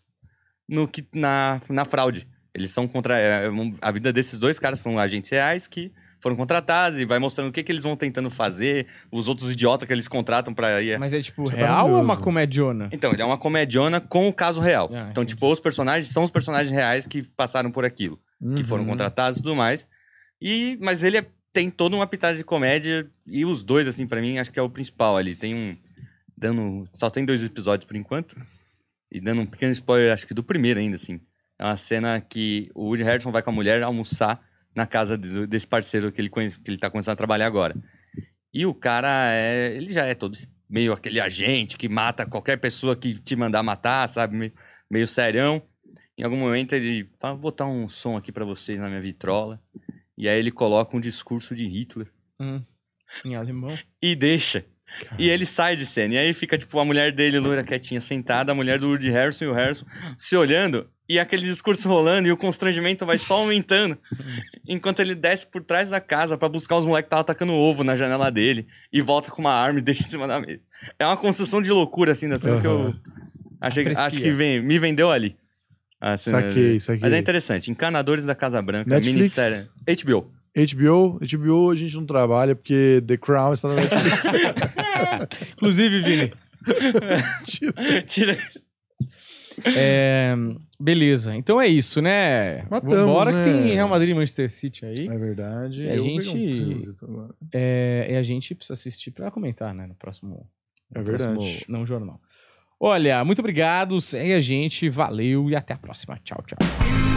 [SPEAKER 4] no que, na, na fraude. Eles são contra. é, um- A vida desses dois caras são agentes reais que foram contratados e vai mostrando o que, que eles vão tentando fazer, os outros idiotas que eles contratam pra ir.
[SPEAKER 2] Mas é tipo,
[SPEAKER 3] é
[SPEAKER 2] real ou é uma
[SPEAKER 3] maravilhoso.
[SPEAKER 2] comediona?
[SPEAKER 4] Então, ele é uma comediona com o caso real.
[SPEAKER 2] Ah,
[SPEAKER 4] então,
[SPEAKER 2] entendi.
[SPEAKER 4] tipo, os personagens são os personagens reais que passaram por aquilo que foram
[SPEAKER 3] Uhum.
[SPEAKER 4] contratados e tudo mais. E, mas ele é- tem toda uma pitada de comédia. E os dois, assim, pra mim, acho que é o principal ali. Tem um. Dando. Só tem dois episódios por enquanto. E dando um pequeno spoiler, acho que do primeiro ainda, assim. É uma cena que o Woody Harrison vai com a mulher almoçar na casa de- desse parceiro que ele, conhece, que ele tá começando a trabalhar agora. E o cara é. Ele já é todo meio aquele agente que mata qualquer pessoa que te mandar matar, sabe? Meio, meio serão. Em algum momento ele fala, vou botar um som aqui pra vocês na minha vitrola. E aí ele coloca um discurso de Hitler
[SPEAKER 2] Hum. Em alemão.
[SPEAKER 4] e deixa. E ele sai de cena. E aí fica, tipo, a mulher dele, loira quietinha, sentada, a mulher do Woody Harrison e o Harrison se olhando. E aquele discurso rolando e o constrangimento vai só
[SPEAKER 3] [laughs]
[SPEAKER 4] aumentando. enquanto ele desce por trás da casa pra buscar os moleques que estavam atacando ovo na janela dele. E volta com uma arma e [laughs] deixa em cima da mesa. É uma construção de loucura, assim, da cena que eu.
[SPEAKER 3] Aham.
[SPEAKER 4] Achei,
[SPEAKER 2] Aprecia.
[SPEAKER 4] acho que vem, me vendeu ali. A cena-
[SPEAKER 3] Saquei, saquei.
[SPEAKER 4] Mas é interessante. Encanadores da Casa Branca,
[SPEAKER 3] Netflix?
[SPEAKER 4] minissérie. HBO.
[SPEAKER 3] HBO, HBO a gente não trabalha porque The Crown está na Netflix.
[SPEAKER 4] [laughs]
[SPEAKER 2] Inclusive, Vini.
[SPEAKER 4] [laughs] Tira.
[SPEAKER 2] é, beleza. Então é isso, né?
[SPEAKER 3] Matamos,
[SPEAKER 2] Vambora que
[SPEAKER 3] né?
[SPEAKER 2] tem Real Madrid e Manchester City aí.
[SPEAKER 3] é verdade.
[SPEAKER 2] E a
[SPEAKER 3] Eu vou pegar um
[SPEAKER 2] gente-
[SPEAKER 3] trânsito agora.
[SPEAKER 2] É, e a gente precisa assistir pra comentar, né? No próximo.
[SPEAKER 3] É
[SPEAKER 2] no
[SPEAKER 3] verdade.
[SPEAKER 2] próximo não jornal. Olha, muito obrigado. Segue a gente. Valeu e até a próxima. Tchau, tchau.